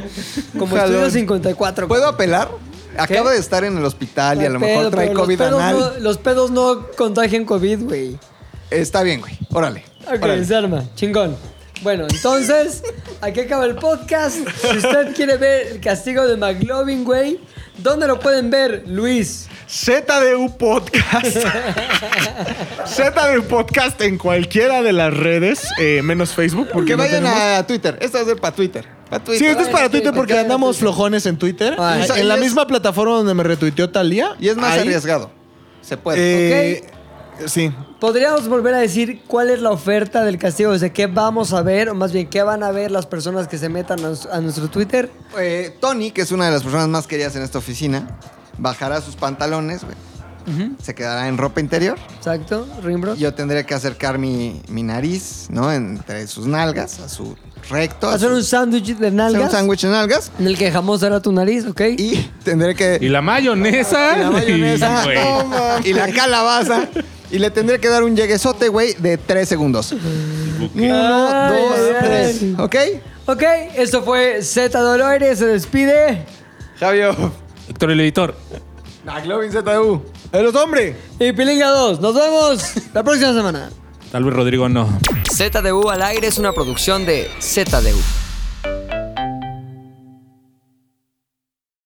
[SPEAKER 6] como
[SPEAKER 3] Jalón.
[SPEAKER 6] Estudio 54.
[SPEAKER 3] ¿Puedo apelar? Acaba de estar en el hospital y a lo mejor trae COVID
[SPEAKER 6] los pedos,
[SPEAKER 3] anal.
[SPEAKER 6] no, los pedos no contagian COVID, güey.
[SPEAKER 3] Está bien, güey. Órale.
[SPEAKER 6] Ok,
[SPEAKER 3] órale.
[SPEAKER 6] se arma. Chingón. Bueno, entonces, aquí acaba el podcast. Si usted quiere ver el castigo de McLovin, güey, ¿dónde lo pueden ver, Luis?
[SPEAKER 5] ZDU
[SPEAKER 3] <laughs>
[SPEAKER 5] Podcast. ZDU Podcast en cualquiera de las redes, eh, menos Facebook. Porque
[SPEAKER 3] Que
[SPEAKER 5] no
[SPEAKER 3] vayan
[SPEAKER 5] tenemos-
[SPEAKER 3] a Twitter. Esto va a ser para Twitter. Pa' Twitter.
[SPEAKER 5] Sí, esto es para Twitter porque andamos flojones en Twitter.
[SPEAKER 3] Ay.
[SPEAKER 5] En la misma plataforma donde me retuiteó Talía.
[SPEAKER 3] Ah, Y es más arriesgado. pues, Se
[SPEAKER 5] puede. Sí.
[SPEAKER 6] Podríamos volver a decir cuál es la oferta del castigo, o sea, qué vamos a ver, o más bien, qué van a ver las personas que se metan a, nos- a nuestro Twitter.
[SPEAKER 3] Eh, Tony, que es una de las personas más queridas en esta oficina, bajará sus pantalones, güey. Se quedará en ropa interior.
[SPEAKER 6] Exacto, Rimbro.
[SPEAKER 3] Yo tendré que acercar mi, mi nariz, ¿no? Entre sus nalgas, a su recto. a
[SPEAKER 6] Hacer
[SPEAKER 3] su-
[SPEAKER 6] un sándwich de nalgas.
[SPEAKER 3] Hacer un sándwich de nalgas.
[SPEAKER 6] En el que jamón será tu nariz, ¿ok?
[SPEAKER 3] Y tendré que.
[SPEAKER 4] Y la mayonesa.
[SPEAKER 3] Y la mayonesa.
[SPEAKER 4] <laughs> Y, güey.
[SPEAKER 3] No, mames. Y la calabaza. Y le tendré que dar un lleguesote, güey, de tres segundos. Uno,
[SPEAKER 6] Ay,
[SPEAKER 3] dos,
[SPEAKER 6] ay,
[SPEAKER 3] tres.
[SPEAKER 6] ay.
[SPEAKER 3] ¿Ok?
[SPEAKER 6] Ok, esto fue Z Dolores, se despide.
[SPEAKER 11] Javier.
[SPEAKER 4] Héctor el editor.
[SPEAKER 3] McLovin ZU.
[SPEAKER 5] ¡El hombre!
[SPEAKER 6] Y Pilinga 2. Nos vemos la próxima semana.
[SPEAKER 4] Tal vez Rodrigo no.
[SPEAKER 1] ZDU al aire es una producción de ZDU.